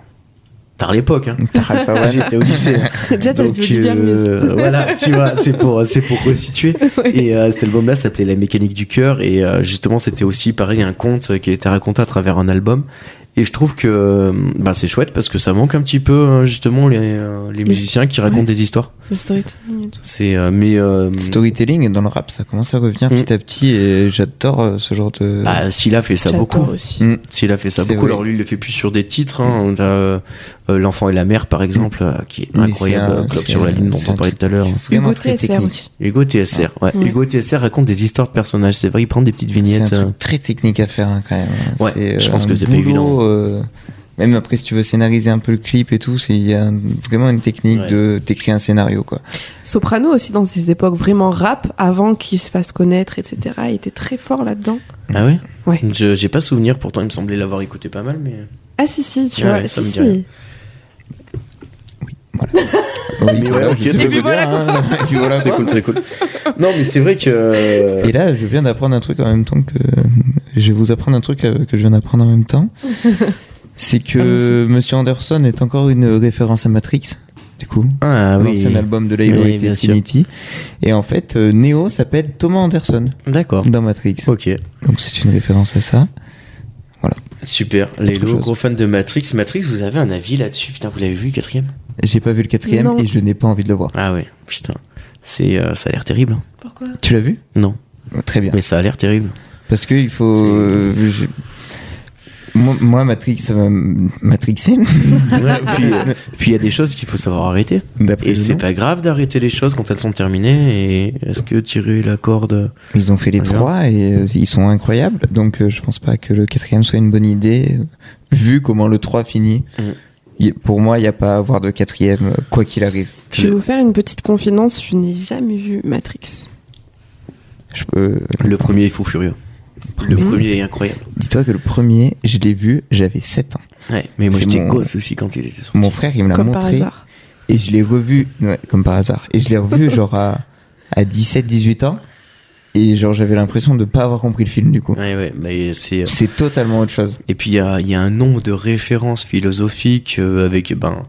[SPEAKER 1] tard l'époque, hein.
[SPEAKER 3] Alpha One.
[SPEAKER 1] J'étais au lycée.
[SPEAKER 2] Déjà, t'as
[SPEAKER 1] Donc,
[SPEAKER 2] dit Olivia Muse.
[SPEAKER 1] euh, voilà, tu vois, c'est pour, c'est pour resituer. Et euh, cet album-là s'appelait La mécanique du cœur. Et euh, justement, c'était aussi pareil, un conte qui était raconté à travers un album. Et je trouve que euh, bah, c'est chouette parce que ça manque un petit peu, hein, justement, les, euh, les musiciens qui racontent des histoires.
[SPEAKER 2] Le storytelling et tout.
[SPEAKER 1] C'est, euh, mais. euh,
[SPEAKER 3] Storytelling dans le rap, ça commence à revenir
[SPEAKER 1] Mm.
[SPEAKER 3] petit à petit et j'adore euh, ce genre de...
[SPEAKER 1] bah, s'il a fait ça
[SPEAKER 2] J'adore
[SPEAKER 1] beaucoup.
[SPEAKER 2] aussi.
[SPEAKER 3] Mm.
[SPEAKER 1] S'il a fait ça
[SPEAKER 3] C'est
[SPEAKER 1] beaucoup,
[SPEAKER 3] vrai.
[SPEAKER 1] alors lui, il le fait plus sur des titres. hein. On a, euh, euh, L'enfant et la mère, par exemple, euh, qui est
[SPEAKER 3] Mais
[SPEAKER 1] incroyable,
[SPEAKER 3] c'est un-
[SPEAKER 1] Club
[SPEAKER 3] c'est
[SPEAKER 1] sur la
[SPEAKER 3] un-
[SPEAKER 1] lune, dont
[SPEAKER 3] c'est
[SPEAKER 1] on
[SPEAKER 3] un
[SPEAKER 1] parlait tout à l'heure.
[SPEAKER 3] Vraiment
[SPEAKER 2] Hugo
[SPEAKER 3] très
[SPEAKER 2] TSR
[SPEAKER 3] technique.
[SPEAKER 2] aussi.
[SPEAKER 1] Hugo TSR, ouais.
[SPEAKER 2] Ouais.
[SPEAKER 1] Hugo TSR raconte des histoires de personnages, c'est vrai, il prend des petites vignettes.
[SPEAKER 3] C'est un
[SPEAKER 1] euh,
[SPEAKER 3] truc très technique à faire hein, quand même.
[SPEAKER 1] Ouais,
[SPEAKER 3] C'est,
[SPEAKER 1] je
[SPEAKER 3] euh,
[SPEAKER 1] pense que
[SPEAKER 3] un
[SPEAKER 1] c'est pas
[SPEAKER 3] boulot,
[SPEAKER 1] évident.
[SPEAKER 3] euh, même après, si tu veux scénariser un peu le clip et tout, c'est- il y a un- vraiment une technique
[SPEAKER 1] Ouais.
[SPEAKER 3] de t'écrire un scénario quoi.
[SPEAKER 2] Soprano aussi, dans ses époques vraiment rap, avant qu'il se fasse connaître, etc., il était très fort là-dedans.
[SPEAKER 1] Ah ouais
[SPEAKER 2] Ouais.
[SPEAKER 1] Je- J'ai pas souvenir, pourtant il me semblait l'avoir écouté pas mal, mais.
[SPEAKER 2] Ah si, si, tu
[SPEAKER 1] Ouais,
[SPEAKER 2] vois.
[SPEAKER 1] ça
[SPEAKER 2] Si,
[SPEAKER 1] me dit rien.
[SPEAKER 2] si.
[SPEAKER 3] Oui,
[SPEAKER 1] voilà, Ah, ok,
[SPEAKER 3] je sais
[SPEAKER 1] et
[SPEAKER 3] pas
[SPEAKER 2] puis
[SPEAKER 3] vous
[SPEAKER 2] voilà,
[SPEAKER 3] dire, hein. Et puis voilà, quoi.
[SPEAKER 1] cool, très cool. non, mais c'est vrai que.
[SPEAKER 3] Et là, je viens d'apprendre un truc en même temps que je vais vous apprendre un truc euh, que je viens d'apprendre en même temps. C'est
[SPEAKER 1] Ah,
[SPEAKER 3] que Monsieur Anderson est encore une référence à Matrix. Du coup,
[SPEAKER 1] Ah oui.
[SPEAKER 3] l'ancien album de Lilo
[SPEAKER 1] Oui,
[SPEAKER 3] et
[SPEAKER 1] bien sûr.
[SPEAKER 3] Trinity. Et en fait, euh, Neo s'appelle Thomas Anderson
[SPEAKER 1] D'accord.
[SPEAKER 3] dans Matrix.
[SPEAKER 1] Ok.
[SPEAKER 3] Donc c'est une référence à ça.
[SPEAKER 1] Super. Les
[SPEAKER 3] Autre
[SPEAKER 1] lots,
[SPEAKER 3] chose.
[SPEAKER 1] gros fans de Matrix. Matrix, vous avez un avis là-dessus Putain, vous l'avez vu, le quatrième
[SPEAKER 3] J'ai pas vu le quatrième
[SPEAKER 2] Non.
[SPEAKER 3] et je n'ai pas envie de le voir.
[SPEAKER 1] Ah ouais, putain. C'est, euh, ça a l'air terrible.
[SPEAKER 2] Pourquoi
[SPEAKER 3] Tu l'as vu
[SPEAKER 1] Non,
[SPEAKER 3] Très bien.
[SPEAKER 1] mais ça a l'air terrible.
[SPEAKER 3] Parce que il faut.
[SPEAKER 1] C'est-
[SPEAKER 3] euh, je- Moi, moi, Matrix, euh, ça va m- matrixer.
[SPEAKER 1] Ouais, puis euh, puis il y a des choses qu'il faut savoir arrêter.
[SPEAKER 3] D'après
[SPEAKER 1] Et
[SPEAKER 3] le
[SPEAKER 1] c'est
[SPEAKER 3] nom.
[SPEAKER 1] pas grave d'arrêter les choses quand elles sont terminées. Et est-ce que tirer la corde
[SPEAKER 3] Ils ont fait les
[SPEAKER 1] Regarde.
[SPEAKER 3] trois et euh, ils sont incroyables. Donc euh, je pense pas que le quatrième soit une bonne idée. euh, Vu comment le 3 finit,
[SPEAKER 1] Mm.
[SPEAKER 3] Y- pour moi, il n'y a pas à avoir de quatrième, euh, quoi qu'il arrive.
[SPEAKER 2] Je vais vous faire une petite confidence, je n'ai jamais vu Matrix.
[SPEAKER 3] Je euh, peux...
[SPEAKER 1] Le premier est fou furieux. Le premier est incroyable.
[SPEAKER 3] Dis-toi que le premier, je l'ai vu, j'avais 7 ans.
[SPEAKER 1] Ouais, mais moi
[SPEAKER 3] C'est
[SPEAKER 1] j'étais
[SPEAKER 3] mon-
[SPEAKER 1] gosse aussi quand il était sorti.
[SPEAKER 3] Mon frère, il me l'a
[SPEAKER 2] Comme par
[SPEAKER 3] montré
[SPEAKER 2] hasard.
[SPEAKER 3] et je l'ai revu, ouais, comme par hasard. Et je l'ai revu genre à, à 17, 18 ans. Et genre, j'avais l'impression de pas avoir compris le film du coup.
[SPEAKER 1] Ouais, ouais, mais c'est.
[SPEAKER 3] C'est euh, totalement autre chose.
[SPEAKER 1] Et puis il y a, il y a un nombre de références philosophiques euh, avec ben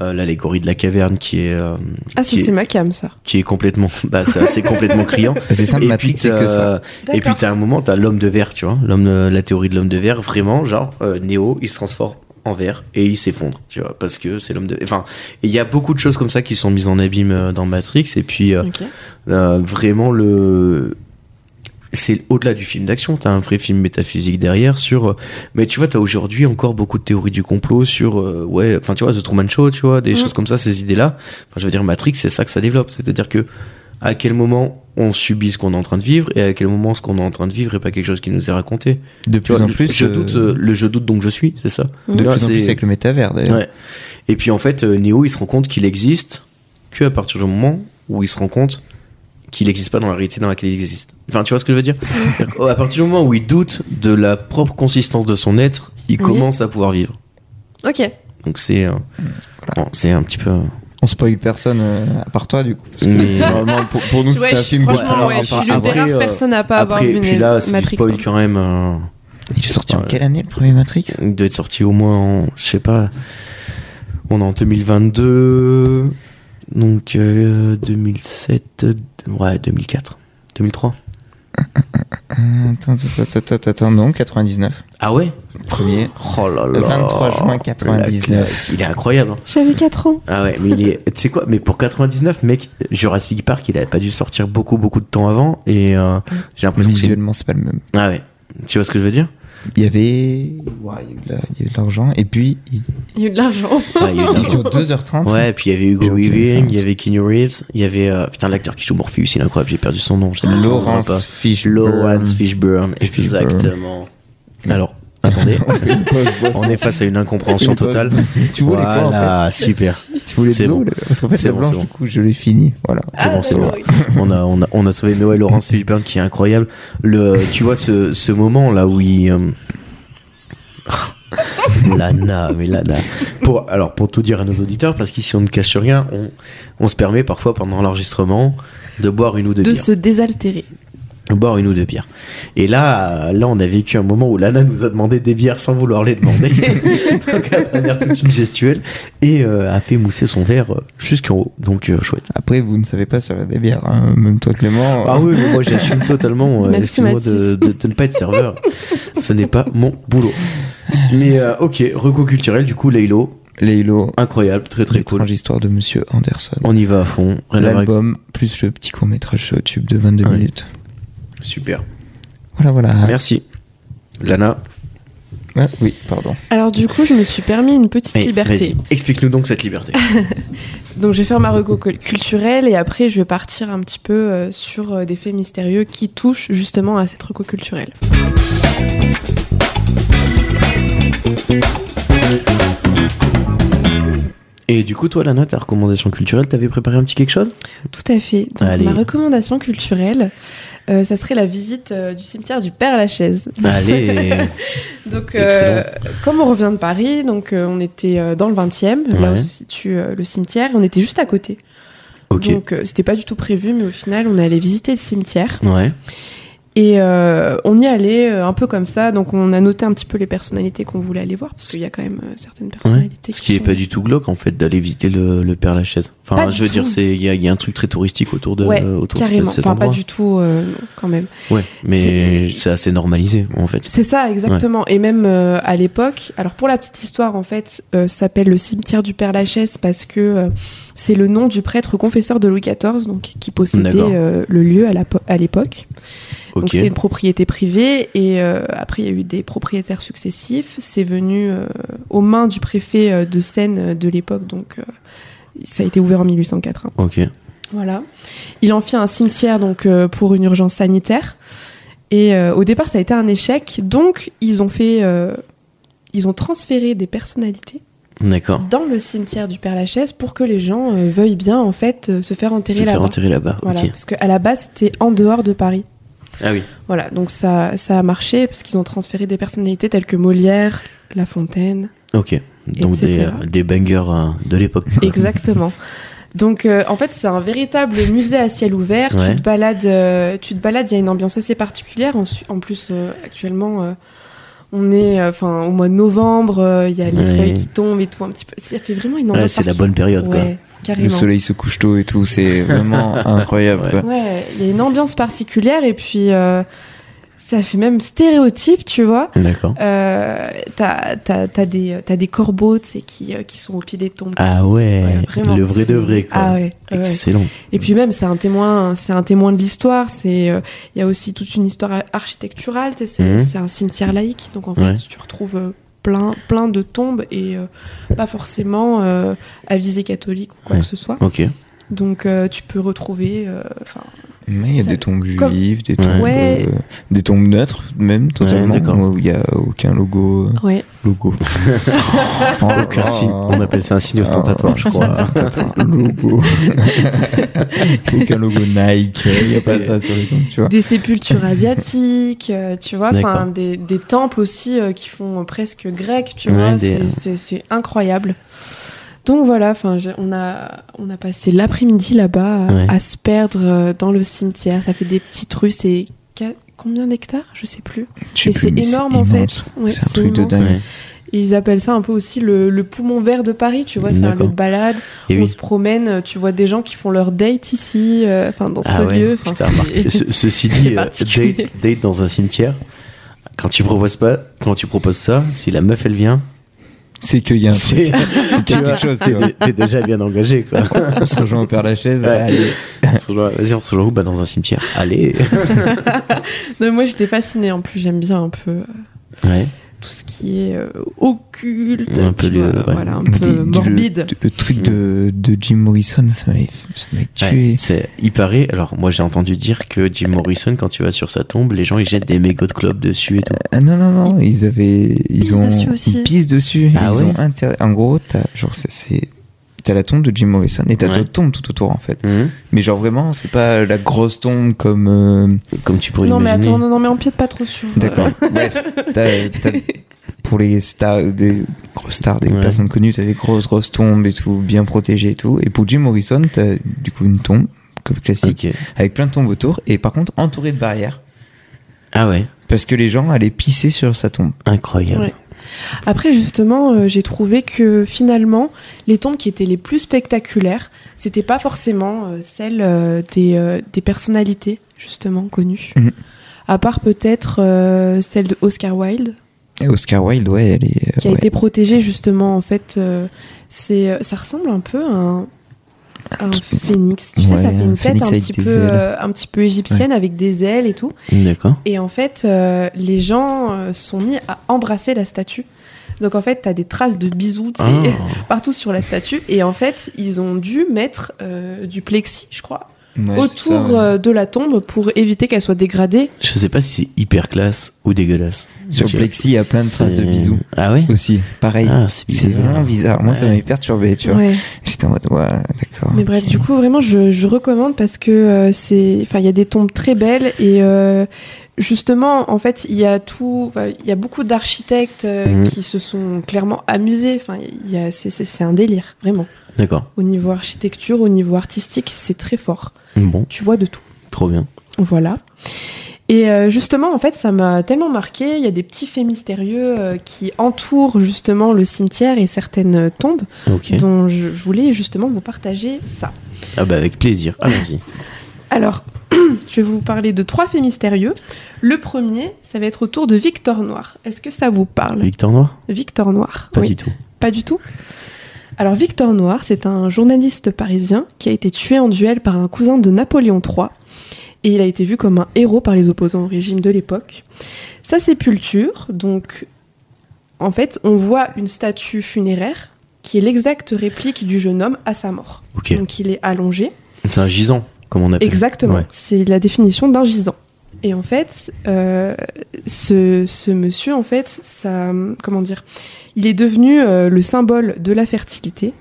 [SPEAKER 1] euh, l'allégorie de la caverne qui est euh,
[SPEAKER 2] Ah, ça,
[SPEAKER 1] qui,
[SPEAKER 2] c'est
[SPEAKER 1] est,
[SPEAKER 2] ma cam, ça.
[SPEAKER 1] qui est complètement bah c'est assez complètement criant.
[SPEAKER 3] C'est simple,
[SPEAKER 1] Et
[SPEAKER 3] Matrix,
[SPEAKER 1] puis euh,
[SPEAKER 3] c'est que ça.
[SPEAKER 1] t'as- et puis t'as un moment t'as l'homme de verre tu vois l'homme de- la théorie de l'homme de verre vraiment genre euh, Néo il se transforme en verre et il s'effondre tu vois parce que c'est l'homme de enfin il y a beaucoup de choses comme ça qui sont mises en abîme euh, dans Matrix et puis euh,
[SPEAKER 2] Ok.
[SPEAKER 1] euh, vraiment le c'est au-delà du film d'action, t'as un vrai film métaphysique derrière sur euh, mais tu vois t'as aujourd'hui encore beaucoup de théories du complot sur euh, ouais enfin tu vois The Truman Show, tu vois des
[SPEAKER 2] Mhm.
[SPEAKER 1] choses comme ça, ces idées-là. Enfin, je veux dire Matrix, c'est ça que ça développe, c'est-à-dire que à quel moment on subit ce qu'on est en train de vivre et à quel moment ce qu'on est en train de vivre est pas quelque chose qui nous est raconté.
[SPEAKER 3] De
[SPEAKER 1] Tu
[SPEAKER 3] plus
[SPEAKER 1] vois,
[SPEAKER 3] en plus,
[SPEAKER 1] je
[SPEAKER 3] euh,
[SPEAKER 1] doute euh, le je doute donc je suis, c'est ça.
[SPEAKER 2] Mhm.
[SPEAKER 3] de
[SPEAKER 1] Tu vois,
[SPEAKER 3] plus en plus
[SPEAKER 1] c'est-
[SPEAKER 3] avec le métavers d'ailleurs.
[SPEAKER 1] Ouais. Et euh, puis en fait, euh, Neo, il se rend compte qu'il existe que à partir du moment où il se rend compte qu'il n'existe pas dans la réalité dans laquelle il existe. Enfin, tu vois ce que je veux dire C'est-à-dire qu'à- À partir du moment où il doute de la propre consistance de son être, il
[SPEAKER 2] Oui.
[SPEAKER 1] commence à pouvoir vivre.
[SPEAKER 2] Ok.
[SPEAKER 1] Donc c'est euh,
[SPEAKER 2] Mm.
[SPEAKER 1] bon, c'est un petit peu. euh,
[SPEAKER 3] On spoil personne euh, à part toi du coup. Parce que
[SPEAKER 1] Mais-
[SPEAKER 3] normalement pour, pour nous c'est
[SPEAKER 2] Ouais,
[SPEAKER 3] un film
[SPEAKER 1] que
[SPEAKER 2] franchement,
[SPEAKER 1] t'as
[SPEAKER 2] ouais, je suis
[SPEAKER 1] pas-
[SPEAKER 2] l'une des
[SPEAKER 1] après,
[SPEAKER 2] rares
[SPEAKER 1] euh,
[SPEAKER 2] personnes à pas avoir
[SPEAKER 1] Après,
[SPEAKER 2] vu
[SPEAKER 1] puis là, c'est du
[SPEAKER 2] Matrix.
[SPEAKER 1] spoil quand même. euh,
[SPEAKER 3] Il est sorti en
[SPEAKER 1] Ouais.
[SPEAKER 3] quelle année le premier Matrix
[SPEAKER 1] il doit être sorti au moins, en, je sais pas. On est en 2022, donc euh, 2007, euh, ouais 2004, 2003.
[SPEAKER 3] Euh, Attends, attends, attends, attends, attends, non, 99.
[SPEAKER 1] Ah ouais
[SPEAKER 3] Premier.
[SPEAKER 1] Oh là là.
[SPEAKER 3] 23 juin 99.
[SPEAKER 1] La claque. Il est incroyable. hein.
[SPEAKER 2] J'avais 4 ans.
[SPEAKER 1] Ah ouais, mais il est. Tu sais quoi Mais pour 99, mec, Jurassic Park, il avait pas dû sortir beaucoup, beaucoup de temps avant. Et euh, j'ai l'impression que c'est.
[SPEAKER 3] Visuellement, c'est pas le même.
[SPEAKER 1] Ah ouais. Tu vois ce que je veux dire
[SPEAKER 3] Il y avait. ouais, il y a eu de la- il y a eu de l'argent. Et puis, il,
[SPEAKER 2] Il y a eu de l'argent.
[SPEAKER 1] Ah, il y a eu de
[SPEAKER 3] il
[SPEAKER 1] l'argent.
[SPEAKER 3] dure 2h30.
[SPEAKER 1] Ouais, puis il y avait
[SPEAKER 3] J'ai
[SPEAKER 1] Hugo
[SPEAKER 3] aucune
[SPEAKER 1] Weaving,
[SPEAKER 3] référence.
[SPEAKER 1] il y avait Keanu Reeves, il y avait. euh, putain, l'acteur qui joue Morpheus, il est incroyable, j'ai perdu son nom. je sais pas, je comprends
[SPEAKER 3] Laurence
[SPEAKER 1] pas.
[SPEAKER 3] Fish.
[SPEAKER 1] Lawrence Fishburne,
[SPEAKER 3] Fishburne.
[SPEAKER 1] exactement. Alors, attendez. On est face à une incompréhension totale.
[SPEAKER 3] Tu voulais quoi en
[SPEAKER 1] Voilà, super.
[SPEAKER 3] fait Tu voulais de
[SPEAKER 1] C'est
[SPEAKER 3] l'eau,
[SPEAKER 1] bon.
[SPEAKER 3] le- Parce qu'en fait,
[SPEAKER 1] C'est
[SPEAKER 3] la
[SPEAKER 1] bon,
[SPEAKER 3] blanche,
[SPEAKER 1] c'est
[SPEAKER 3] du coup, je l'ai fini. Voilà.
[SPEAKER 1] C'est Ah, bon, c'est bon.
[SPEAKER 2] d'accord,
[SPEAKER 1] On a, on a, on a sauvé Noël Laurence Fishburne qui est incroyable. Le, tu vois ce, ce moment là où il. euh, Lana, mais Lana. Pour, alors, pour tout dire à nos auditeurs, parce qu'ici on ne cache rien, on, on se permet parfois pendant l'enregistrement de boire une ou deux
[SPEAKER 2] De
[SPEAKER 1] bières.
[SPEAKER 2] se désaltérer.
[SPEAKER 1] De boire une ou deux bières. Et là, euh, là, on a vécu un moment où Lana nous a demandé des bières sans vouloir les demander. Donc, à travers toute une gestuelle. Et euh, a fait mousser son verre euh, jusqu'en haut. Donc, euh, chouette.
[SPEAKER 3] Après, vous ne savez pas sur la bières, hein, même toi, Clément.
[SPEAKER 1] Ah oui, mais moi j'assume totalement. euh,
[SPEAKER 2] Merci,
[SPEAKER 1] Excuse-moi
[SPEAKER 2] Mathis.
[SPEAKER 1] de, de- de ne pas être serveur. Ce n'est pas mon boulot. Mais euh, ok, reco culturel, du coup, Laylo,
[SPEAKER 3] Lélo,
[SPEAKER 1] incroyable, très très cool.
[SPEAKER 3] l'étrange histoire de Monsieur Anderson.
[SPEAKER 1] On y va à fond. Rien à voir avec-
[SPEAKER 3] L'album, plus le petit court-métrage sur YouTube de 22
[SPEAKER 1] Ouais.
[SPEAKER 3] minutes.
[SPEAKER 1] Super.
[SPEAKER 3] Voilà, voilà.
[SPEAKER 1] Merci. Lana,
[SPEAKER 3] Ouais, oui, pardon.
[SPEAKER 2] Alors du coup, je me suis permis une petite
[SPEAKER 1] allez,
[SPEAKER 2] liberté.
[SPEAKER 1] vas-y, explique-nous donc cette liberté.
[SPEAKER 2] Donc je vais faire ma reco cul- culturelle et après je vais partir un petit peu euh, sur euh, des faits mystérieux qui touchent justement à cette reco culturelle.
[SPEAKER 1] Et du coup, toi, Lana, ta recommandation culturelle, t'avais préparé un petit quelque chose
[SPEAKER 2] Tout à fait. Donc
[SPEAKER 1] Allez.
[SPEAKER 2] ma recommandation culturelle, euh, ça serait la visite euh, du cimetière du Père Lachaise.
[SPEAKER 1] Allez,
[SPEAKER 2] Donc, euh, comme on revient de Paris, donc euh, on était euh, dans le 20e, là où
[SPEAKER 1] Ouais.
[SPEAKER 2] se situe euh, le cimetière, et on était juste à côté.
[SPEAKER 1] ok.
[SPEAKER 2] Donc, euh, c'était pas du tout prévu, mais au final, on allait visiter le cimetière.
[SPEAKER 1] Ouais,
[SPEAKER 2] Et euh, on y allait euh, un peu comme ça, donc on a noté un petit peu les personnalités qu'on voulait aller voir, parce qu'il y a quand même euh, certaines personnalités
[SPEAKER 1] ce
[SPEAKER 2] qui
[SPEAKER 1] qui est
[SPEAKER 2] sont-
[SPEAKER 1] pas du tout glauque en fait d'aller visiter le, le Père Lachaise. Enfin,
[SPEAKER 2] Pas du
[SPEAKER 1] je veux
[SPEAKER 2] tout.
[SPEAKER 1] dire, c'est il y, a- il y a un truc très touristique autour de,
[SPEAKER 2] Ouais,
[SPEAKER 1] autour de cet,
[SPEAKER 2] Carrément,
[SPEAKER 1] cet
[SPEAKER 2] enfin pas
[SPEAKER 1] endroit.
[SPEAKER 2] du tout euh, non, quand même.
[SPEAKER 1] Ouais, mais
[SPEAKER 2] C'est-
[SPEAKER 1] c'est assez normalisé en fait.
[SPEAKER 2] C'est ça, exactement. Et même euh, à l'époque, alors pour la petite histoire, en fait, euh, ça s'appelle le cimetière du Père Lachaise parce que euh, c'est le nom du prêtre confesseur de Louis XIV, donc qui possédait
[SPEAKER 1] D'accord.
[SPEAKER 2] euh, le lieu à la po- à l'époque. Donc c'était une propriété privée et euh, après il y a eu des propriétaires successifs. C'est venu euh, aux mains du préfet euh, de Seine euh, de l'époque, donc euh, ça a été ouvert en 1804. hein.
[SPEAKER 1] Ok.
[SPEAKER 2] Voilà. Il en fit un cimetière donc euh, pour une urgence sanitaire. Et euh, au départ, ça a été un échec. Donc ils ont fait, euh, ils ont transféré des personnalités
[SPEAKER 1] D'accord.
[SPEAKER 2] dans le cimetière du Père Lachaise pour que les gens euh, veuillent bien en fait euh, se faire
[SPEAKER 1] Se
[SPEAKER 2] enterrer
[SPEAKER 1] faire
[SPEAKER 2] là-bas.
[SPEAKER 1] enterrer là-bas.
[SPEAKER 2] Voilà,
[SPEAKER 1] Ok.
[SPEAKER 2] parce qu'à la base c'était en dehors de Paris.
[SPEAKER 1] Ah oui.
[SPEAKER 2] Voilà, donc ça, ça a marché parce qu'ils ont transféré des personnalités telles que Molière, La Fontaine.
[SPEAKER 1] Ok. Donc des,
[SPEAKER 2] Etc.
[SPEAKER 1] euh, des bangers euh, de l'époque. quoi.
[SPEAKER 2] Exactement. Donc euh, en fait c'est un véritable musée à ciel ouvert.
[SPEAKER 1] Ouais.
[SPEAKER 2] Tu te balades, euh, tu te balades. Il y a une ambiance assez particulière. En, su- en plus euh, actuellement euh, on est euh, enfin au mois de novembre. euh, Il y a les
[SPEAKER 1] Ouais.
[SPEAKER 2] feuilles qui tombent et tout un petit peu. Ça fait vraiment une ambiance.
[SPEAKER 1] Ouais, c'est la
[SPEAKER 2] particulière.
[SPEAKER 1] bonne période quoi.
[SPEAKER 2] Ouais, carrément.
[SPEAKER 3] Le soleil se couche tôt et tout, c'est vraiment incroyable.
[SPEAKER 1] Ouais.
[SPEAKER 3] quoi.
[SPEAKER 2] Ouais, il y a une ambiance particulière et puis euh, ça fait même stéréotype, tu vois.
[SPEAKER 1] D'accord.
[SPEAKER 2] Euh, t'as t'as- t'as des, euh, t'as des corbeaux tu sais, qui, euh, qui sont au pied des tombes. qui
[SPEAKER 1] Ah
[SPEAKER 2] sont-
[SPEAKER 1] ouais.
[SPEAKER 2] vraiment,
[SPEAKER 1] le vrai de
[SPEAKER 2] c'est-
[SPEAKER 1] vrai quoi.
[SPEAKER 2] Ah ouais, ouais.
[SPEAKER 1] Excellent.
[SPEAKER 2] Et puis même, c'est un témoin, c'est un témoin de l'histoire. C'est, euh, il y a aussi toute une histoire a- architecturale. tu sais, C'est
[SPEAKER 1] Mhm.
[SPEAKER 2] c'est un cimetière laïque, donc en fait,
[SPEAKER 1] Ouais.
[SPEAKER 2] tu retrouves euh, plein, plein de tombes et euh, pas forcément euh, à visée catholique ou quoi
[SPEAKER 1] Ouais.
[SPEAKER 2] que ce soit.
[SPEAKER 1] Ok.
[SPEAKER 2] Donc euh, tu peux retrouver, euh, enfin,
[SPEAKER 3] Mais il y a
[SPEAKER 2] Ça-
[SPEAKER 3] des tombes
[SPEAKER 2] comme-
[SPEAKER 3] juives, des tombes,
[SPEAKER 2] Ouais.
[SPEAKER 3] euh, des tombes neutres même totalement,
[SPEAKER 1] d'accord.
[SPEAKER 3] où il n'y a aucun logo. euh,
[SPEAKER 2] ouais.
[SPEAKER 3] Logo. Oh,
[SPEAKER 1] Aucun
[SPEAKER 3] oh,
[SPEAKER 1] signe.
[SPEAKER 3] oh.
[SPEAKER 1] On appelle ça un signe
[SPEAKER 3] Ah,
[SPEAKER 1] ostentatoire, je crois.
[SPEAKER 3] logo. aucun logo Nike, il n'y a pas ça sur les tombes, tu vois.
[SPEAKER 2] des sépultures asiatiques, euh, tu vois, enfin
[SPEAKER 1] D'accord.
[SPEAKER 2] des, des temples aussi euh, qui font presque grec, tu
[SPEAKER 1] Ouais,
[SPEAKER 2] vois,
[SPEAKER 1] des-
[SPEAKER 2] c'est- c'est c'est incroyable. Donc voilà, enfin j'ai- on a on a passé l'après-midi là-bas à-
[SPEAKER 1] Ouais.
[SPEAKER 2] à se perdre euh, dans le cimetière, ça fait des petites rues, c'est qua- combien d'hectares, je sais plus.
[SPEAKER 3] Je sais
[SPEAKER 2] Mais
[SPEAKER 3] plus,
[SPEAKER 2] c'est énorme en
[SPEAKER 3] immense.
[SPEAKER 2] fait. Ouais,
[SPEAKER 3] C'est un truc de
[SPEAKER 2] immense.
[SPEAKER 3] dingue.
[SPEAKER 1] Ouais.
[SPEAKER 2] Et ils appellent ça un peu aussi le, le poumon vert de Paris, tu vois, c'est un
[SPEAKER 1] D'accord.
[SPEAKER 2] lieu de balade.
[SPEAKER 1] Et
[SPEAKER 2] on
[SPEAKER 1] oui.
[SPEAKER 2] se promène, euh, tu vois des gens qui font leur date ici, euh, enfin dans
[SPEAKER 1] Ah
[SPEAKER 2] ce
[SPEAKER 1] ouais,
[SPEAKER 2] lieu. enfin,
[SPEAKER 1] putain,
[SPEAKER 2] c'est-
[SPEAKER 1] remarque. Ce- ceci dit, euh,
[SPEAKER 2] particulier.
[SPEAKER 1] date, date dans un cimetière, quand tu proposes pas, quand tu proposes ça, si la meuf elle vient,
[SPEAKER 3] C'est qu'il y a un truc.
[SPEAKER 1] c'est
[SPEAKER 3] C'est qu'il y a quelque chose, tu vois.
[SPEAKER 1] t'es- t'es déjà bien engagé quoi.
[SPEAKER 3] On se rejoint au Père Lachaise.
[SPEAKER 1] Ouais.
[SPEAKER 3] allez.
[SPEAKER 1] On se rejoint- Vas-y, on se rejoint où Bah, dans un cimetière. Allez.
[SPEAKER 2] Non, moi j'étais fascinée en plus, j'aime bien un peu euh,
[SPEAKER 1] Ouais.
[SPEAKER 2] tout ce qui est euh, occulte,
[SPEAKER 1] Un peu
[SPEAKER 2] tu
[SPEAKER 1] le-
[SPEAKER 2] vois,
[SPEAKER 1] ouais.
[SPEAKER 2] voilà, un
[SPEAKER 3] Mais
[SPEAKER 2] peu
[SPEAKER 3] dis- dis
[SPEAKER 2] morbide.
[SPEAKER 3] Le, le truc de, de Jim Morrison, ça m'avait ça m'avait tué.
[SPEAKER 1] Ouais, c'est, il paraît, alors moi j'ai entendu dire que Jim Morrison, quand tu vas sur sa tombe, les gens ils jettent des mégots de clopes dessus et tout.
[SPEAKER 3] Ah non, non, non, ils avaient. Ils
[SPEAKER 2] pissent
[SPEAKER 3] ont.
[SPEAKER 2] dessus aussi.
[SPEAKER 3] Ils pissent dessus.
[SPEAKER 1] Ah
[SPEAKER 3] ils
[SPEAKER 1] ouais
[SPEAKER 3] ont inter- En gros, t'as, genre, c'est, c'est- t'as la tombe de Jim Morrison et t'as
[SPEAKER 1] Ouais.
[SPEAKER 3] d'autres tombes tout autour, en fait. Mais genre, vraiment, c'est pas la grosse tombe comme. euh,
[SPEAKER 1] Comme tu pourrais
[SPEAKER 2] Non, mais
[SPEAKER 1] l'imaginer.
[SPEAKER 2] attends, non, non, mais empiète pas trop sur. euh,
[SPEAKER 3] D'accord. Bref, t'as- t'as- pour les stars, des grosses stars, des
[SPEAKER 1] Ouais.
[SPEAKER 3] personnes connues, t'as des grosses, grosses tombes et tout, bien protégées et tout. Et pour Jim Morrison, t'as du coup une tombe, comme classique,
[SPEAKER 1] Ok.
[SPEAKER 3] avec plein de tombes autour, et par contre entourée de barrières,
[SPEAKER 1] Ah ouais,
[SPEAKER 3] parce que les gens allaient pisser sur sa tombe.
[SPEAKER 1] incroyable.
[SPEAKER 2] Ouais. Après, justement, euh, j'ai trouvé que finalement, les tombes qui étaient les plus spectaculaires, c'était pas forcément euh, celles euh, des, euh, des personnalités, justement, connues.
[SPEAKER 3] Mhm.
[SPEAKER 2] À part peut-être euh, celle de Oscar Wilde.
[SPEAKER 3] Et Oscar Wilde, ouais, elle est. euh,
[SPEAKER 2] qui a
[SPEAKER 3] ouais.
[SPEAKER 2] été protégé justement en fait euh, c'est euh, ça ressemble un peu à un, à un phénix tu sais ça
[SPEAKER 3] Ouais,
[SPEAKER 2] fait
[SPEAKER 3] un
[SPEAKER 2] une tête
[SPEAKER 3] phénix
[SPEAKER 2] un
[SPEAKER 3] avec
[SPEAKER 2] petit
[SPEAKER 3] des
[SPEAKER 2] peu
[SPEAKER 3] ailes.
[SPEAKER 2] euh, un petit peu égyptienne avec des ailes et tout
[SPEAKER 1] D'accord.
[SPEAKER 2] et en fait euh, les gens euh, sont mis à embrasser la statue donc en fait t'as des traces de bisous tu sais,
[SPEAKER 1] Ah.
[SPEAKER 2] partout sur la statue et en fait ils ont dû mettre euh, du plexi je crois
[SPEAKER 3] Ouais, c'est
[SPEAKER 2] autour
[SPEAKER 3] ça, ouais.
[SPEAKER 2] euh, de la tombe pour éviter qu'elle soit dégradée
[SPEAKER 1] Je sais pas si c'est hyper classe ou dégueulasse.
[SPEAKER 3] Sur
[SPEAKER 1] Ok.
[SPEAKER 3] Plexi, il y a plein de traces de
[SPEAKER 1] C'est-
[SPEAKER 3] bisous
[SPEAKER 1] Ah ouais
[SPEAKER 3] aussi. Pareil.
[SPEAKER 1] Ah, c'est
[SPEAKER 3] c'est
[SPEAKER 1] bizarre.
[SPEAKER 3] vraiment bizarre. Moi, ça
[SPEAKER 1] Ouais.
[SPEAKER 3] m'avait perturbé, tu vois.
[SPEAKER 2] Ouais.
[SPEAKER 3] J'étais en mode, ouais, d'accord.
[SPEAKER 2] Mais bref,
[SPEAKER 3] ok.
[SPEAKER 2] du coup, vraiment, je, je recommande parce que euh, c'est, enfin, il y a des tombes très belles et euh, justement, en fait, il y a tout, enfin, il y a beaucoup d'architectes euh,
[SPEAKER 1] Mhm.
[SPEAKER 2] qui se sont clairement amusés. Enfin, il y a, c'est, c'est, c'est un délire, vraiment.
[SPEAKER 1] D'accord.
[SPEAKER 2] Au niveau architecture, au niveau artistique, c'est très fort.
[SPEAKER 1] Bon,
[SPEAKER 2] Tu vois de tout.
[SPEAKER 1] trop bien.
[SPEAKER 2] Voilà. Et euh, justement, en fait, ça m'a tellement marqué. Il y a des petits faits mystérieux euh, qui entourent justement le cimetière et certaines euh, tombes
[SPEAKER 1] Ok.
[SPEAKER 2] dont je voulais justement vous partager ça.
[SPEAKER 1] Ah bah avec plaisir. Allons-y.
[SPEAKER 2] Alors, je vais vous parler de trois faits mystérieux. Le premier, ça va être autour de Victor Noir. Est-ce que ça vous parle
[SPEAKER 1] Victor Noir
[SPEAKER 2] Victor Noir
[SPEAKER 1] Pas
[SPEAKER 2] Oui,
[SPEAKER 1] du tout.
[SPEAKER 2] pas du tout. Alors, Victor Noir, c'est un journaliste parisien qui a été tué en duel par un cousin de Napoléon III. et il a été vu comme un héros par les opposants au régime de l'époque. Sa sépulture, donc, en fait, on voit une statue funéraire qui est l'exacte réplique du jeune homme à sa mort.
[SPEAKER 1] Ok.
[SPEAKER 2] Donc il est allongé.
[SPEAKER 1] C'est un gisant, comme on appelle.
[SPEAKER 2] Exactement.
[SPEAKER 1] Ouais.
[SPEAKER 2] C'est la définition d'un gisant. Et en fait, euh, ce, ce monsieur, en fait, ça, comment dire, il est devenu euh, le symbole de la fertilité.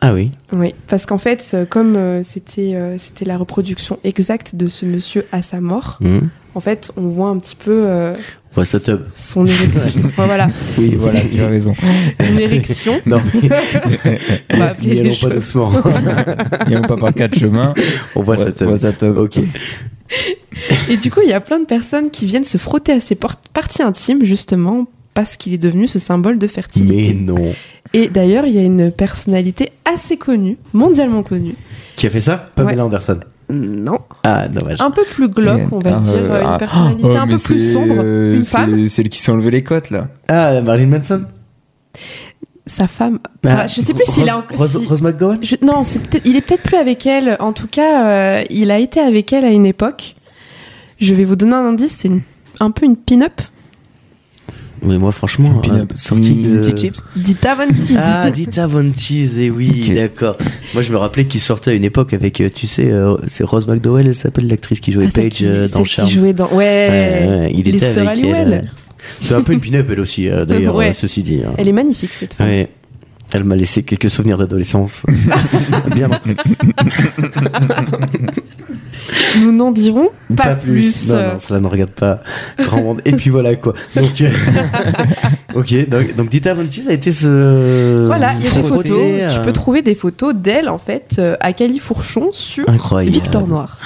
[SPEAKER 1] Ah oui.
[SPEAKER 2] Oui, parce qu'en fait, euh, comme euh, c'était euh, c'était la reproduction exacte de ce monsieur à sa mort,
[SPEAKER 1] Mhm.
[SPEAKER 2] en fait, on voit un petit peu euh,
[SPEAKER 1] Ouais, ça tub.
[SPEAKER 2] son érection. Enfin, voilà,
[SPEAKER 1] Oui,
[SPEAKER 3] Voilà, tu as raison.
[SPEAKER 2] une érection.
[SPEAKER 1] Non,
[SPEAKER 2] On va appeler
[SPEAKER 1] n'y
[SPEAKER 2] les
[SPEAKER 1] allons pas
[SPEAKER 2] choses.
[SPEAKER 1] doucement.
[SPEAKER 3] Et on pas par quatre chemins.
[SPEAKER 1] on voit ça tub.
[SPEAKER 3] Ouais, ça top.
[SPEAKER 1] Ok.
[SPEAKER 2] Et du coup, il y a plein de personnes qui viennent se frotter à ses por- parties intimes, justement, parce qu'il est devenu ce symbole de fertilité.
[SPEAKER 1] Mais non.
[SPEAKER 2] Et d'ailleurs, il y a une personnalité assez connue, mondialement connue.
[SPEAKER 1] Qui a fait ça Pamela
[SPEAKER 2] Ouais.
[SPEAKER 1] Anderson.
[SPEAKER 2] Non.
[SPEAKER 1] Ah, dommage.
[SPEAKER 2] Un peu plus glauque, on va
[SPEAKER 3] Ah,
[SPEAKER 2] dire.
[SPEAKER 3] euh,
[SPEAKER 2] une
[SPEAKER 3] ah.
[SPEAKER 2] personnalité
[SPEAKER 3] Oh,
[SPEAKER 2] un
[SPEAKER 3] mais
[SPEAKER 2] peu plus
[SPEAKER 3] c'est,
[SPEAKER 2] sombre.
[SPEAKER 3] euh,
[SPEAKER 2] une
[SPEAKER 3] c'est-
[SPEAKER 2] femme.
[SPEAKER 3] Celle qui s'est enlevé les côtes, là.
[SPEAKER 1] Ah, Marilyn Manson.
[SPEAKER 2] Sa femme.
[SPEAKER 1] Ah,
[SPEAKER 2] Enfin, je sais plus
[SPEAKER 1] Rose-
[SPEAKER 2] s'il a encore.
[SPEAKER 1] Rose, Rose McGowan
[SPEAKER 2] Je- non, c'est peut-être- il est peut-être plus avec elle. En tout cas, euh, il a été avec elle à une époque. Je vais vous donner un indice, c'est une- un peu une pin-up.
[SPEAKER 1] Mais moi, franchement,
[SPEAKER 3] Une pin-up.
[SPEAKER 1] euh, sortie
[SPEAKER 3] Une
[SPEAKER 1] de.
[SPEAKER 3] petite chips
[SPEAKER 2] Dita Von Teese.
[SPEAKER 1] Ah, Dita Von Teese, eh oui,
[SPEAKER 3] Ok.
[SPEAKER 1] d'accord. Moi, je me rappelais qu'il sortait à une époque avec, euh, tu sais, euh, c'est Rose McDowell, elle s'appelle l'actrice qui jouait
[SPEAKER 2] Ah, celle
[SPEAKER 1] Paige
[SPEAKER 2] qui-
[SPEAKER 1] euh, dans
[SPEAKER 2] celle qui
[SPEAKER 1] Charmed.
[SPEAKER 2] jouait dans- Ouais.
[SPEAKER 1] Ouais, ouais, il
[SPEAKER 2] les
[SPEAKER 1] était
[SPEAKER 2] sœurs
[SPEAKER 1] avec
[SPEAKER 2] Halliwell.
[SPEAKER 1] elle. euh, C'est un peu une pin-up, elle aussi, euh, d'ailleurs,
[SPEAKER 2] Ouais.
[SPEAKER 1] euh, ceci dit. hein.
[SPEAKER 2] Elle est magnifique cette femme.
[SPEAKER 1] Ouais. Elle m'a laissé quelques souvenirs d'adolescence. Bien en plus.
[SPEAKER 2] Nous n'en dirons pas, euh,
[SPEAKER 1] Non, non, cela ne regarde pas grand monde. Et puis voilà quoi. Donc, euh, ok, donc, donc Dita Von Teese a été ce.
[SPEAKER 2] Voilà, il y a
[SPEAKER 1] ce
[SPEAKER 2] des
[SPEAKER 1] côté,
[SPEAKER 2] photos.
[SPEAKER 1] euh,
[SPEAKER 2] Tu peux trouver des photos d'elle en fait euh, à Califourchon sur
[SPEAKER 1] Incroyable.
[SPEAKER 2] Victor Noir.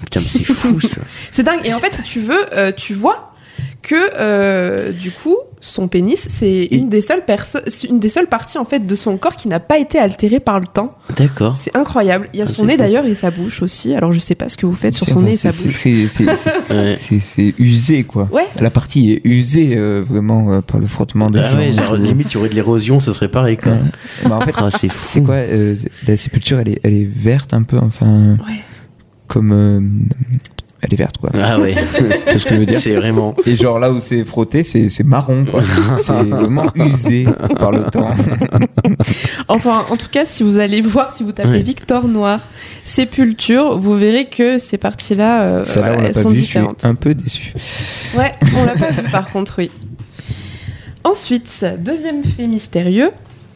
[SPEAKER 1] Putain, mais c'est fou ça.
[SPEAKER 2] C'est dingue. Et en fait, si tu veux, euh, tu vois que euh, du coup, son pénis, c'est
[SPEAKER 1] Et-
[SPEAKER 2] une des seules perso- c'est une des seules parties en fait de son corps qui n'a pas été altérée par le temps.
[SPEAKER 1] D'accord.
[SPEAKER 2] C'est incroyable. Il y a
[SPEAKER 1] Ah,
[SPEAKER 2] son
[SPEAKER 1] c'est
[SPEAKER 2] nez
[SPEAKER 1] fou.
[SPEAKER 2] d'ailleurs et sa bouche aussi. Alors je sais pas ce que vous faites sur son
[SPEAKER 3] Enfin,
[SPEAKER 2] nez et sa
[SPEAKER 3] c'est- c'est
[SPEAKER 2] bouche.
[SPEAKER 3] très- c'est- c'est-
[SPEAKER 1] Ouais.
[SPEAKER 3] C'est c'est usé, quoi.
[SPEAKER 2] Ouais.
[SPEAKER 3] La partie est usée euh, vraiment euh, par le frottement de
[SPEAKER 1] Ah ouais,
[SPEAKER 3] jambes.
[SPEAKER 1] genre limite, il y aurait de l'érosion, ce serait pareil quoi.
[SPEAKER 3] Ouais. Bah, en fait,
[SPEAKER 1] Ah, c'est fou.
[SPEAKER 3] c'est quoi euh, La sépulture, elle est, elle est verte un peu, enfin,
[SPEAKER 2] Ouais.
[SPEAKER 3] comme. euh, elle est verte, quoi.
[SPEAKER 1] Ah ouais,
[SPEAKER 3] C'est ce que je veux dire.
[SPEAKER 1] c'est vraiment.
[SPEAKER 3] Et genre là où c'est frotté, c'est c'est marron, quoi. C'est vraiment usé par le temps.
[SPEAKER 2] Enfin, en tout cas, si vous allez voir, si vous tapez
[SPEAKER 1] Ouais.
[SPEAKER 2] Victor Noir sépulture, vous verrez que ces parties-là euh,
[SPEAKER 3] Ça, là,
[SPEAKER 2] voilà,
[SPEAKER 3] on l'a
[SPEAKER 2] elles
[SPEAKER 3] pas
[SPEAKER 2] sont
[SPEAKER 3] vu,
[SPEAKER 2] différentes.
[SPEAKER 3] je suis un peu déçu.
[SPEAKER 2] Ouais, on l'a pas vu par contre, oui. Ensuite, deuxième fait mystérieux.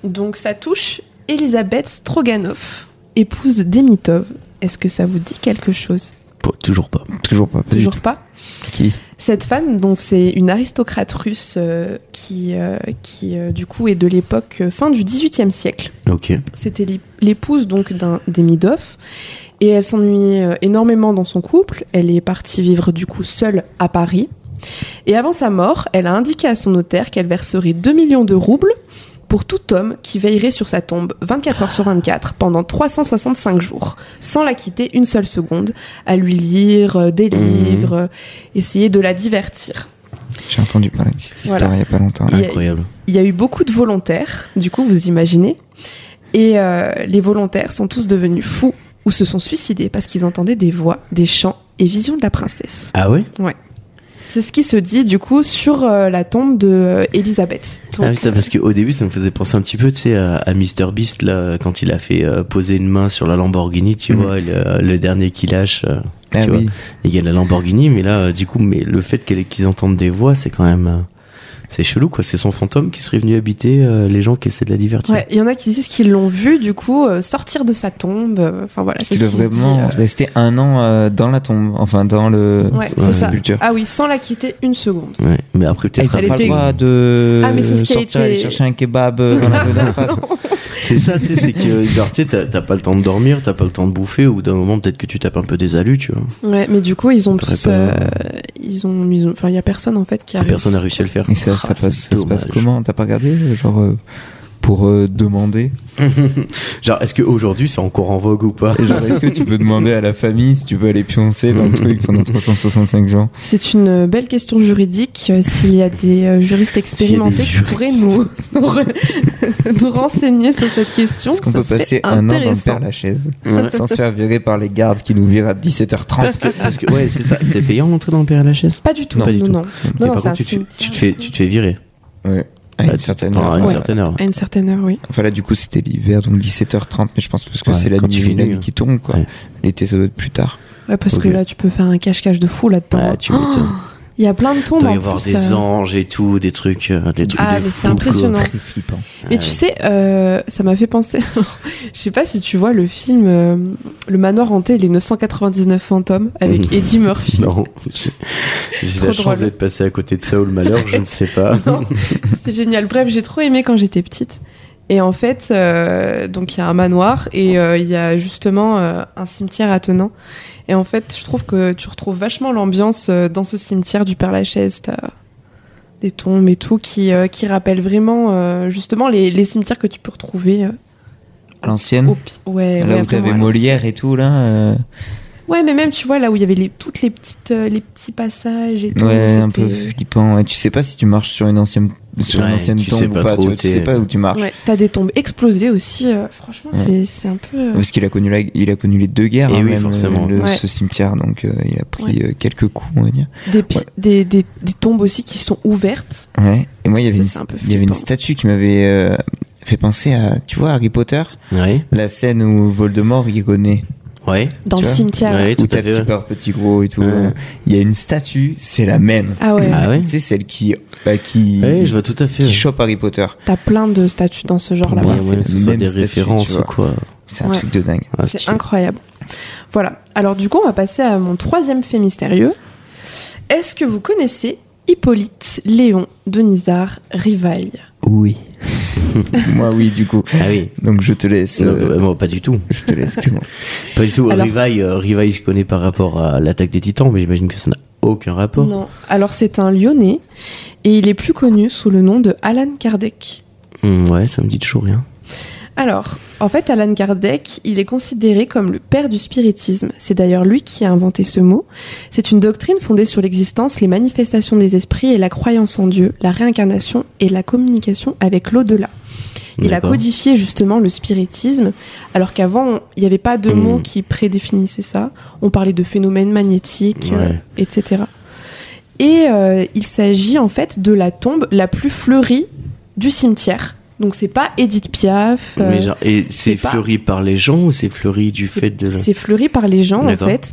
[SPEAKER 2] Donc ça touche Elisabeth Stroganoff, épouse d'Emitov. Est-ce que ça vous dit quelque chose
[SPEAKER 1] Bon, toujours pas.
[SPEAKER 3] Toujours pas. pas du
[SPEAKER 2] Toujours
[SPEAKER 3] tout.
[SPEAKER 2] pas
[SPEAKER 3] Qui
[SPEAKER 2] Cette femme, dont c'est une aristocrate russe euh, qui, euh, qui euh, du coup est de l'époque euh, fin du XVIIIe siècle.
[SPEAKER 1] Ok.
[SPEAKER 2] C'était l'ép- l'épouse donc d'un d'Emidov et elle s'ennuyait euh, énormément dans son couple. Elle est partie vivre du coup seule à Paris. Et avant sa mort, elle a indiqué à son notaire qu'elle verserait 2 millions de roubles pour tout homme qui veillerait sur sa tombe 24 heures sur 24 pendant 365 jours, sans la quitter une seule seconde, à lui lire euh, des
[SPEAKER 1] Mhm.
[SPEAKER 2] livres, euh, essayer de la divertir.
[SPEAKER 3] J'ai entendu parler de cette histoire
[SPEAKER 2] Voilà.
[SPEAKER 3] il y a pas longtemps.
[SPEAKER 2] Il y a-
[SPEAKER 1] Incroyable.
[SPEAKER 2] il y a eu beaucoup de volontaires, du coup, vous imaginez. Et euh, les volontaires sont tous devenus fous ou se sont suicidés parce qu'ils entendaient des voix, des chants et visions de la princesse.
[SPEAKER 1] Ah ouais
[SPEAKER 2] C'est ce qui se dit, du coup, sur euh, la tombe de euh, Elisabeth. Donc,
[SPEAKER 1] Ah oui, ça parce qu'au début, ça me faisait penser un petit peu, tu sais, à, à Mr Beast là, quand il a fait euh, poser une main sur la Lamborghini, tu
[SPEAKER 3] Mhm.
[SPEAKER 1] vois, le, le dernier qui lâche, euh,
[SPEAKER 3] Ah
[SPEAKER 1] tu vois,
[SPEAKER 3] oui.
[SPEAKER 1] il y a la Lamborghini, mais là, euh, du coup, mais le fait qu'elle- qu'ils entendent des voix, c'est quand même, euh, c'est chelou quoi. C'est son fantôme qui serait venu habiter euh, les gens qui essaient de la divertir.
[SPEAKER 2] ouais, il y en a qui disent qu'ils l'ont vu, du coup, euh, sortir de sa tombe. euh, Enfin voilà,
[SPEAKER 3] Parce
[SPEAKER 2] c'est
[SPEAKER 3] qu'il
[SPEAKER 2] ce
[SPEAKER 3] doit
[SPEAKER 2] qui se dit.
[SPEAKER 3] vraiment
[SPEAKER 2] euh.
[SPEAKER 3] rester un an euh, dans la tombe, enfin dans le
[SPEAKER 2] Ouais,
[SPEAKER 3] dans
[SPEAKER 2] c'est
[SPEAKER 3] la
[SPEAKER 2] ça.
[SPEAKER 3] sépulture.
[SPEAKER 2] Ah oui, sans la quitter une seconde.
[SPEAKER 1] Ouais, Mais après
[SPEAKER 3] Et
[SPEAKER 1] peut-être.
[SPEAKER 3] ils
[SPEAKER 2] elle
[SPEAKER 3] n'ont pas
[SPEAKER 1] après-
[SPEAKER 2] était-
[SPEAKER 3] le droit de
[SPEAKER 2] Ah, mais c'est ce qui a
[SPEAKER 3] sortir
[SPEAKER 2] été-
[SPEAKER 3] aller chercher un kebab euh, dans la rue d'en face.
[SPEAKER 1] C'est ça, tu sais, c'est que genre, tu sais, t'as t'as pas le temps de dormir, t'as pas le temps de bouffer, ou d'un moment peut-être que tu tapes un peu des alus, tu vois.
[SPEAKER 2] Ouais, mais du coup, ils ont
[SPEAKER 1] Faudrait
[SPEAKER 2] tous.
[SPEAKER 1] pas- Ah,
[SPEAKER 2] euh, ils ont. ils ont- Enfin, il y a personne en fait qui a
[SPEAKER 1] Personne n'a
[SPEAKER 2] réussi.
[SPEAKER 1] réussi à le faire.
[SPEAKER 3] Et ça, ça
[SPEAKER 1] Ah,
[SPEAKER 3] passe,
[SPEAKER 1] c'est
[SPEAKER 3] ça se passe
[SPEAKER 1] dommage.
[SPEAKER 3] comment T'as pas regardé euh, genre euh, pour euh, demander.
[SPEAKER 1] Genre, est-ce qu'aujourd'hui c'est encore en vogue ou pas
[SPEAKER 3] Et Genre, est-ce que tu peux demander à la famille si tu veux aller pioncer dans le truc pendant 365 jours
[SPEAKER 2] C'est une belle question juridique. euh, S'il y a des euh, juristes expérimentés qui pourraient nous, nous, re- nous renseigner sur cette question,
[SPEAKER 3] Est-ce qu'on
[SPEAKER 2] ça
[SPEAKER 3] peut
[SPEAKER 2] serait
[SPEAKER 3] passer un an dans le
[SPEAKER 2] intéressant.
[SPEAKER 3] père Lachaise sans se faire virer par les gardes qui nous virent à 17h30
[SPEAKER 1] Parce que, ouais, c'est ça. C'est payant d'entrer dans le PRHS
[SPEAKER 2] Pas du tout.
[SPEAKER 1] Non,
[SPEAKER 2] Non,
[SPEAKER 1] pas du tout.
[SPEAKER 2] non.
[SPEAKER 1] Et
[SPEAKER 2] Non,
[SPEAKER 1] par contre,
[SPEAKER 2] c'est un
[SPEAKER 1] tu te, fais-
[SPEAKER 2] cimetière.
[SPEAKER 1] tu, te fais, tu te fais virer.
[SPEAKER 3] Ouais, à
[SPEAKER 1] Bah,
[SPEAKER 3] Ah, une certaine
[SPEAKER 1] Enfin, à
[SPEAKER 3] heure.
[SPEAKER 1] une
[SPEAKER 2] ouais.
[SPEAKER 1] certaine heure.
[SPEAKER 2] À une certaine heure, oui.
[SPEAKER 3] Enfin là du coup c'était l'hiver donc 17h30 mais je pense parce que
[SPEAKER 1] Ouais,
[SPEAKER 3] c'est la
[SPEAKER 1] quand tu
[SPEAKER 3] nuit, la
[SPEAKER 1] finis,
[SPEAKER 3] nuit
[SPEAKER 1] euh.
[SPEAKER 3] qui tombe quoi.
[SPEAKER 1] Ouais.
[SPEAKER 3] L'été ça doit être plus tard.
[SPEAKER 2] Ouais, parce
[SPEAKER 1] Ok.
[SPEAKER 2] que là, tu peux faire un cache-cache de fou là-dedans.
[SPEAKER 1] Ouais, tu m'étonnes.
[SPEAKER 2] Il y a plein de tombes.
[SPEAKER 1] Il doit y
[SPEAKER 2] en
[SPEAKER 1] avoir
[SPEAKER 2] plus,
[SPEAKER 1] des
[SPEAKER 2] euh.
[SPEAKER 1] anges et tout, des trucs, euh, des trucs
[SPEAKER 2] Ah,
[SPEAKER 1] de
[SPEAKER 2] mais c'est
[SPEAKER 1] fou,
[SPEAKER 2] impressionnant.
[SPEAKER 1] quoi.
[SPEAKER 3] flippant.
[SPEAKER 2] Mais tu sais, euh, ça m'a fait penser. Je sais pas si tu vois le film euh, Le Manoir hanté et les 999 fantômes avec Eddie Murphy.
[SPEAKER 1] Ah, Non, j'ai j'ai
[SPEAKER 2] Trop
[SPEAKER 1] la chance
[SPEAKER 2] drôle.
[SPEAKER 1] d'être passé à côté de ça ou le malheur, je ne sais pas.
[SPEAKER 2] Non, c'était génial. Bref, j'ai trop aimé quand j'étais petite. Et en fait, euh, donc il y a un manoir et euh, il y a justement euh, un cimetière attenant. Et en fait, je trouve que tu retrouves vachement l'ambiance euh, dans ce cimetière du Père Lachaise. T'as des tombes et tout qui, euh, qui rappellent vraiment euh, justement les, les cimetières que tu peux retrouver. euh,
[SPEAKER 3] À l'ancienne
[SPEAKER 2] au pi- ouais,
[SPEAKER 3] Mmh. Là
[SPEAKER 2] Oh, ouais,
[SPEAKER 3] où t'avais
[SPEAKER 2] vraiment, à
[SPEAKER 3] Molière et tout là. euh,
[SPEAKER 2] Ouais, mais même, tu vois, là où il y avait les, toutes les petites, euh, les petits passages et tout.
[SPEAKER 3] Ouais, un
[SPEAKER 2] c'était-
[SPEAKER 3] peu flippant. Ouais, tu sais pas si tu marches sur une ancienne, sur
[SPEAKER 1] Ouais,
[SPEAKER 3] une ancienne
[SPEAKER 1] tu
[SPEAKER 3] tombe
[SPEAKER 1] sais
[SPEAKER 3] ou
[SPEAKER 1] pas
[SPEAKER 3] pas.
[SPEAKER 1] trop
[SPEAKER 3] tu,
[SPEAKER 1] où
[SPEAKER 3] vois, tu
[SPEAKER 1] t'es.
[SPEAKER 3] sais pas où tu marches.
[SPEAKER 2] Ouais, t'as des tombes explosées aussi. euh, franchement,
[SPEAKER 3] Ouais.
[SPEAKER 2] c'est- c'est un peu. euh,
[SPEAKER 3] Parce qu'il a connu la, il a connu les deux guerres, hein,
[SPEAKER 1] Et Eh oui,
[SPEAKER 3] même, euh,
[SPEAKER 1] forcément.
[SPEAKER 3] le-
[SPEAKER 2] Ouais.
[SPEAKER 3] ce cimetière, donc euh, il a pris euh, quelques coups, on va dire.
[SPEAKER 2] des, pi-
[SPEAKER 3] ouais.
[SPEAKER 2] des, des, des tombes aussi qui sont ouvertes.
[SPEAKER 3] Ouais. Et moi, il y
[SPEAKER 2] C'est-
[SPEAKER 3] avait une,
[SPEAKER 2] c'est un peu
[SPEAKER 3] il y avait une
[SPEAKER 2] flippant.
[SPEAKER 3] statue qui m'avait euh, fait penser à, tu vois, Harry Potter,
[SPEAKER 1] Ouais,
[SPEAKER 3] la scène où Voldemort y connaît,
[SPEAKER 1] ouais,
[SPEAKER 2] Dans
[SPEAKER 3] Tu
[SPEAKER 2] le
[SPEAKER 3] vois
[SPEAKER 2] cimetière.
[SPEAKER 1] ouais,
[SPEAKER 3] où
[SPEAKER 1] tout
[SPEAKER 3] t'as
[SPEAKER 1] à fait.
[SPEAKER 3] petit
[SPEAKER 1] ouais.
[SPEAKER 3] porc, petit gros et tout.
[SPEAKER 1] Ouais.
[SPEAKER 3] euh, Il y a une statue, c'est la même.
[SPEAKER 2] Ah ouais,
[SPEAKER 1] Ah ouais
[SPEAKER 3] Tu sais, celle qui, bah, qui,
[SPEAKER 1] Ouais, je vois tout à fait.
[SPEAKER 3] qui chope Harry Potter.
[SPEAKER 2] t'as plein de statues dans ce genre-là.
[SPEAKER 1] Ouais,
[SPEAKER 3] Là-bas,
[SPEAKER 1] ouais,
[SPEAKER 3] c'est la
[SPEAKER 1] que ce soit
[SPEAKER 3] même
[SPEAKER 1] des
[SPEAKER 3] statue, tu
[SPEAKER 1] références
[SPEAKER 3] vois.
[SPEAKER 1] ou quoi.
[SPEAKER 3] C'est un
[SPEAKER 2] Ouais.
[SPEAKER 3] truc de dingue.
[SPEAKER 1] Ah,
[SPEAKER 2] C'est
[SPEAKER 1] stylé.
[SPEAKER 2] incroyable. Voilà. Alors, du coup, on va passer à mon troisième fait mystérieux. Est-ce que vous connaissez Hippolyte Léon Denisard Rivaille
[SPEAKER 1] Oui.
[SPEAKER 3] Moi, oui, du coup.
[SPEAKER 1] Ah oui.
[SPEAKER 3] Donc je te laisse.
[SPEAKER 1] Non,
[SPEAKER 3] euh,
[SPEAKER 1] bah, moi, pas du tout.
[SPEAKER 3] Je te laisse, Clément.
[SPEAKER 1] Pas du tout.
[SPEAKER 2] Alors-
[SPEAKER 1] Rivaille, euh, Rivaille, je connais par rapport à l'attaque des titans, mais j'imagine que ça n'a aucun rapport.
[SPEAKER 2] Non. Alors, c'est un Lyonnais et il est plus connu sous le nom de Alan Kardec.
[SPEAKER 1] Hum, ouais, ça me dit toujours rien.
[SPEAKER 2] Alors, en fait, Alan Kardec, il est considéré comme le père du spiritisme. C'est d'ailleurs lui qui a inventé ce mot. C'est une doctrine fondée sur l'existence, les manifestations des esprits et la croyance en Dieu, la réincarnation et la communication avec l'au-delà. Il a
[SPEAKER 1] D'accord.
[SPEAKER 2] codifié justement le spiritisme, alors qu'avant, on- il n'y avait pas de
[SPEAKER 1] Hmm.
[SPEAKER 2] mot qui prédéfinissait ça. On parlait de phénomènes magnétiques, euh,
[SPEAKER 1] Ouais.
[SPEAKER 2] etc. Et euh, il s'agit en fait de la tombe la plus fleurie du cimetière. Donc c'est pas Edith Piaf, euh,
[SPEAKER 1] Mais genre, et c'est
[SPEAKER 2] c'est pas-
[SPEAKER 1] fleuri par les gens ou c'est fleuri du
[SPEAKER 2] c'est-
[SPEAKER 1] fait de.
[SPEAKER 2] c'est fleuri par les gens en
[SPEAKER 1] D'accord.
[SPEAKER 2] fait,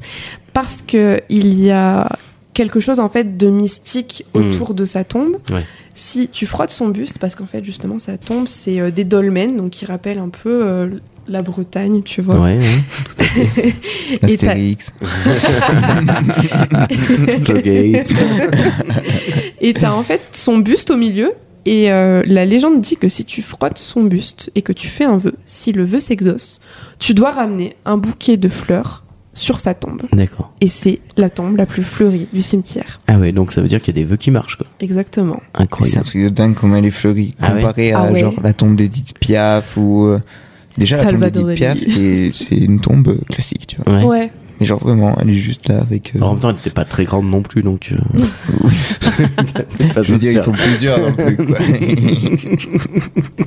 [SPEAKER 2] parce que il y a quelque chose en fait de mystique
[SPEAKER 1] Hmm.
[SPEAKER 2] autour de sa tombe.
[SPEAKER 1] Ouais.
[SPEAKER 2] Si tu frottes son buste, parce qu'en fait justement sa tombe c'est euh, des dolmens, donc qui rappellent un peu euh, la Bretagne, tu vois.
[SPEAKER 1] Ouais, ouais.
[SPEAKER 2] Et t'as-
[SPEAKER 3] Astérix.
[SPEAKER 1] Stargate.
[SPEAKER 2] Et t'as en fait son buste au milieu. Et euh, la légende dit que si tu frottes son buste et que tu fais un vœu, si le vœu s'exauce, tu dois ramener un bouquet de fleurs sur sa tombe.
[SPEAKER 1] D'accord.
[SPEAKER 2] Et c'est la tombe la plus fleurie du cimetière.
[SPEAKER 1] Ah ouais, donc ça veut dire qu'il y a des vœux qui marchent, quoi.
[SPEAKER 2] Exactement.
[SPEAKER 3] C'est un
[SPEAKER 1] Incroyable.
[SPEAKER 3] truc de dingue comment elle est fleurie.
[SPEAKER 1] Ah ouais
[SPEAKER 3] comparé à
[SPEAKER 2] Ah ouais.
[SPEAKER 3] genre la tombe d'Edith Piaf ou. euh, Déjà, la tombe d'Edith
[SPEAKER 2] Salvador
[SPEAKER 3] Piaf, et c'est une tombe euh, classique, tu vois.
[SPEAKER 1] Ouais.
[SPEAKER 2] Ouais.
[SPEAKER 3] Mais genre vraiment, elle est juste là avec. euh,
[SPEAKER 1] Alors, en même temps, elle n'était pas très grande non plus, donc. euh, pas
[SPEAKER 3] je veux dire,
[SPEAKER 1] de
[SPEAKER 3] ils sont plusieurs dans le truc, quoi.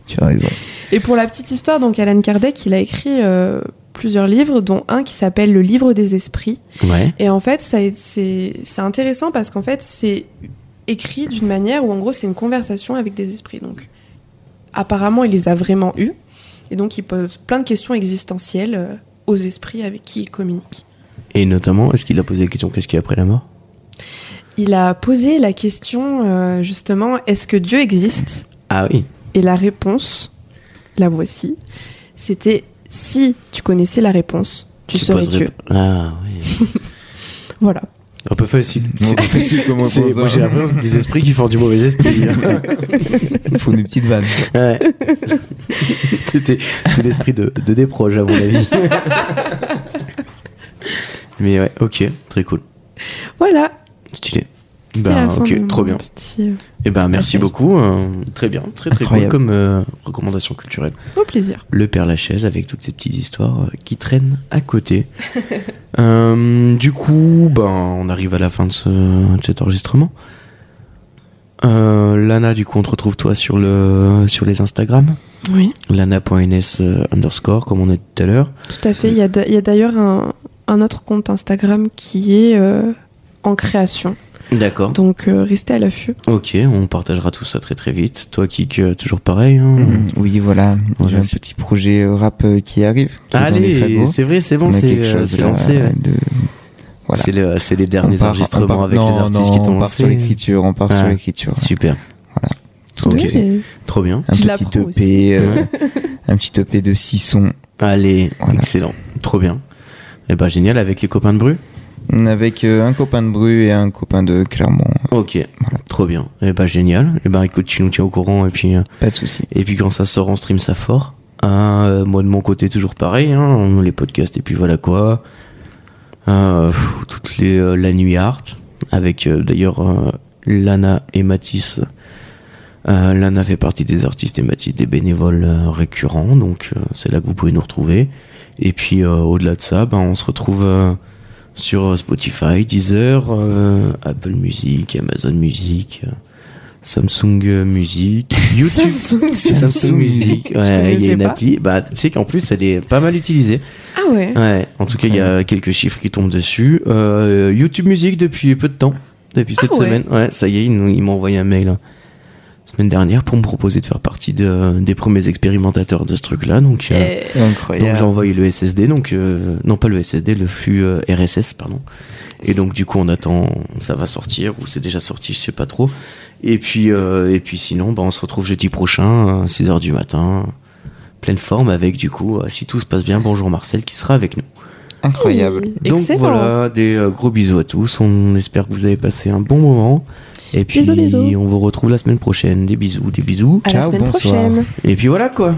[SPEAKER 3] tu as raison.
[SPEAKER 2] Et pour la petite histoire, donc Alan Kardec, il a écrit euh, plusieurs livres, dont un qui s'appelle Le Livre des Esprits.
[SPEAKER 1] faire. Ouais.
[SPEAKER 2] Et en fait, ça est- c'est c'est intéressant parce qu'en fait, c'est écrit d'une manière où en gros, c'est une conversation avec des esprits. Donc, apparemment, il les a vraiment eus. Et donc, il pose plein de questions existentielles euh, aux esprits avec qui il communique.
[SPEAKER 1] Et notamment, est-ce qu'il a posé la question qu'est-ce qu'il y a après la mort
[SPEAKER 2] Il a posé la question, euh, justement, est-ce que Dieu existe
[SPEAKER 1] Ah oui.
[SPEAKER 2] Et la réponse, la voici, c'était si tu connaissais la réponse, tu, serais
[SPEAKER 1] poserais
[SPEAKER 2] Dieu.
[SPEAKER 1] pas- Ah oui.
[SPEAKER 2] Voilà.
[SPEAKER 1] Un peu facile.
[SPEAKER 3] C'est facile comment
[SPEAKER 1] C'est- moi, j'ai l'impression que des esprits qui font du mauvais esprit. hein.
[SPEAKER 3] Il faut une petite vanne.
[SPEAKER 1] Ouais. C'était c'est l'esprit de, de des proches, à mon avis. Mais ouais, ok, très cool.
[SPEAKER 2] Voilà.
[SPEAKER 1] Stylé.
[SPEAKER 2] C'était
[SPEAKER 1] Ben,
[SPEAKER 2] la fin
[SPEAKER 1] ok,
[SPEAKER 2] de
[SPEAKER 1] trop
[SPEAKER 2] mon
[SPEAKER 1] bien.
[SPEAKER 2] petit, euh,
[SPEAKER 1] Eh ben, merci
[SPEAKER 2] Parfait.
[SPEAKER 1] beaucoup. euh, très bien, très très cool
[SPEAKER 3] Incroyable.
[SPEAKER 1] comme euh, recommandation culturelle.
[SPEAKER 2] Au plaisir.
[SPEAKER 1] Le Père Lachaise avec toutes ces petites histoires euh, qui traînent à côté. Euh, du coup, ben, on arrive à la fin de, ce- de cet enregistrement. Euh, Lana, du coup, on te retrouve toi sur, le, sur les Instagram.
[SPEAKER 2] Oui,
[SPEAKER 1] Lana.ns euh, underscore, comme on a dit tout à l'heure.
[SPEAKER 2] tout à fait. Il y a d'a- il y a d'ailleurs un, un autre compte Instagram qui est euh, en création.
[SPEAKER 1] D'accord.
[SPEAKER 2] Donc euh, restez à l'affût.
[SPEAKER 1] Ok, on partagera tout ça très très vite. Toi, Kik, euh, toujours pareil. hein.
[SPEAKER 3] Mhm. Oui, voilà. J'ai
[SPEAKER 1] Voilà,
[SPEAKER 3] un
[SPEAKER 1] c'est-
[SPEAKER 3] petit projet euh, rap euh, qui arrive. qui est dans les
[SPEAKER 1] Allez,
[SPEAKER 3] fagots.
[SPEAKER 1] c'est vrai, c'est bon,
[SPEAKER 3] On a
[SPEAKER 1] c'est
[SPEAKER 3] quelque
[SPEAKER 1] euh,
[SPEAKER 3] chose
[SPEAKER 1] c'est
[SPEAKER 3] là,
[SPEAKER 1] lancé. ouais.
[SPEAKER 3] de- Voilà.
[SPEAKER 1] C'est le- c'est les
[SPEAKER 3] On
[SPEAKER 1] derniers
[SPEAKER 3] part- on
[SPEAKER 1] enregistrements
[SPEAKER 3] part-
[SPEAKER 1] avec
[SPEAKER 3] non,
[SPEAKER 1] les artistes
[SPEAKER 3] non,
[SPEAKER 1] qui
[SPEAKER 3] on
[SPEAKER 1] t'ont
[SPEAKER 3] part sur
[SPEAKER 1] lancé.
[SPEAKER 3] l'écriture, on part sur
[SPEAKER 1] Ouais.
[SPEAKER 3] l'écriture. hein,
[SPEAKER 1] Super,
[SPEAKER 3] Tout à
[SPEAKER 1] Ok.
[SPEAKER 2] Oui.
[SPEAKER 3] fait.
[SPEAKER 1] trop bien.
[SPEAKER 3] Un
[SPEAKER 2] Je
[SPEAKER 3] petit
[SPEAKER 2] l'apprends
[SPEAKER 3] EP, euh, un petit EP de 6 sons
[SPEAKER 1] Allez,
[SPEAKER 3] Voilà.
[SPEAKER 1] excellent, trop bien. Et bah génial avec les copains de Bru.
[SPEAKER 3] avec euh, un copain de Bru et un copain de Clermont.
[SPEAKER 1] Ok,
[SPEAKER 3] Voilà.
[SPEAKER 1] trop bien. Et bah génial. Et bah écoute, tu nous tiens au courant et puis euh,
[SPEAKER 3] Pas de souci.
[SPEAKER 1] et puis quand ça sort, on stream ça fort. Hein, euh, moi de mon côté toujours pareil, hein, les podcasts et puis voilà quoi. Euh, pff, toutes les euh, la nuit art avec euh, d'ailleurs euh, Lana et Matisse. Euh, Lana fait partie des artistes et Mathis des bénévoles euh, récurrents, donc euh, c'est là que vous pouvez nous retrouver. Et puis euh, au-delà de ça, ben, on se retrouve euh, sur euh, Spotify, Deezer, euh, Apple Music, Amazon Music, euh, Samsung euh, Music, YouTube,
[SPEAKER 2] Samsung.
[SPEAKER 1] Samsung Music.
[SPEAKER 2] Je
[SPEAKER 1] Ouais, il y a
[SPEAKER 2] connaissais
[SPEAKER 1] une
[SPEAKER 2] pas.
[SPEAKER 1] appli. Bah, tu sais qu'en plus, elle est pas mal utilisée.
[SPEAKER 2] Ah ouais.
[SPEAKER 1] Ouais, en tout cas, il y a quelques chiffres qui tombent dessus. Euh, YouTube Music depuis peu de temps, depuis cette
[SPEAKER 2] Ah ouais.
[SPEAKER 1] semaine. Ouais, ça y est, il, nous- il m'a envoyé un mail la semaine dernière pour me proposer de faire partie de- des premiers expérimentateurs de ce truc-là. Donc, euh,
[SPEAKER 2] Eh,
[SPEAKER 1] donc j'ai
[SPEAKER 3] Incroyable.
[SPEAKER 1] envoyé le SSD, donc euh, non pas le SSD, le flux euh, RSS, pardon. Et donc du coup on attend, ça va sortir ou c'est déjà sorti, je sais pas trop. Et puis euh, et puis sinon, bah, on se retrouve jeudi prochain, 6h du matin, pleine forme avec du coup, euh, si tout se passe bien, bonjour Marcel qui sera avec nous.
[SPEAKER 3] Incroyable.
[SPEAKER 1] Donc
[SPEAKER 2] Excellent.
[SPEAKER 1] voilà, des euh, gros bisous à tous. On espère que vous avez passé un bon moment. Et puis
[SPEAKER 2] Bisous, bisous.
[SPEAKER 1] on vous retrouve la semaine prochaine. Des bisous, des bisous.
[SPEAKER 2] À la
[SPEAKER 3] Ciao,
[SPEAKER 2] semaine
[SPEAKER 3] bonsoir.
[SPEAKER 2] prochaine.
[SPEAKER 1] Et puis voilà quoi.